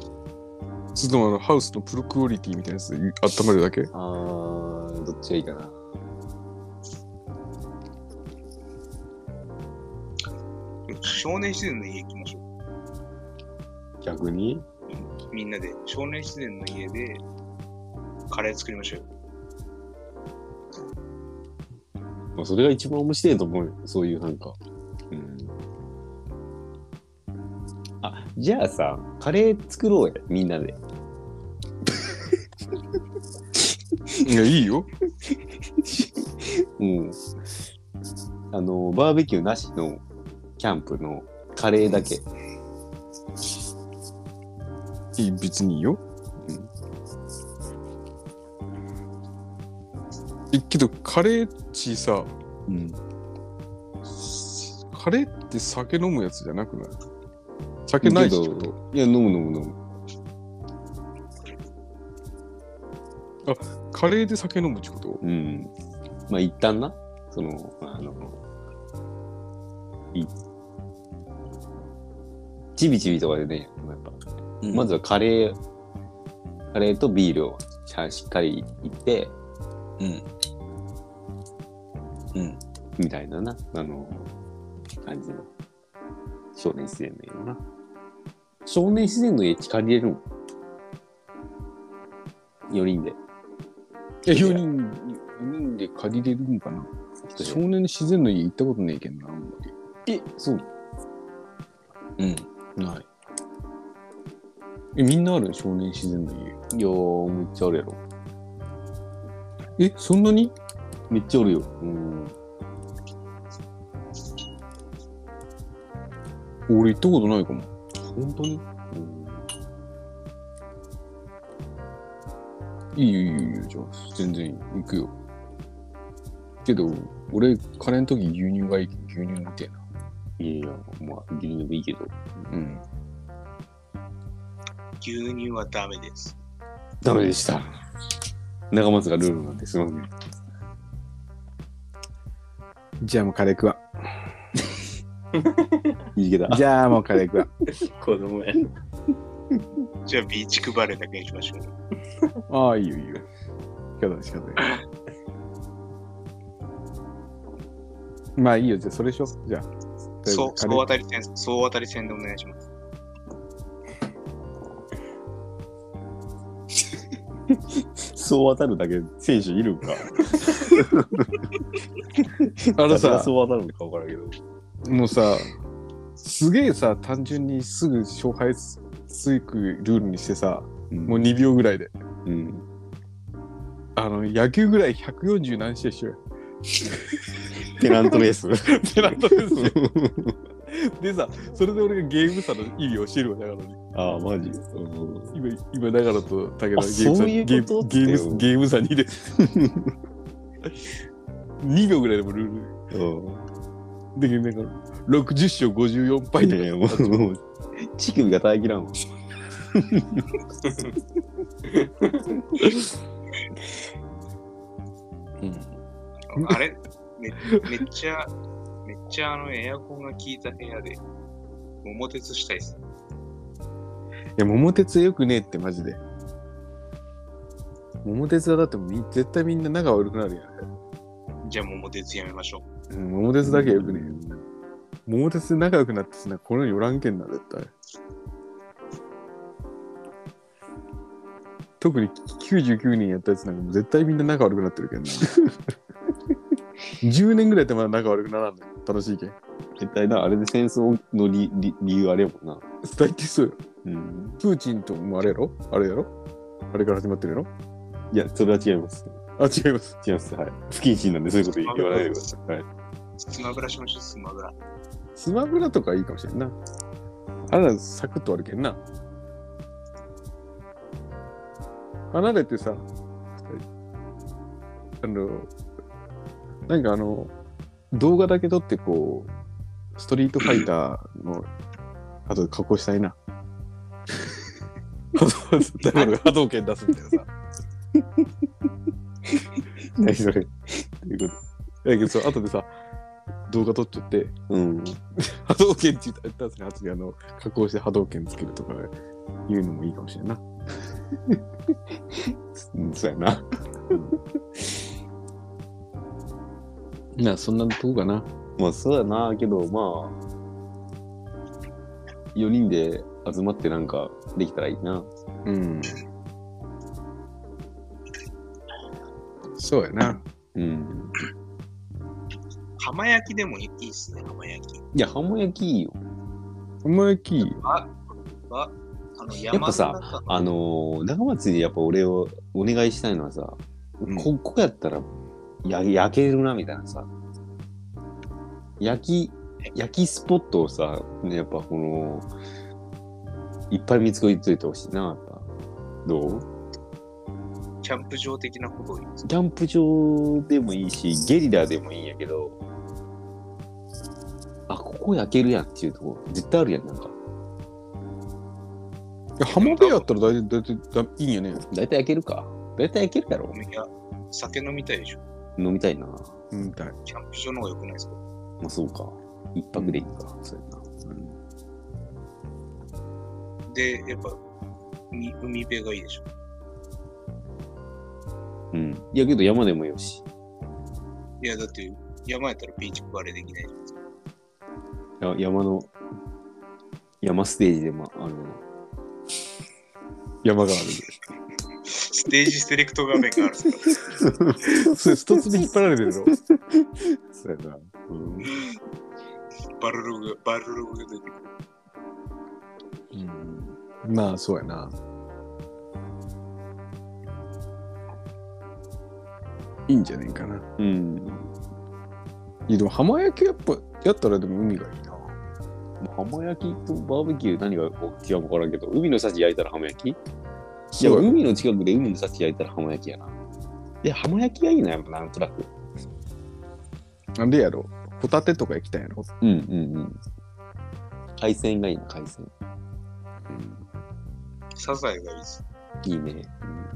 Speaker 3: それともあの、ハウスのプロクオリティみたいなやつで温まる だけ
Speaker 1: あー、どっちがいいかな。
Speaker 6: 少年自然の家行きましょう。
Speaker 1: 逆に
Speaker 6: みんなで少年自然の家でカレー作りましょうよ。
Speaker 1: まあ、それが一番面白いと思うよ。そういうなんか。うん。あ、じゃあさ、カレー作ろうや、みんなで。
Speaker 3: いや、いいよ。
Speaker 1: うん。あの、バーベキューなしのキャンプのカレーだけ。
Speaker 3: いい、別にいいよ。うん。え、けど、カレーちさ、
Speaker 1: うん。
Speaker 3: カレーって酒飲むやつじゃな くない酒ないしってこと
Speaker 1: いや、飲む飲む飲む。
Speaker 3: カレーで酒飲むってこと
Speaker 1: うん。まあ、一旦な。その、あの、いちびちびとかでね、やっぱまずはカレー、カレーとビールをちゃんしっかりいって、
Speaker 3: うん。うん。
Speaker 1: みたいなな、あの、感じの。少年自然の家のな。少年自然の家近に入れるの ?4 人で。
Speaker 3: え、4人、4人で借りれるんかな少年自然の家行ったことねえけんな、あんま
Speaker 1: え、そう。
Speaker 3: り。うん。ない。え、みんなある少年自然の家。
Speaker 1: いやー、めっちゃあるやろ。
Speaker 3: え、そんなに
Speaker 1: めっちゃあるよ。うん。
Speaker 3: 俺行ったことないかも。
Speaker 1: 本当にうん。
Speaker 3: いいよいいよいいよ、じゃあ、全然いい行くよ。けど、俺、カレーの時牛乳がいい、牛乳みたいな。
Speaker 1: いやいや、まあ、牛乳でもいいけど。
Speaker 3: うん。
Speaker 6: 牛乳はダメです。
Speaker 1: ダメでした。長松がルールなんてすまんね。
Speaker 3: じゃあもうカレー食わ
Speaker 1: いいけど
Speaker 3: ん。じゃあもうカレー食わん。
Speaker 4: 子供や。
Speaker 6: じゃあビーチクバレーだけにしましょう。
Speaker 3: ああ、いいよいいよ。仕方ない仕方ない。まあいいよ、じゃあそれしよう。じゃあ。とりあえ
Speaker 6: そう、
Speaker 3: ずカ
Speaker 6: 総
Speaker 3: レー
Speaker 6: 当たり戦、総当たり戦でお願いします。
Speaker 1: そう当たるだけ選手いるんか。
Speaker 3: あの
Speaker 1: 誰が
Speaker 3: さ、
Speaker 1: そう当たるのか分からんけど。
Speaker 3: もうさ、すげえさ、単純にすぐ勝敗つつくルールにしてさ、
Speaker 1: うん
Speaker 3: もう2秒ぐらいで。
Speaker 1: うん。
Speaker 3: あの、野球ぐらい140何試合しようよ。
Speaker 1: ペナントレース。
Speaker 3: ペナントレースよ でさ、それで俺がゲーム差の意味を教えるわ、だからね。
Speaker 1: ああ、マジ。うん
Speaker 3: 今、今、だからと武田
Speaker 1: あ
Speaker 3: ゲーム差
Speaker 1: そういう
Speaker 3: ゲ
Speaker 1: こと
Speaker 3: ームゲ
Speaker 1: つって
Speaker 3: ー
Speaker 1: よ
Speaker 3: ム、ゲーム差2で。2秒ぐらいでもルール
Speaker 1: う
Speaker 3: で、なんか、60勝54敗
Speaker 1: ん。い
Speaker 3: と
Speaker 1: や
Speaker 3: か
Speaker 1: いや、もう、もう乳首が耐えきらんわ。
Speaker 3: うん
Speaker 6: あれめめっちゃ、めっちゃあのエアコンが効いた部屋で、桃鉄したいっす。
Speaker 3: いや、桃鉄よくねえって、マジで。桃鉄はだってみ絶対みんな仲悪くなるやん。
Speaker 6: じゃあ桃鉄やめましょう。
Speaker 3: うん、桃鉄だけよくねえよ。桃鉄で仲良くなってさ、この世におらんけんな、絶対。特に99人やったやつなんかもう絶対みんな仲悪くなってるけんな。10年ぐらいやってまだ仲悪くならんのよ楽しいけん。
Speaker 1: 絶対な、あれで戦争の理理理由あれやもんな。
Speaker 3: 大体そうよ。
Speaker 1: うん。
Speaker 3: プーチンともあれやろあれやろあれから始まってるやろ
Speaker 1: いや、それは違います。
Speaker 3: あ、違います。
Speaker 1: 違います。はい。不謹慎なんで、そういうこと言わないでください。はい。
Speaker 6: スマブラしましょう、スマブラ。
Speaker 3: スマブラとかいいかもしれんな。あれらサクッとあるけんな。離れてさ、あの、なんかあの、動画だけ撮ってこう、ストリートファイターの、あと加工したいな。だから波動拳出すみたいなさ。
Speaker 1: 何それ。というこ
Speaker 3: だけどさ、後でさ、動画撮っちゃって、
Speaker 1: と。うん。
Speaker 3: 波動拳って言ったやつに後であの加工して波動拳つけるとかいうのもいいかもしれんな。
Speaker 1: うんそうやな。
Speaker 3: なそんなとこかな。
Speaker 1: まあ、そうやな、けど、まあ、4人で集まってなんかできたらいいな。
Speaker 3: うん。そうやな。
Speaker 1: うん。
Speaker 6: 浜焼きでもいいっすね、浜焼き。
Speaker 1: いや、浜焼きいいよ。
Speaker 3: お前き、
Speaker 6: は、あの
Speaker 1: っぱ
Speaker 6: 山の中
Speaker 1: さあのー、長松にやっぱ俺をお願いしたいのはさ、
Speaker 3: うん
Speaker 1: ここやったらや焼けるなみたいなさ、焼き、焼きスポットをさ、ね、やっぱこの、いっぱい見つけといてほしいな、やっぱ。どう
Speaker 6: キャンプ場的なことを言うんです
Speaker 1: キャンプ場でもいいし、ゲリラでもいいんやけど、あ、ここ焼けるやんっていうとこ、絶対あるやん、なんか。
Speaker 3: 浜辺やったら大体大体だいいんやね。
Speaker 1: 大体焼けるか。大体焼けるやろ
Speaker 6: ご。めんいや酒飲みたいでしょ。
Speaker 1: 飲みたいな。
Speaker 3: うん、だい。
Speaker 6: キャンプ場の方が良くないですか
Speaker 1: まあ、そうか。一泊でいいか。そうやな。うん
Speaker 6: で、やっぱ、海海辺がいいでしょ。
Speaker 1: うん。いやけど山でもよし。
Speaker 6: いや、だって、山やったらビーチバレーできないじゃん。
Speaker 1: や山の、山ステージでも、あの、
Speaker 3: 山があ
Speaker 6: ステージセレクト画面がある。
Speaker 3: る。それ一つで引っ張られてるの。
Speaker 1: そうやな。うん。
Speaker 6: バルログ、バルログが出てくる。
Speaker 3: うん。まあ、そうやな。いいんじゃねえかな。
Speaker 1: うん。
Speaker 3: いや、でも浜焼きやっぱ、やったらでも海がいいな。
Speaker 1: まあ浜焼きとバーベキュー何がこう違うか分からんけど、海の幸焼いたら浜焼きいや、
Speaker 3: そう
Speaker 1: 海の近くで海の幸焼いたら浜焼きやな。いや、浜焼きがいいな、やっぱなんとなく。
Speaker 3: なんでやろホタテとか行きたいやろ、
Speaker 1: うんうんうん。海鮮がいいな、海鮮。
Speaker 6: サザエがいいです。
Speaker 1: いいね。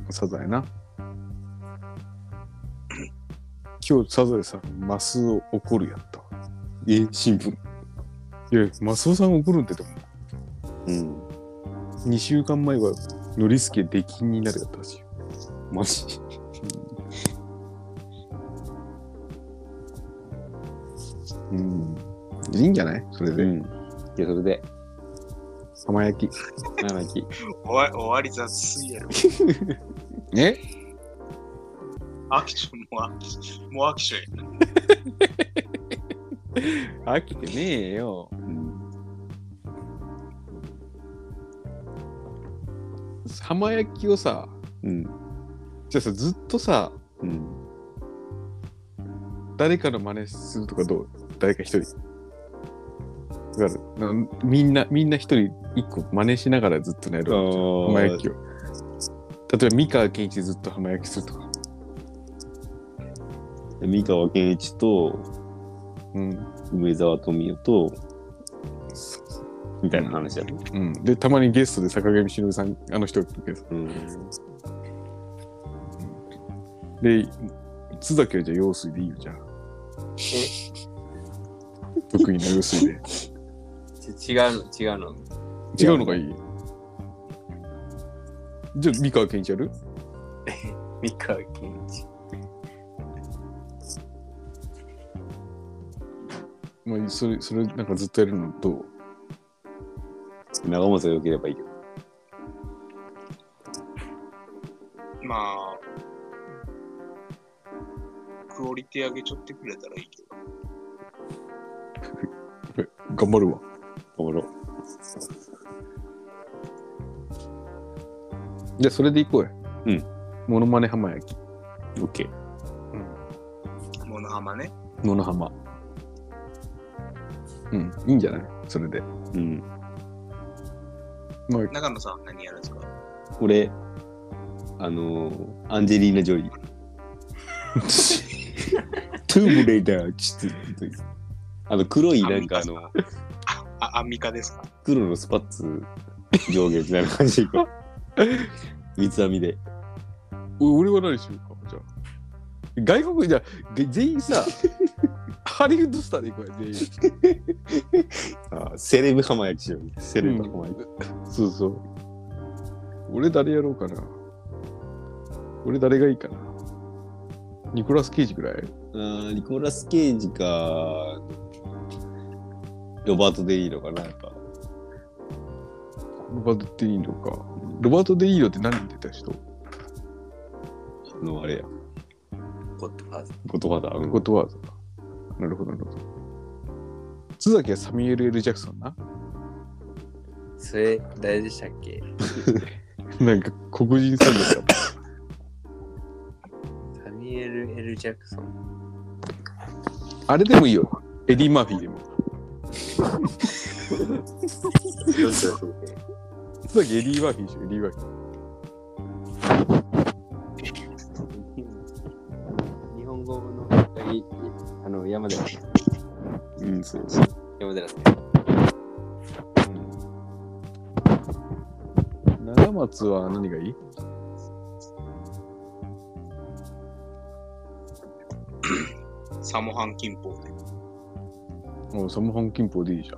Speaker 3: サザエな。今日サザエさんマスオ怒るやったわ
Speaker 1: え、新聞。
Speaker 3: いやマスオさん怒るんってでも
Speaker 1: うん。
Speaker 3: 2週間前はノリスケ出禁になるやったらしいよ
Speaker 1: マジ。
Speaker 3: うんいいんじゃないそれで、
Speaker 1: うん。いや、それで、
Speaker 3: 浜焼き
Speaker 1: 生意気。
Speaker 6: 終わ終わり雑すぎやろ。
Speaker 3: え
Speaker 6: アクションもアクション。もうアクションや。
Speaker 3: 飽きてねえよ
Speaker 1: うん。
Speaker 3: 浜焼きをさ
Speaker 1: うん。
Speaker 3: じゃあさずっとさ
Speaker 1: うん。
Speaker 3: 誰かの真似するとかどう誰か一人わかるなんみんなみんな一人一個真似しながらずっとやる
Speaker 1: あ
Speaker 3: 浜焼きを例えば三河健一ずっと浜焼きするとか
Speaker 1: 三河健一と
Speaker 3: うん、
Speaker 1: 梅沢富美男と、みたいな話だね。
Speaker 3: うん、でたまにゲストで坂上忍さんあの人来るけど
Speaker 1: うん。
Speaker 3: で津崎はじゃあ用水でいいよじゃあ得意な用 水で
Speaker 4: ち違うの、違うの。
Speaker 3: 違うのがいいじゃあ三河健一やる
Speaker 4: 三河健一。
Speaker 3: まあそれそれなんかずっとやるのどう
Speaker 1: 長松が良ければいいけど。
Speaker 6: まあ、クオリティ上げちょってくれたらいいけど。
Speaker 3: 頑張るわ
Speaker 1: おもろ。
Speaker 3: じゃあそれでいこうや。
Speaker 1: うん。
Speaker 3: モノマネ浜焼き。
Speaker 1: オッケー。
Speaker 6: モノハマね。
Speaker 3: モノ浜。うん。いいんじゃないそれで。
Speaker 1: うん。
Speaker 3: まあ、
Speaker 6: 長野さんは何やるんですか
Speaker 1: 俺、あのー、アンジェリーナ・ジョ リー。トゥームレイダー、ちょっと、あの、黒い、なんかあの、
Speaker 6: あ、アンミカですか
Speaker 1: 黒のスパッツ上下みたいな感じで行こう。三つ編みで。
Speaker 3: お俺は何しようか。じゃあ。外国じゃあげ全員 さ、ハリウッドスターでいこうや、全員。
Speaker 1: あセレブ浜焼きしよう。セレブ浜焼き。
Speaker 3: そうそう。俺誰やろうかな。俺誰がいいかな。ニコラス・ケイジぐらい
Speaker 1: あーニコラス・ケイジか、ロバート・デ・ニーロかな、やっぱ。
Speaker 3: ロバート・デ・ニーロか。ロバート・デ・ニーロって何に出た人
Speaker 1: あの、あれや、
Speaker 4: ゴッドファーザ
Speaker 1: 言
Speaker 4: ー
Speaker 1: 葉だ。うん
Speaker 3: ことはなるほど、なるほど。津崎はサミュエル・ L ・ジャクソンな。
Speaker 4: それ、誰でしたっけ
Speaker 3: なんか黒人さんですか
Speaker 4: サミュエル・ L ・ジャクソン。
Speaker 3: あれでもいいよ。エディ・マーフィーでも。津崎エディ・マーフィーでしょ、エディ・マーフィー。
Speaker 4: 日本語の二人あの山寺さん
Speaker 1: うん、そうそう。
Speaker 4: 山寺さん
Speaker 3: 長松は何がいい
Speaker 6: サモハン金峰で。
Speaker 3: もうサムハン・キンポでいいじゃ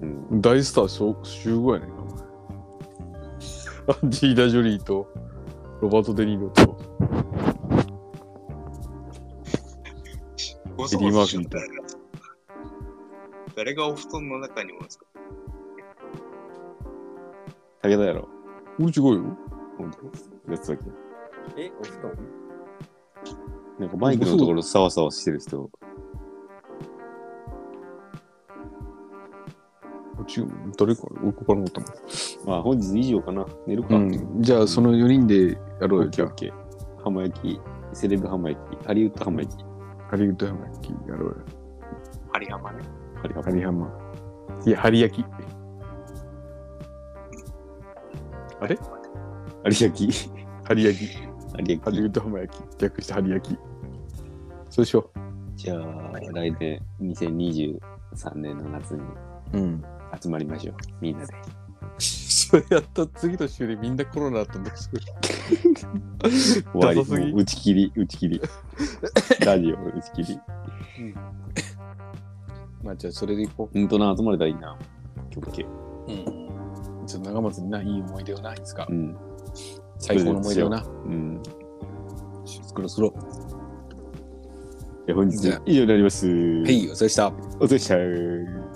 Speaker 1: うん。
Speaker 3: ん。大スターしょ集合やねんか、お前。アンジーダ・ジョリーとロバート・デ・ニーロと。
Speaker 6: ごそごそしちゃった誰がお布団の中にもですか
Speaker 1: 武田やろ。
Speaker 3: 俺違うよ。
Speaker 1: 本当やつだけ。
Speaker 4: え、お布団
Speaker 1: なんかマイクのところサワサワしてる人。
Speaker 3: 違う。誰か俺ここから持ったの。
Speaker 1: まあ本日以上かな。寝るか。
Speaker 3: うん。じゃあその4人でやろ
Speaker 1: オ
Speaker 3: う
Speaker 1: ッ
Speaker 3: よ。
Speaker 1: ケ
Speaker 3: じ
Speaker 1: ー
Speaker 3: ゃ
Speaker 1: オッケー。浜焼き、セレブ浜焼き、ハリウッド浜焼き、
Speaker 3: あハリウッドハマ焼きやろうよ。
Speaker 6: ハリハマね。
Speaker 1: ハリハ
Speaker 3: ハ
Speaker 1: マ。
Speaker 3: リハマ。いや、ハリ焼き。あれ
Speaker 1: ハリ 焼き。
Speaker 3: ハリ焼き。
Speaker 1: ハリ
Speaker 3: ハ
Speaker 1: 焼
Speaker 3: リウ
Speaker 1: き。
Speaker 3: ッド浜焼き。略してハリ焼き。そうしよ
Speaker 1: じゃあ、来年、2023年の夏に
Speaker 3: う。うん。
Speaker 1: 集まりましょう。みんなで。
Speaker 2: それやった次の週でみんなコロナだったんだすごい
Speaker 1: 終わり、
Speaker 2: ダサすぎ
Speaker 1: もう打ち切り、打ち切り。 ラジオ、打ち切り。
Speaker 2: まあじゃあそれでいこ
Speaker 1: ほんとな、集まれたらいいな。曲系。
Speaker 2: う。うん。ちょっと長松にないい思い出をないですか
Speaker 1: う。ん。
Speaker 2: 最高の思い出をな。
Speaker 1: うん。
Speaker 2: 作ろう作ろう。
Speaker 1: え本日
Speaker 2: じゃあ
Speaker 1: 以上になります。
Speaker 2: は。い、お疲れ様でした。
Speaker 1: お疲れ様でした。